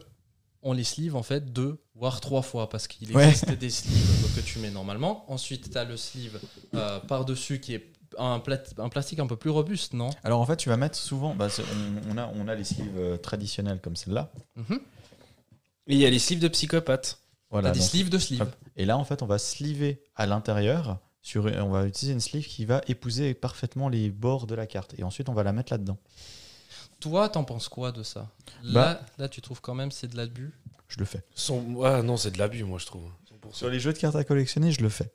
A: on les sleeve en fait deux, voire trois fois, parce qu'il
B: Ouais.
A: existe des sleeves que tu mets normalement. Ensuite, tu as le sleeve euh, par-dessus qui est un, plat- un plastique un peu plus robuste, non
B: Alors en fait, tu vas mettre souvent. bah, c'est- on, on a, on a les sleeves euh, traditionnelles comme celle-là.
A: Mhm.
C: Et il y a les slips de psychopathe.
A: T'as
B: Voilà.
A: des
B: donc-
A: sleeves de sleeves.
B: Hop. Et là, en fait, on va sliver à l'intérieur. Sur, on va utiliser une sleeve qui va épouser parfaitement les bords de la carte. Et ensuite, on va la mettre là-dedans.
A: Toi, t'en penses quoi de ça
B: Bah.
A: là, là, tu trouves quand même c'est de l'abus
B: Je le fais.
D: Son- Ah non, c'est de l'abus, moi, je trouve.
B: Sur les jeux de cartes à collectionner, je le fais.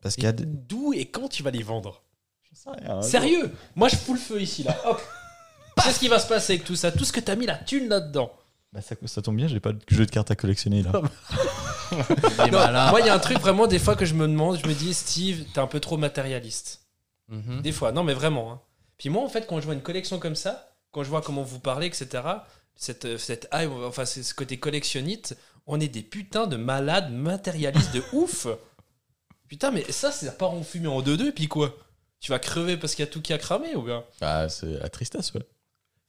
B: Parce qu'il y a. des-
C: D'où et quand tu vas les vendre
B: J'en sais rien, hein.
C: Sérieux Moi, je fous le feu ici, là. Hop Qu'est-ce qui va se passer avec tout ça Tout ce que t'as mis la thune là-dedans
B: Bah, ça, ça tombe bien, j'ai pas de jeu de cartes à collectionner là.
A: Il est
C: Non,
D: Ah.
A: malin.
C: Moi, il y a un truc vraiment, des fois, que je me demande, je me dis, Steve, t'es un peu trop matérialiste.
A: Mhm.
C: Des fois, non, mais vraiment. hein. Puis moi, en fait, quand je vois une collection comme ça, quand je vois comment vous parlez, etc., cette, euh, cette hype, enfin, c'est ce côté collectionnite, on est des putains de malades matérialistes de ouf. Putain, mais ça, ça part en fumée en deux-deux, puis quoi Tu vas crever parce qu'il y a tout qui a cramé, ou bien
B: Bah, c'est la tristesse, ouais.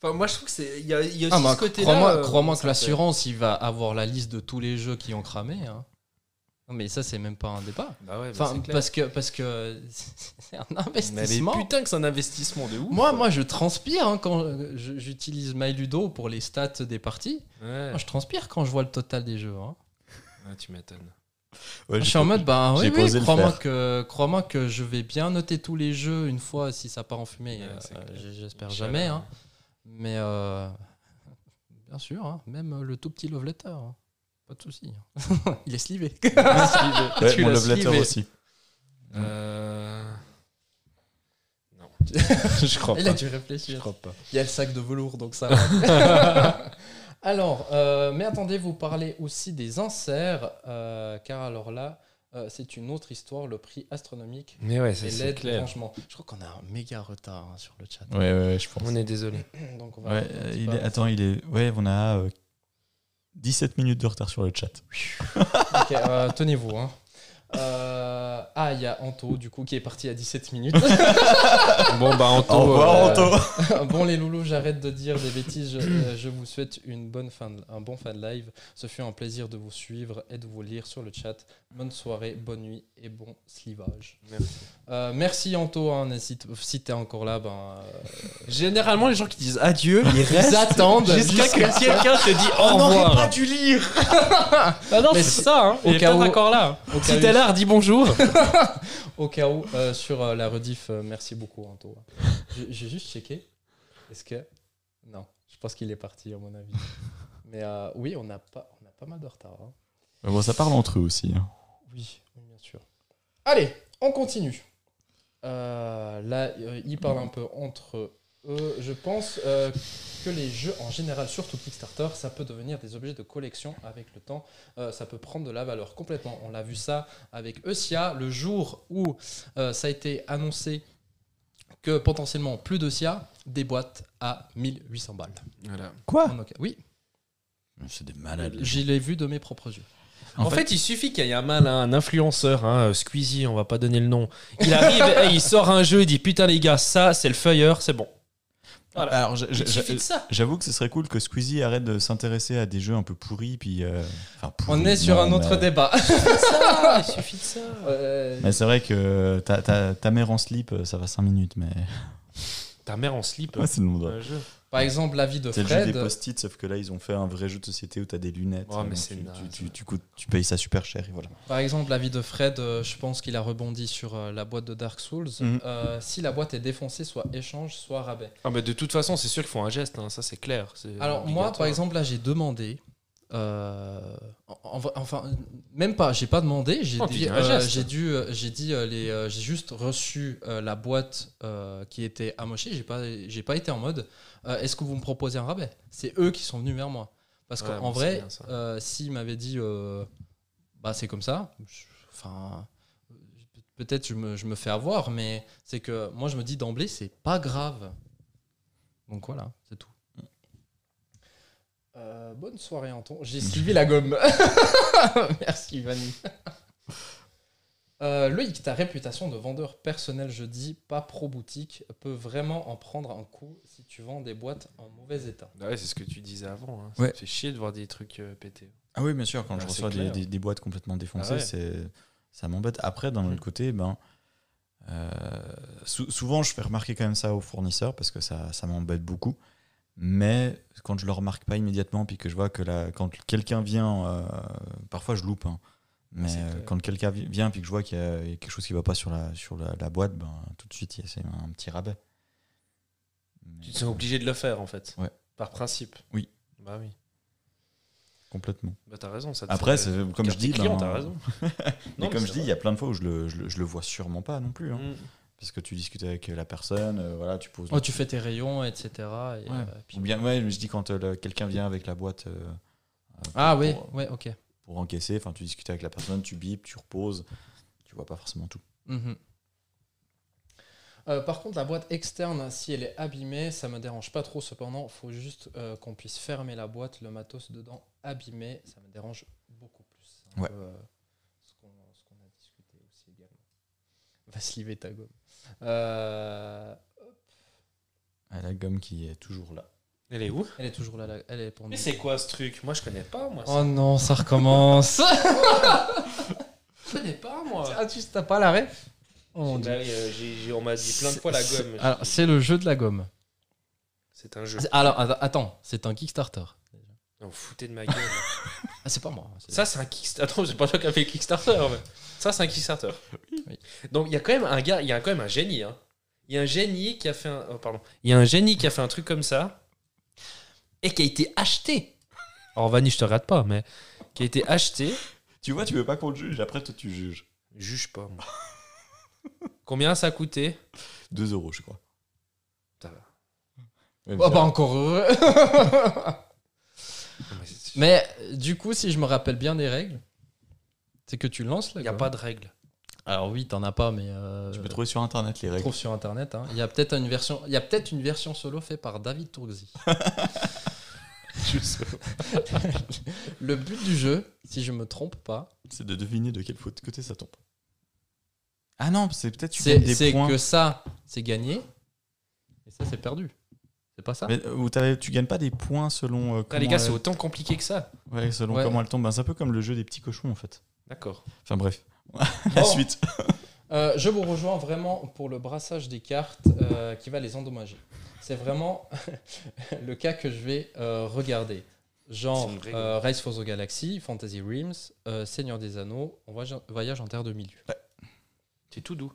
C: Enfin, moi, je trouve que c'est. Il y a, il y a aussi
A: Ah, mais
C: ce côté-là.
A: crois-moi
C: euh,
A: crois-moi
C: ça
A: que
C: me fait-
A: l'assurance, il va avoir la liste de tous les jeux qui ont cramé. hein. Non, mais ça, c'est même pas un débat.
C: Bah ouais, mais
A: Enfin,
C: c'est clair.
A: parce que parce que c'est un
C: Mais les
A: investissement.
C: putain que c'est un investissement de ouf.
A: Moi, moi, je transpire hein, quand euh, je- j'utilise MyLudo pour les stats des parties.
C: Ouais,
A: Moi, je transpire quand je vois le total des jeux. hein.
D: tu m'étonnes.
B: Ouais,
A: Je
B: j'ai
A: suis en
B: pas-
A: mode, bah
B: j'ai
A: oui,
B: pas
A: oui,
B: osé le
A: crois-moi
B: faire.
A: que, crois que je vais bien noter tous les jeux une fois si ça part en fumée.
C: Ouais,
A: euh,
C: c'est
A: euh,
C: clair.
A: j- J'espère
C: Inch'Allah.
A: jamais. hein. Mais euh, bien sûr, hein, même le tout petit love letter, hein, pas de souci. hein. Il est slivé.
B: Ouais,
A: Tu
B: mon
A: l'as
B: love letter
A: slivé.
B: aussi.
C: Euh,
D: Je crois
A: Il a
D: pas.
A: dû
D: Je
A: réfléchir.
D: crois pas.
A: Il y a le sac de velours, donc ça. va. alors, euh, mais attendez, vous parlez aussi des inserts, euh, car alors là, euh, c'est une autre histoire, le prix astronomique
C: Mais ouais,
A: et
C: c'est- c'est
A: l'aide,
C: clair.
A: franchement. Je crois qu'on a un méga retard hein, sur le chat.
B: Ouais, ouais, ouais, je pense.
C: On est désolé.
A: Mmh, Donc on va
B: Ouais,
A: attendre un
B: euh,
A: petit
B: il
A: peu
B: est-
A: avant.
B: attends, il est. Ouais, on a euh, 17 minutes de retard sur le chat.
A: Ok, euh, tenez-vous. hein. Euh, ah, il y a Anto, du coup, qui est parti à 17 minutes.
D: Bon, bah, Anto.
B: Au revoir,
A: euh,
B: Anto.
A: bon, les loulous, j'arrête de dire des bêtises. Je, euh, je vous souhaite une bonne fin de- un bon fan live. Ce fut un plaisir de vous suivre et de vous lire sur le chat. Bonne soirée, bonne nuit et bon slivage.
C: Merci.
A: Euh, merci Anto. hein, n'hésite- si t'es encore là, ben. euh,
D: Généralement, les gens qui disent adieu, ils
A: ils
D: restent
A: attendent
D: jusqu'à
A: jusqu'à.
D: que quelqu'un te dit au
C: On n'aurait
D: revoir.
C: pas
D: dû lire.
C: Ah non,
A: Mais
C: c'est ça, hein.
A: au
C: On est
A: cas
C: pas
A: où-
C: d'accord là.
A: Au
D: Si
A: cas
D: t'es
A: où,
D: là, dis bonjour.
A: au cas où, euh, sur euh, la rediff, euh, merci beaucoup Anto. J'ai- J'ai juste checké. Est-ce que. Non, je pense qu'il est parti, à mon avis. Mais euh, oui, on a, pas, on a pas mal de retard. hein.
B: Ouais, Bon, ça parle entre eux aussi. hein.
A: Oui, oui, bien sûr. Allez, on continue. Euh, là, euh, ils parlent un peu entre eux. Je pense euh, que les jeux, en général, surtout Kickstarter, ça peut devenir des objets de collection avec le temps. Euh, ça peut prendre de la valeur complètement. On l'a vu ça avec Eusia le jour où euh, ça a été annoncé que potentiellement plus d'Eusia, des boîtes à 1800 balles.
C: Voilà.
B: Quoi
A: En oca- Oui,
B: C'est des malades.
A: je l'ai vu de mes propres yeux.
B: En
C: En, fait, il suffit qu'il y ait un mal, un influenceur, hein, Squeezie, on va pas donner le nom. Il arrive, et il sort un jeu, il dit putain les gars, ça c'est le feuilleur, c'est bon. Voilà.
B: Alors, je- je-
C: Il suffit de
B: je-
C: ça.
B: j'avoue que ce serait cool que Squeezie arrête de s'intéresser à des jeux un peu pourris. Puis, euh, enfin,
A: On
B: pourris,
A: est sur
B: non,
A: un autre
C: euh,
B: mais-
A: débat.
C: ça. Il suffit de ça.
A: Euh,
B: Mais c'est vrai que ta, ta, ta mère en slip, euh, ça va 5 minutes, mais.
C: Ta mère en slip.
B: Ouais, c'est le monde.
C: un jeu.
A: Par exemple, l'avis de
B: C'est le jeu des
A: Fred.
B: post-it, sauf que là, ils ont fait un vrai jeu de société où t'as des lunettes.
C: Ouais, mais
B: donc
C: c'est
B: tu,
C: naze.
B: tu, tu- tu coûtes- tu payes ça super cher et voilà.
A: Par exemple, l'avis de Fred, euh, je pense qu'il a rebondi sur euh, la boîte de Dark Souls.
C: Mm.
B: Mhm.
A: Euh, si la boîte est défoncée, soit échange, soit rabais.
C: Ah mais de toute façon, c'est sûr qu'ils font un geste, hein, ça c'est clair. c'est
A: Alors moi, par
C: obligatoire.
A: exemple, là, j'ai demandé. euh, en- en- enfin, même pas. J'ai pas demandé. J'ai
C: Oh, tu
A: dit,
C: fais un
A: euh,
C: geste.
A: j'ai dû, euh, j'ai dit euh, les, euh, j'ai juste reçu euh, la boîte euh, qui était amochée. J'ai pas, j'ai pas été en mode. euh, Est-ce que vous me proposez un rabais C'est eux qui sont venus vers moi. Parce
C: Ouais,
A: qu'en
C: bon, c'est
A: vrai,
C: bien, ça.
A: euh, s'ils m'avaient dit, euh, bah c'est comme ça. je- Enfin, peut-être je me, je me fais avoir, mais c'est que moi je me dis d'emblée, c'est pas grave. Donc voilà, c'est tout. Euh, bonne soirée Anton. J'ai suivi la gomme. Merci Vanny. Euh, Loïc, ta réputation de vendeur personnel, je dis pas pro boutique, peut vraiment en prendre un coup si tu vends des boîtes en mauvais état.
C: Ah Ouais, c'est ce que tu disais avant. Hein.
B: Ouais.
C: Ça me fait chier de voir des trucs euh, pétés.
B: Ah oui, bien sûr, quand
C: Ah,
B: je
C: c'est
B: reçois des,
C: clair.
B: des- des boîtes complètement défoncées,
C: Ah ouais. Mm.
B: c'est- ça m'embête. Après, d'un autre côté, ben, euh, sou- souvent, je fais remarquer quand même ça aux fournisseurs parce que ça, ça m'embête beaucoup. Mais quand je le remarque pas immédiatement, puis que je vois que la- quand quelqu'un vient, euh, parfois je loupe, hein. mais
C: Ah, c'est
B: euh,
C: clair.
B: quand quelqu'un vi- vient, puis que je vois qu'il y, a il y a quelque chose qui va pas sur la, sur la, la boîte, ben, tout de suite, il y a c'est un petit rabais. Mais-
C: Tu te sens obligé de le faire en fait.
B: Ouais.
C: Par principe.
B: Oui.
C: Bah oui.
B: complètement.
C: Bah t'as raison. Ça te
B: Après,
C: fait-
B: c'est- comme je
C: Carte
B: dis,
C: client,
B: ben,
C: t'as raison.
B: mais
C: Non, mais
B: comme je
C: c'est
B: dis, il
C: vrai.
B: y a plein de fois où je le, je le- je le vois sûrement pas non plus. hein.
C: Mm.
B: parce que tu discutes avec la personne, euh, voilà, tu poses.
A: Oh, tu fais tes rayons, etc. et, euh, puis-
B: Ou bien, ouais, je dis quand euh, le- quelqu'un vient avec la boîte euh, euh, pour-
A: Ah oui,
B: pour,
A: ouais, ok.
B: pour encaisser, enfin, tu discutes avec la personne, tu bipes, tu reposes, tu vois pas forcément tout.
A: Mhm. Euh, par contre, la boîte externe, si elle est abîmée, ça me dérange pas trop. Cependant, faut juste euh, qu'on puisse fermer la boîte, le matos dedans abîmé, ça me dérange beaucoup plus. C'est un
B: Ouais.
A: peu, euh, ce qu'on ce qu'on a discuté aussi également. Va se liver ta gomme. Euh,
B: Ah, la gomme qui est toujours là.
C: Elle est où
A: elle est toujours là, la- elle est pour
C: Mais
A: nous.
C: c'est quoi ce truc Moi je connais pas moi. ça.
A: Oh non, ça recommence.
C: Je connais pas moi.
A: ah, tu t'as pas l'arrêt oh, mon
C: Bah
A: Dieu.
C: oui, euh, j'ai- j'ai- on m'a dit plein de fois la
A: C'est-
C: gomme.
A: Alors, c'est le jeu de la gomme.
C: C'est un jeu.
A: C'est- Alors, att- attends, c'est un Kickstarter.
C: Non, Vous foutez de ma gueule.
A: Ah, c'est pas moi. c'est-
C: Ça, c'est un Kickstarter. Attends, c'est pas toi qui as fait le Kickstarter. mais Ça, c'est un Kickstarter.
A: Oui.
C: Donc, il y a quand même un gars, il y a quand même un génie. hein. Il y a un génie qui a fait un. oh, pardon. Il y a un génie qui a fait un truc comme ça et qui a été acheté. Alors, Vanny, je te rate pas, mais qui a été acheté.
B: Tu vois, tu veux pas qu'on te juge, après toi tu juges.
C: Juge pas. moi. Combien ça a coûté
B: 2 euros, je crois.
C: Ça va.
B: Même
A: Ah,
B: ça.
A: bah encore heureux.
C: Il
A: Mais euh, du coup, si je me rappelle bien des règles, c'est que tu lances là.
C: n'y a
A: quoi.
C: pas de règles.
A: Alors oui, t'en as pas, mais euh,
B: Tu peux trouver sur internet les
A: tu
B: règles.
A: trouves sur internet. hein. Il y a peut-être une version. Il y a peut-être une version solo faite par David Tourgzy. Le but du jeu, si je me trompe pas,
B: C'est de deviner de quel faute- côté ça tombe. Ah non, c'est peut-être tu gagnes
A: c'est
B: des
A: c'est
B: points.
A: que ça, c'est gagné, et ça, c'est perdu. C'est pas ça
B: Mais, euh, ou t'as- tu gagnes pas des points selon euh,
C: Ah,
B: comment,
C: les gars, c'est
B: elle...
C: autant compliqué que ça.
B: ouais, selon
A: Ouais.
B: comment elle tombe. Ben, c'est un peu comme le jeu des petits cochons en fait.
C: D'accord.
B: Enfin bref. La
A: Bon.
B: suite.
A: Euh, je vous rejoins vraiment pour le brassage des cartes euh, qui va les endommager. C'est vraiment le cas que je vais euh, regarder. Genre
C: C'est une règle.
A: euh, Race for the Galaxy, Fantasy Realms, euh, Seigneur des Anneaux, on voyage, Voyage en Terre de Milieu.
C: C'est tout doux.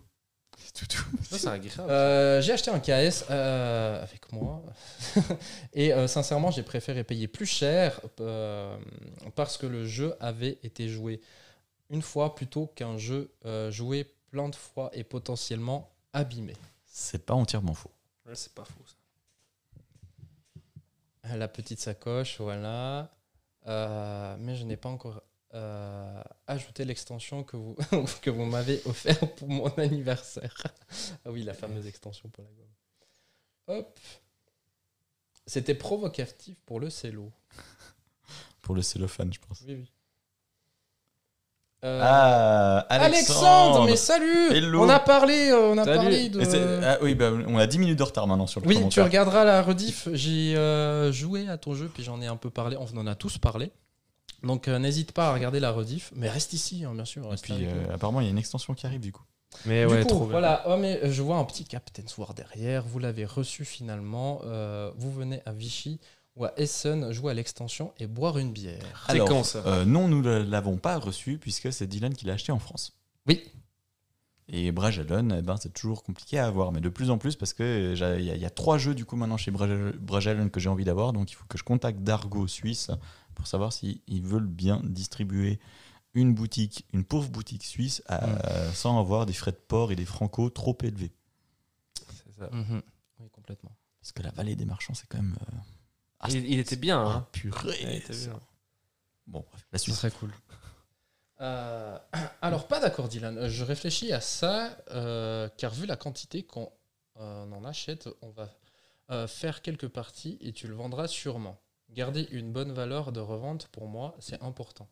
B: C'est tout, tout.
C: Ça, c'est agréable.
A: Euh, j'ai acheté un KS euh, avec moi et euh, sincèrement j'ai préféré payer plus cher euh, parce que le jeu avait été joué une fois plutôt qu'un jeu euh, joué plein de fois et potentiellement abîmé.
B: C'est pas entièrement faux.
C: Ouais, c'est pas faux. ça.
A: Euh, La petite sacoche, voilà. Euh, mais je n'ai pas encore euh, ajouté l'extension que vous, que vous m'avez offert pour mon anniversaire. ah oui, la fameuse extension pour la gomme. Hop. C'était provocatif pour le cello.
B: Pour le cellophane, je pense.
A: Oui, oui. Euh,
B: Ah,
A: Alexandre, mais salut
B: Hello.
A: On a parlé, euh, on a
B: Salut.
A: parlé de...
B: Et c'est- ah oui, bah, on a 10 minutes de retard maintenant sur le
A: Oui, tu
B: commentaire.
A: regarderas la rediff. J'ai euh, joué à ton jeu, puis j'en ai un peu parlé. On en a tous parlé. Donc euh, n'hésite pas à regarder la rediff. Mais reste ici, hein, bien sûr.
B: Et
A: reste
B: puis
A: avec nous.
B: euh, apparemment, il y a une extension qui arrive du coup.
C: Mais
A: Du
C: eh ouais,
A: coup,
C: trop bien.
A: voilà. Oh, mais euh, je vois un petit Captain Sword derrière. Vous l'avez reçu finalement. Euh, vous venez à Vichy ou à Essen jouer à l'extension et boire une bière.
C: C'est quand, ça
B: euh, Non, nous ne l'avons pas reçu puisque c'est Dylan qui l'a acheté en France.
A: Oui.
B: Et Bragelonne, eh ben, c'est toujours compliqué à avoir, mais de plus en plus parce que j'ai- il y, a- il y a trois jeux du coup maintenant chez Bragel- Bragelonne que j'ai envie d'avoir, donc il faut que je contacte Dargo Suisse pour savoir s'ils veulent bien distribuer une boutique, une pauvre boutique suisse, à- sans avoir des frais de port et des francos trop élevés.
C: C'est ça.
A: Mhm. Oui, complètement.
B: Parce que la vallée des marchands, c'est quand même euh, Ah,
C: il, il était bien, hein.
B: purée.
C: Il était
B: ça.
C: bien.
B: Bon, bref, la
A: Ce
B: Suisse.
A: serait cool. Euh, alors, pas d'accord, Dylan. Euh, Je réfléchis à ça, euh, car vu la quantité qu'on euh, on en achète, on va euh, faire quelques parties et tu le vendras sûrement. Garder une bonne valeur de revente, pour moi, c'est important.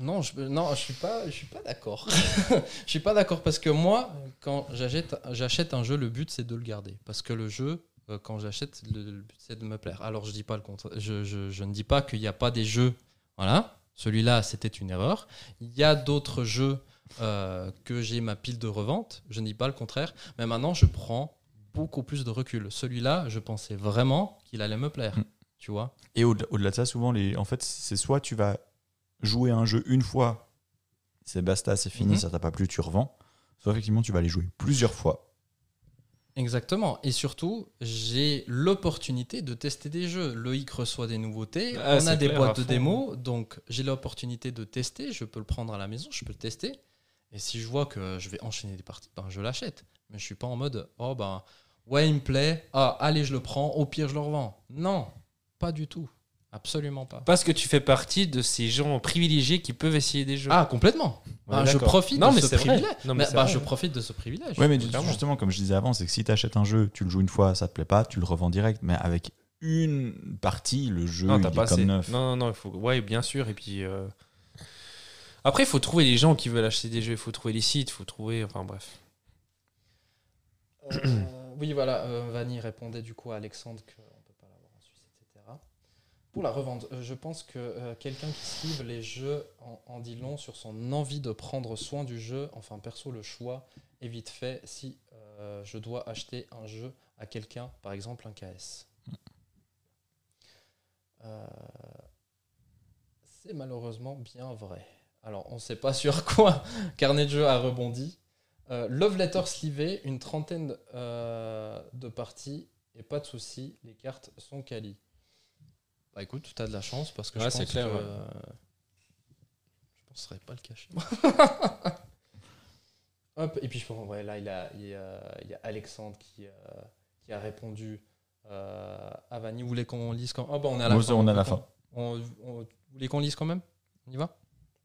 A: Non, je non, je suis pas, je suis pas d'accord. je suis pas d'accord parce que moi, quand j'achète, j'achète un jeu, le but c'est de le garder. Parce que le jeu, euh, quand j'achète, le, le but c'est de me plaire. Alors je dis pas le contraire. Je, je- je ne dis pas qu'il n'y a pas des jeux. Voilà, celui-là c'était une erreur. Il y a d'autres jeux euh, que j'ai ma pile de revente. Je ne dis pas le contraire. Mais maintenant, je prends beaucoup plus de recul. Celui-là, je pensais vraiment qu'il allait me plaire.
B: Mm.
A: Tu vois.
B: Et au-delà au-delà de ça, souvent, les, en fait, c'est soit tu vas jouer à un jeu une fois, c'est basta, c'est fini,
A: Mhm.
B: ça t'a pas plu, tu revends. Soit effectivement, tu vas les jouer plusieurs fois.
A: Exactement. Et surtout, j'ai l'opportunité de tester des jeux. Loïc reçoit des nouveautés. on
C: Ah,
A: a
C: c'est
A: des
C: clair, à
A: boîtes de
C: fond.
A: démos. Donc, j'ai l'opportunité de tester. Je peux le prendre à la maison. Je peux le tester. Et si je vois que je vais enchaîner des parties, ben, je l'achète. Mais je suis pas en mode, oh ben, ouais, il me plaît. Ah, allez, je le prends. Au pire, je le revends. Non, pas du tout. Absolument pas.
C: Parce que tu fais partie de ces gens privilégiés qui peuvent essayer des jeux.
A: Ah, complètement. Ben, je profite de ce
C: c'est vrai.
A: privilège.
C: Non, mais
A: Ben,
C: c'est
A: ben,
C: vrai.
A: je profite de ce privilège.
B: Ouais, mais du-
A: Clairement.
B: justement, comme je disais avant, c'est que si tu achètes un jeu, tu le joues une fois, ça te plaît pas, tu le revends direct, mais avec une partie, le jeu,
C: Non,
B: il
C: t'as
B: est
C: pas
B: comme
C: assez. Non,
B: neuf.
C: non, non, il faut. Ouais, bien sûr. Et puis. euh, Après, il faut trouver les gens qui veulent acheter des jeux. Il faut trouver les sites. Il faut trouver. Enfin, bref.
A: Euh, oui, voilà, euh, Vanny répondait du coup à Alexandre qu'on ne peut pas l'avoir en Suisse, etc. Pour la revente, euh, je pense que euh, quelqu'un qui suive les jeux en, en dit long sur son envie de prendre soin du jeu, enfin perso le choix est vite fait si euh, je dois acheter un jeu à quelqu'un, par exemple un KS. Euh, C'est malheureusement bien vrai. Alors, on ne sait pas sur quoi Carnet de jeu a rebondi. Euh, Love Letter slivé, une trentaine euh, de parties, et pas de souci, les cartes sont quali. Bah écoute, tu as de la chance parce que
C: Ouais,
A: je
C: c'est
A: pense
C: clair,
A: que
C: ouais.
A: euh, je penserais pas le cacher. Hop, et puis je pense, ouais, là, il, a, il, y a- il y a Alexandre qui, euh, qui a répondu euh, à Vanny. Vous voulez qu'on lise quand Ah bah on est à la
B: Bon,
A: fin.
B: on est à la
A: peut-
B: fin.
A: on- on- vous voulez qu'on lise quand même On y va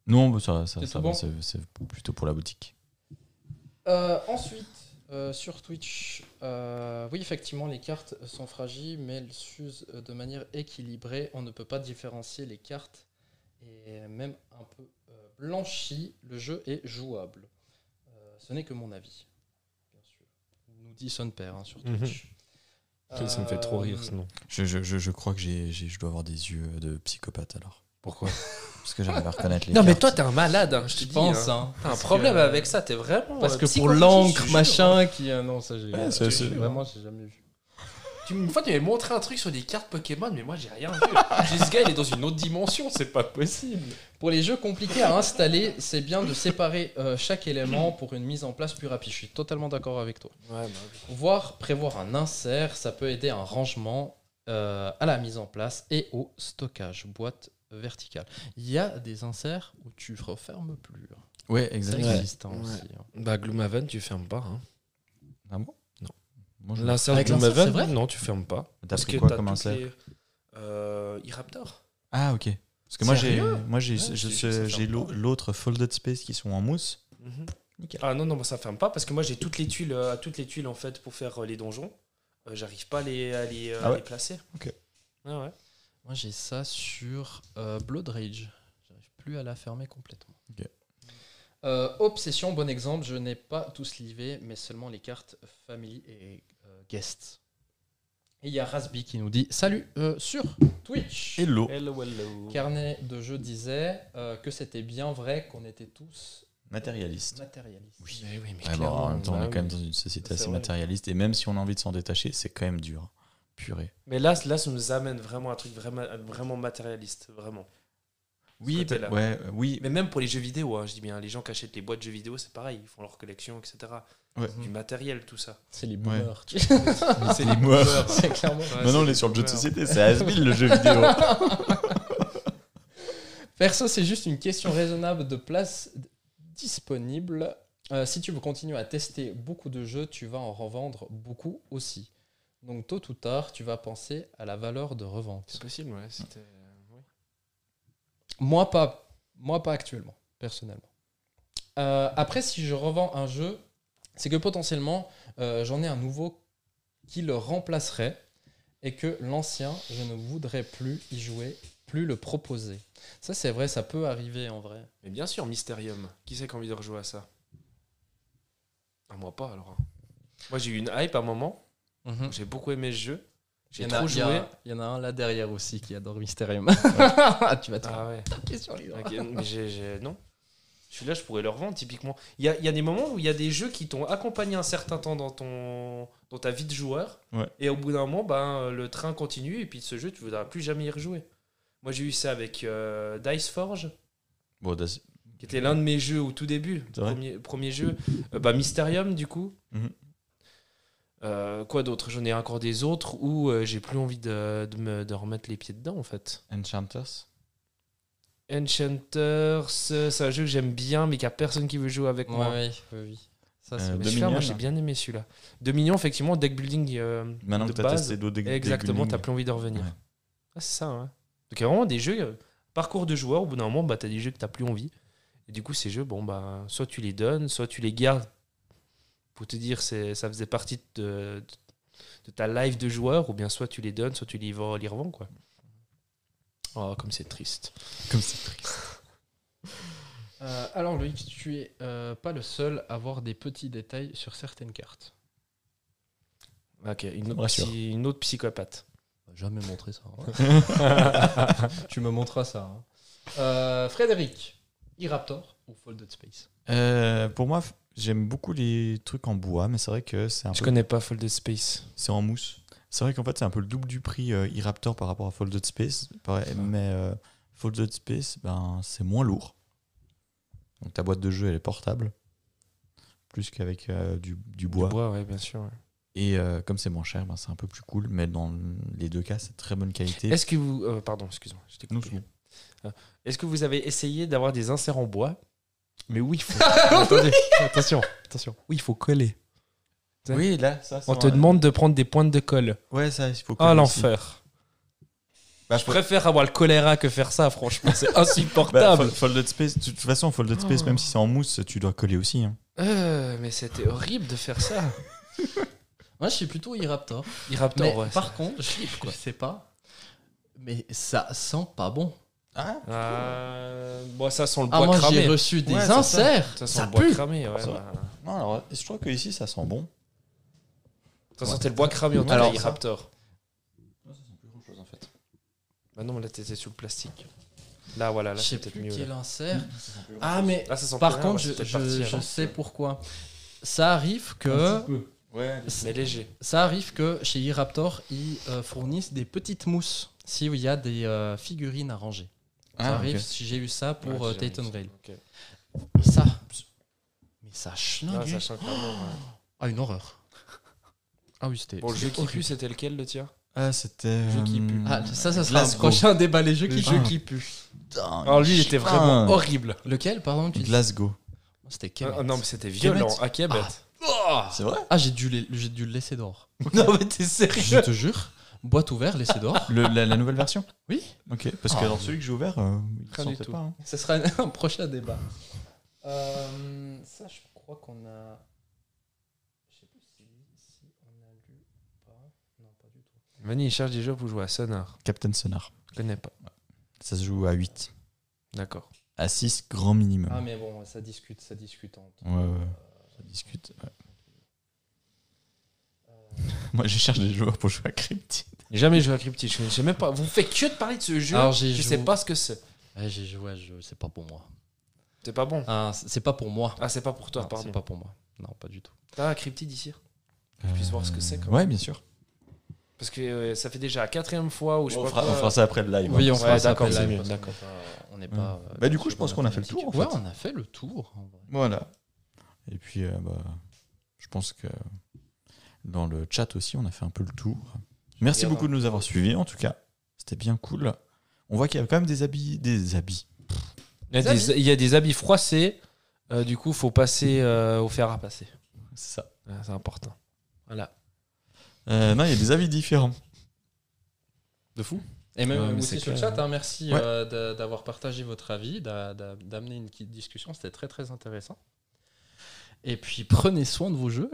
B: Non, bah, ça, ça,
A: C'est
B: ça
A: tout
B: va,
A: bon
B: c'est c'est plutôt pour la boutique.
A: Euh, ensuite, euh, sur Twitch, euh, oui, effectivement, les cartes sont fragiles, mais elles s'usent euh, de manière équilibrée. On ne peut pas différencier les cartes. Et même un peu euh, blanchi, le jeu est jouable. Euh, ce n'est que mon avis, bien sûr. Nous dit son père hein, sur
C: Mhm.
A: Twitch.
C: Ça me fait trop rire,
A: Euh,
C: sinon.
B: Je, je, je, je crois que j'ai, j'ai- je dois avoir des yeux de psychopathe alors. Pourquoi Parce que j'arrive à reconnaître
A: Euh,
B: les
C: Non, mais
B: cartes.
C: toi, t'es un malade, hein, je te
A: Je
C: dis.
A: pense,
C: hein.
A: hein,
C: T'as un
A: parce
C: problème
A: que-
C: avec ça, t'es vraiment.
A: Parce
C: euh,
A: que pour
C: psychopathique, je
A: l'encre,
C: te jure.
A: machin, qui. euh, non, ça, j'ai.
B: Ouais, ça,
A: je-
B: c'est-
A: Vraiment, j'ai jamais vu.
C: Tu, m- une fois, tu m'avais montré un truc sur des cartes Pokémon, mais moi, j'ai rien vu. J'ai dit, ce gars, il est dans une autre dimension, c'est pas possible.
A: Pour les jeux compliqués à installer, c'est bien de séparer euh, chaque élément pour une mise en place plus rapide. Je suis totalement d'accord avec toi.
C: Ouais, bah,
A: Voir prévoir un insert, ça peut aider à un rangement, euh, à la mise en place et au stockage, boîte verticale. Il y a des inserts où tu refermes plus.
B: Ouais,
A: Ça
B: exactement.
A: existe hein,
C: Ouais.
A: aussi. hein.
C: Bah, Gloomhaven, tu fermes pas. Hein.
B: Ah bon
C: Non.
B: Moi, je-
C: L'insert de
A: Avec l'insert, c'est vrai
C: Gloomhaven, non, tu fermes pas.
B: T'as
C: Parce
B: pris
C: que
B: quoi
C: t'as
B: comme
C: toutes
B: insert
C: les- euh, Iraptor
B: Ah, ok. Parce que moi, j'ai,
C: Sérieux
B: moi j'ai,
C: Ouais,
B: je-
C: c'est- ça
B: j'ai
C: ferme
B: l'au- l'autre Folded Space qui sont en mousse. Mhm. Nickel.
C: Ah non, non, moi ça ferme pas parce que moi j'ai toutes les tuiles, euh, toutes les tuiles en fait pour faire euh, les donjons. Euh, J'arrive pas à les, à les, euh,
B: Ah ouais
C: les placer.
B: Ok.
C: Ah ouais.
A: Moi, j'ai ça sur euh, Blood Rage. J'arrive plus à la fermer complètement.
B: Ok.
A: Euh, obsession, bon exemple. Je n'ai pas tous livé, mais seulement les cartes Family et euh, Guest. Et il y a Rasby qui nous dit Salut euh, sur Twitch.
B: Hello.
C: Hello, hello.
A: Carnet de jeu disait euh, que c'était bien vrai qu'on était tous
B: Matérialiste.
A: matérialistes.
B: Oui.
C: Mais oui, mais
B: Ouais, bon, en même temps, on
C: bah
B: est quand même
C: oui.
B: dans une société
C: C'est
B: assez
C: vrai.
B: matérialiste. Et même si on a envie de s'en détacher, c'est quand même dur. Purée.
C: Mais là, là, ça nous amène vraiment à un truc vraiment, vraiment matérialiste, vraiment.
B: Oui,
C: côté-là.
B: bah- ouais, euh, oui.
C: Mais même pour les jeux vidéo, hein, je dis bien, les gens qui achètent les boîtes de jeux vidéo, c'est pareil, ils font leur collection, etc.
B: Ouais.
C: Du matériel, tout ça.
A: C'est
B: Ouais.
A: les boomers. tu-
B: c'est les morts.
A: C'est clairement.
B: Maintenant, on est sur le jeu de société. C'est Asbill le jeu vidéo.
A: Perso, c'est juste une question raisonnable de place d- disponible. Euh, si tu veux continuer à tester beaucoup de jeux, tu vas en revendre beaucoup aussi. Donc tôt ou tard, tu vas penser à la valeur de revente.
C: C'est possible, ouais. c'était- ouais.
A: Moi pas, moi pas actuellement, personnellement. Euh, après, si je revends un jeu, c'est que potentiellement euh, j'en ai un nouveau qui le remplacerait et que l'ancien, je ne voudrais plus y jouer, plus le proposer. Ça, c'est vrai, ça peut arriver en vrai.
C: Mais bien sûr, Mysterium. Qui c'est qui a envie de rejouer à ça Ah, Moi pas, alors. hein. Moi, j'ai eu une hype à un moment. J'ai beaucoup aimé ce jeu. J'ai
A: Il y en a-
C: trop
A: il y a-
C: joué.
A: Il y en a un là derrière aussi qui adore Mysterium. tu vas te faire
C: Ah ouais.
A: taper sur hein. les doigts.
C: Ok, mais j'ai- j'ai- Non. Celui-là, je pourrais le revendre, typiquement. Il y a, il y a des moments où il y a des jeux qui t'ont accompagné un certain temps dans, ton, dans ta vie de joueur.
B: Ouais.
C: Et au bout d'un moment, ben, le train continue. Et puis, ce jeu, tu ne voudras plus jamais y rejouer. Moi, j'ai eu ça avec euh, Dice Forge.
B: Bon, das-
C: qui était l'un de mes jeux au tout début,
B: C'est vrai
C: premier, premier jeu. Euh, bah, Mysterium, du coup.
B: Mhm.
C: Euh, quoi d'autre J'en ai encore des autres où euh, j'ai plus envie de, de me, de remettre les pieds dedans, en fait.
B: Enchanters.
C: Enchanters, euh, c'est un jeu que j'aime bien, mais qu'il n'y a personne qui veut jouer avec
A: Ouais,
C: moi.
A: ouais, ouais, oui. Ça, c'est
B: Euh,
C: Mais
A: vrai.
C: celui-là, moi,
B: Dominion,
C: j'ai bien aimé celui-là. Dominion, effectivement, deck building. euh,
B: Maintenant
C: de
B: que t'as
C: base,
B: testé d'autres
C: Exactement, t'as plus envie de revenir.
B: Ouais.
C: Ah, c'est ça, ouais. Donc il y a vraiment des jeux, euh, parcours de joueur, au bout d'un moment, bah, t'as des jeux que t'as plus envie. Et du coup, ces jeux, bon, bah, soit tu les donnes, soit tu les gardes. Pour te dire, c'est, ça faisait partie de, de, de ta life de joueur, ou bien soit tu les donnes, soit tu les, vends- les revends, quoi. Oh, comme c'est triste.
B: Comme c'est triste.
A: Euh, alors Loïc, tu es euh, pas le seul à avoir des petits détails sur certaines cartes.
C: Ok, une
B: me
C: autre,
B: rassure.
C: psy- une autre psychopathe.
A: Jamais montré ça. hein. tu me montreras ça. hein. Euh, Frédéric, Iraptor ou Folded Space
B: Euh, pour moi, f- j'aime beaucoup les trucs en bois, mais c'est vrai que c'est un
C: Je
B: peu-
C: connais pas Folded Space.
B: c'est en mousse. C'est vrai qu'en fait, c'est un peu le double du prix euh, e-Raptor par rapport à Folded Space. Pareil, mais euh, Folded Space, ben, c'est moins lourd. Donc ta boîte de jeu, elle est portable, plus qu'avec euh, du, du bois.
C: bois, ouais, bien sûr. ouais.
B: Et euh, comme c'est moins cher, ben, c'est un peu plus cool, mais dans les deux cas, c'est de très bonne qualité.
C: Est-ce que vous. euh, pardon, excuse-moi, je t'ai
B: Nous,
C: coupé. Euh,
B: c'est bon.
C: Est-ce que vous avez essayé d'avoir des inserts en bois Mais oui, il faut.
D: Attendez, attention, attention.
C: Oui, il faut coller.
B: Oui, là, ça,
C: On te demande de prendre des pointes de colle.
B: Ouais, ça, il faut.
C: Ah,
B: coller aussi.
C: l'enfer.
B: Bah,
C: Je préfère avoir le choléra que faire ça, franchement, c'est
B: Bah,
C: insupportable.
B: Fol- Folded Space, de toute façon, Folded Space, même si c'est en mousse, tu dois coller aussi. hein.
C: Euh, mais c'était horrible de faire ça.
D: Moi, je suis plutôt e-raptor.
C: Iraptor,
D: Mais
C: ouais.
D: par contre, je je sais pas. Mais ça sent pas bon.
C: Euh, bon, ça sent le
D: Ah,
C: bois
D: moi, j'ai
C: cramé.
D: reçu des
B: Ouais, ça sent.
D: inserts. Ça,
C: Ça sent le bois
D: pue.
C: cramé, ouais.
B: Ça-
C: bah.
B: Non, alors, je trouve que ici, ça sent bon.
C: Ça
B: Ouais.
C: sentait le bois cramé en tout cas,
B: Alors,
C: Iraptor.
B: en fait.
C: Bah non, mais là, t'étais sous le plastique. Là, voilà, là,
D: Je sais
C: c'est peut-être
D: plus
C: mieux.
D: quel
C: là.
D: insert. Ah, mais
C: Là, ça sent
D: par
C: plus rien,
D: contre,
C: ouais, c'est
D: je,
C: peut-être
D: je- je
C: parti, alors.
D: sais pourquoi. Ça arrive que,
B: Ouais.
C: Mais léger.
D: ça arrive que chez e-raptor, ils euh, fournissent des petites mousses s'il y a des euh, figurines à ranger.
B: Ah,
D: ça arrive, si j'ai eu ça pour
C: Ouais,
D: euh,
C: j'ai jamais
D: Titan
C: vu ça.
D: Grail.
C: Ok.
D: Et ça, mais ça
C: Ah,
D: chlingue.
C: ça sent cramé, ouais.
D: Ah, une horreur. Ah oui, c'était.
C: Bon, le jeu
D: c'était
C: qui
D: horrible.
C: pue, c'était lequel le tien
B: Ah, c'était. euh,
C: Jeu qui pue.
D: Ah, ça, ça sera un
B: Glasgow.
D: prochain débat, les jeux
B: Le
D: qui
B: jeu
D: puent.
B: qui
D: pue.
C: Alors Ah, lui, il était vraiment horrible.
D: Lequel, pardon tu dis-
B: Glasgow.
D: C'était Kemet.
C: Ah, non, mais c'était violent.
D: Kemet.
C: À Kemet.
B: C'est vrai
D: Ah, j'ai dû, les- j'ai dû le laisser dehors.
C: Non, mais t'es
D: Je
C: sérieux
D: te jure. Boîte ouverte, laissez dehors.
B: Le- la, la nouvelle version
D: Oui.
B: Ok, parce
D: Ah.
B: que dans celui que j'ai ouvert, euh, il
C: Rien du
B: sentait
C: tout.
B: pas. hein.
D: Ce sera un prochain débat. Euh, ça, je crois qu'on a. Je sais plus si, si on a lu ou pas. Non, pas du tout.
C: Mani, il cherche des jeux pour jouer à Sonar.
B: Captain Sonar.
C: Je connais pas.
B: Ça se joue à 8.
C: D'accord.
B: À 6, grand minimum.
D: Ah, mais bon, ça discute, ça discute.
A: hein.
D: entre-
B: Ouais, ouais, ouais. Ça discute. ouais. Moi, je cherche des joueurs pour jouer à Cryptid.
C: J'ai jamais joué à Cryptid. Je sais même pas. Vous me faites que de parler de ce jeu.
D: Alors,
C: je
D: j'ai
C: sais
D: joué-
C: pas ce que c'est.
D: Ouais, j'ai joué à ce jeu, c'est pas pour moi.
C: C'est pas bon.
D: Ah, c'est c'est pas pour moi.
C: Ah, c'est pas pour toi,
D: Non,
C: pardon.
D: c'est pas pour moi. Non, pas du tout.
C: T'as un Cryptid ici Que je puisse voir ce que c'est, quand même.
B: Ouais, bien sûr.
C: Parce que euh, ça fait déjà la quatrième fois où je
B: on,
C: sais
B: fera,
C: pas
B: on fera ça après le live.
D: Oui,
B: hein.
D: on fera ça
C: d'accord,
D: après
C: c'est
D: live,
C: mieux,
D: parce qu'on
C: d'accord.
D: n'est pas- On n'est pas. euh,
B: Bah, du coup,
D: sur
B: je pense
D: la
B: qu'on a fait le
D: thématique.
B: tour, en
D: Ouais,
B: fait.
D: on a fait le tour. hein. en vrai.
B: Voilà. Et puis, euh, bah, je pense que dans le chat aussi, on a fait un peu le tour. Merci
C: Bien,
B: beaucoup
C: hein.
B: de nous avoir suivis, en tout cas. C'était bien cool. On voit qu'il y a quand même des habits. Des habits.
C: Il y a des- il y a des habits froissés. Euh, du coup, faut passer euh, au fer à passer.
B: C'est ça.
C: Ouais, Ah, c'est important. Voilà.
B: Euh, non, il y a des habits différents.
C: De fou
D: Et même
C: Ouais, mais c'est
D: aussi sur le
C: clair.
D: chat, hein, merci
B: Ouais.
D: euh, d'a- d'avoir partagé votre avis, d'a- d'a- d'amener une petite discussion, c'était très très intéressant. Et puis prenez soin de vos jeux.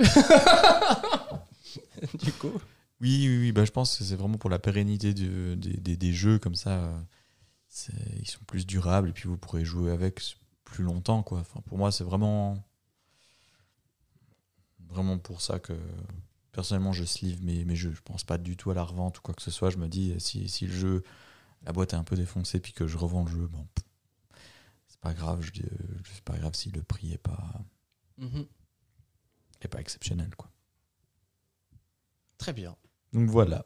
D: du coup,
B: Oui, oui, oui. Bah, je pense que c'est vraiment pour la pérennité de- des, des- des jeux comme ça. euh, c'est- Ils sont plus durables et puis vous pourrez jouer avec plus longtemps. Quoi. Enfin, pour moi, c'est vraiment. Vraiment pour ça que. Personnellement, je sleeve mes, mes jeux. Je pense pas du tout à la revente ou quoi que ce soit. Je me dis, si, si le jeu. La boîte est un peu défoncée puis que je revends le jeu, bon. pff, C'est pas grave. Je dis, euh, c'est pas grave si le prix est pas,
C: Mhm.
B: est pas exceptionnel. Quoi.
D: très bien.
B: Donc voilà.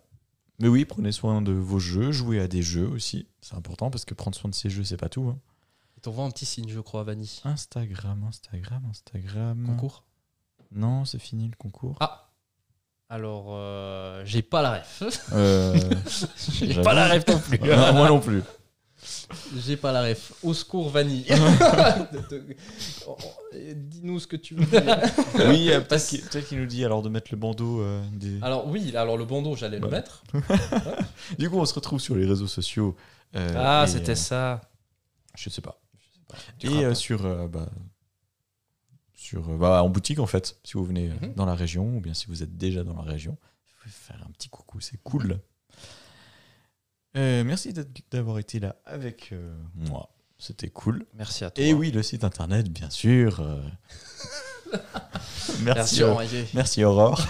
B: Mais oui, prenez soin de vos jeux, jouez à des jeux aussi. C'est important parce que prendre soin de ses jeux, c'est pas tout. hein.
D: Et t'envoies un petit signe, je crois, à Vanny.
B: Instagram, Instagram, Instagram.
C: Hmm.
D: Concours
B: Non, c'est fini le concours.
D: Ah Alors, euh, j'ai pas la ref.
B: Euh,
D: Ah. j'ai
B: j'avoue.
D: pas la ref non plus.
B: Non, moi non plus.
D: J'ai pas la ref. Au secours, Vanny. Dis-nous ce que tu veux.
B: Oui, euh, peut-être
D: Parce- Ah.
B: qu'il peut-être qu'il nous dit alors de mettre le bandeau. euh, des-
D: Alors, oui, alors le bandeau, j'allais le
B: Voilà.
D: mettre.
B: Du coup, on se retrouve sur les réseaux sociaux. euh,
C: Ah,
B: et,
C: c'était
B: euh,
C: ça.
B: je sais pas.
C: Tu
B: Et
C: crois
B: euh,
C: pas.
B: sur. euh, bah, sur euh, bah, en boutique, en fait, si vous venez euh,
D: Mhm.
B: dans la région, ou bien si vous êtes déjà dans la région, vous pouvez faire un petit coucou, c'est cool. Euh, merci d'être- d'avoir été là avec euh, moi, c'était cool.
D: Merci à toi.
B: Et oui, le site internet, bien sûr. euh. merci,
D: Merci
B: euh,
D: Aurier.
B: merci, Aurore.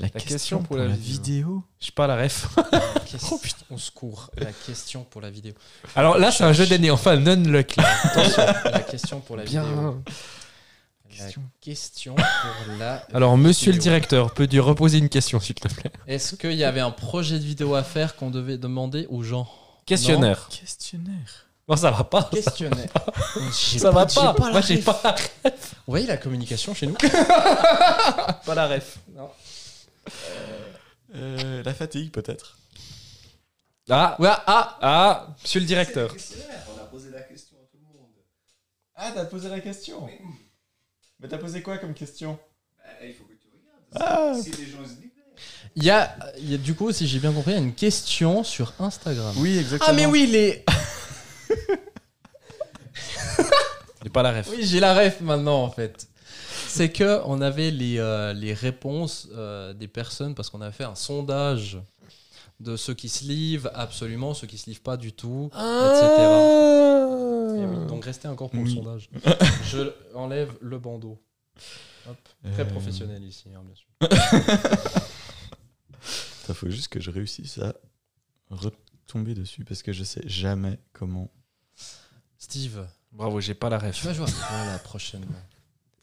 B: la, question,
C: question pour la
B: vidéo.
C: Je suis pas la ref.
D: Oh putain, on se court. La question pour la vidéo.
C: Alors là, c'est un jeu d'année. Enfin, non luck. là.
D: Attention, la question pour la vidéo.
C: Bien.
D: La question pour la.
C: Alors, monsieur le
D: vidéo.
C: directeur, peut tu reposer une question, s'il te plaît
D: Est-ce qu'il y avait un projet de vidéo à faire qu'on devait demander aux gens
C: Questionnaire.
B: Questionnaire.
C: Non, ça va pas.
D: Questionnaire.
C: Ça va pas.
D: pas la
C: Moi, j'ai
D: ref.
C: pas,
D: Vous voyez la communication chez nous
C: pas la ref.
B: Euh, la fatigue, peut-être.
C: Ah, ah, ah, monsieur le directeur.
B: On a posé la question à tout le monde. Ah, t'as posé la question Mais t'as posé quoi comme question
D: Il y a, il y a- du coup, si j'ai bien compris, il y a une question sur Instagram. Ah,
B: Oui, exactement.
D: oui, les.
C: J'ai pas la ref.
D: Oui, j'ai la ref maintenant en fait. C'est que on avait les, euh, les réponses euh, des personnes parce qu'on a fait un sondage de ceux qui se livrent absolument, ceux qui se livrent pas du tout, etc. Et oui, donc restez encore pour
B: Ah.
D: le
B: Oui.
D: sondage. Je enlève le bandeau. Hop, Très
B: Euh.
D: professionnel ici, hein, bien sûr.
B: Ça faut juste que je réussisse à retomber dessus parce que je sais jamais comment.
D: Steve,
C: Bravo, j'ai pas la
D: tu
C: ref.
D: vas jouer à quoi la prochaine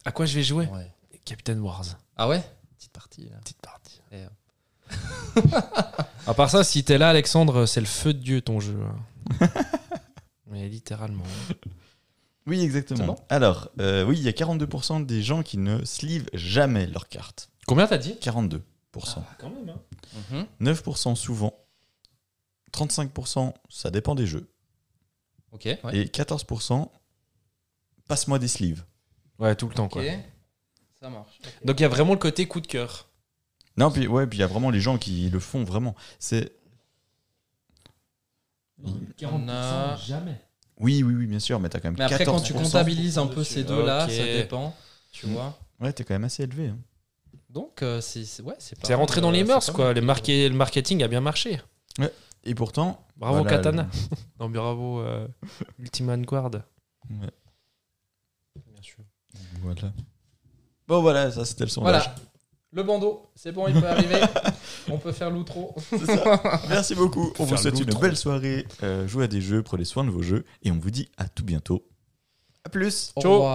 C: À quoi je vais jouer
D: Ouais.
C: Captain Wars.
D: Ah ouais Petite partie là.
C: Petite partie.
D: Et, euh.
C: à part ça, si t'es là, Alexandre, c'est le feu de Dieu ton jeu. hein. Mais littéralement.
B: Oui, exactement. Alors, euh, oui, il y a 42% des gens qui ne slivent jamais leur carte.
C: Combien t'as dit
B: 42%.
C: quand même,
D: Mhm.
B: 9% souvent. 35%, ça dépend des jeux.
D: Ok. Ouais.
B: Et 14%, passe-moi des sleeves.
C: Ouais, tout le temps, quoi.
D: Ok. Ça marche.
C: Donc il y a vraiment le côté coup de cœur.
B: Non, puis ouais, puis il y a vraiment les gens qui le font vraiment. C'est
D: On a-
A: jamais.
B: oui, oui, oui, bien sûr, mais t'as quand même
D: Mais après, quand tu
B: 14%.
D: comptabilises un peu
A: dessus.
D: ces deux-là,
C: Ok.
D: ça dépend. Tu vois
B: Ouais, t'es quand même assez élevé. hein.
D: Donc, euh, c'est c'est- ouais, c'est pas
C: C'est
D: mal,
C: rentré dans
D: euh,
C: les
D: c'est
C: mœurs,
D: pas
C: quoi.
D: mal.
C: Le, marqué- le marketing a bien marché.
B: Et pourtant,
C: Bravo
B: voilà,
C: Katana. Non, bravo euh, Ultima Guard.
D: Bien sûr.
B: le- Voilà. Bon, voilà, ça c'était le sondage.
D: Voilà. Le bandeau, c'est bon, il peut arriver. On peut faire l'outro.
B: Merci beaucoup. On vous
C: faire
B: souhaite une
C: l'outro.
B: belle soirée. Euh, jouez à des jeux, prenez soin de vos jeux, et on vous dit à tout bientôt. À plus.
D: Au
C: Ciao.
D: revoir.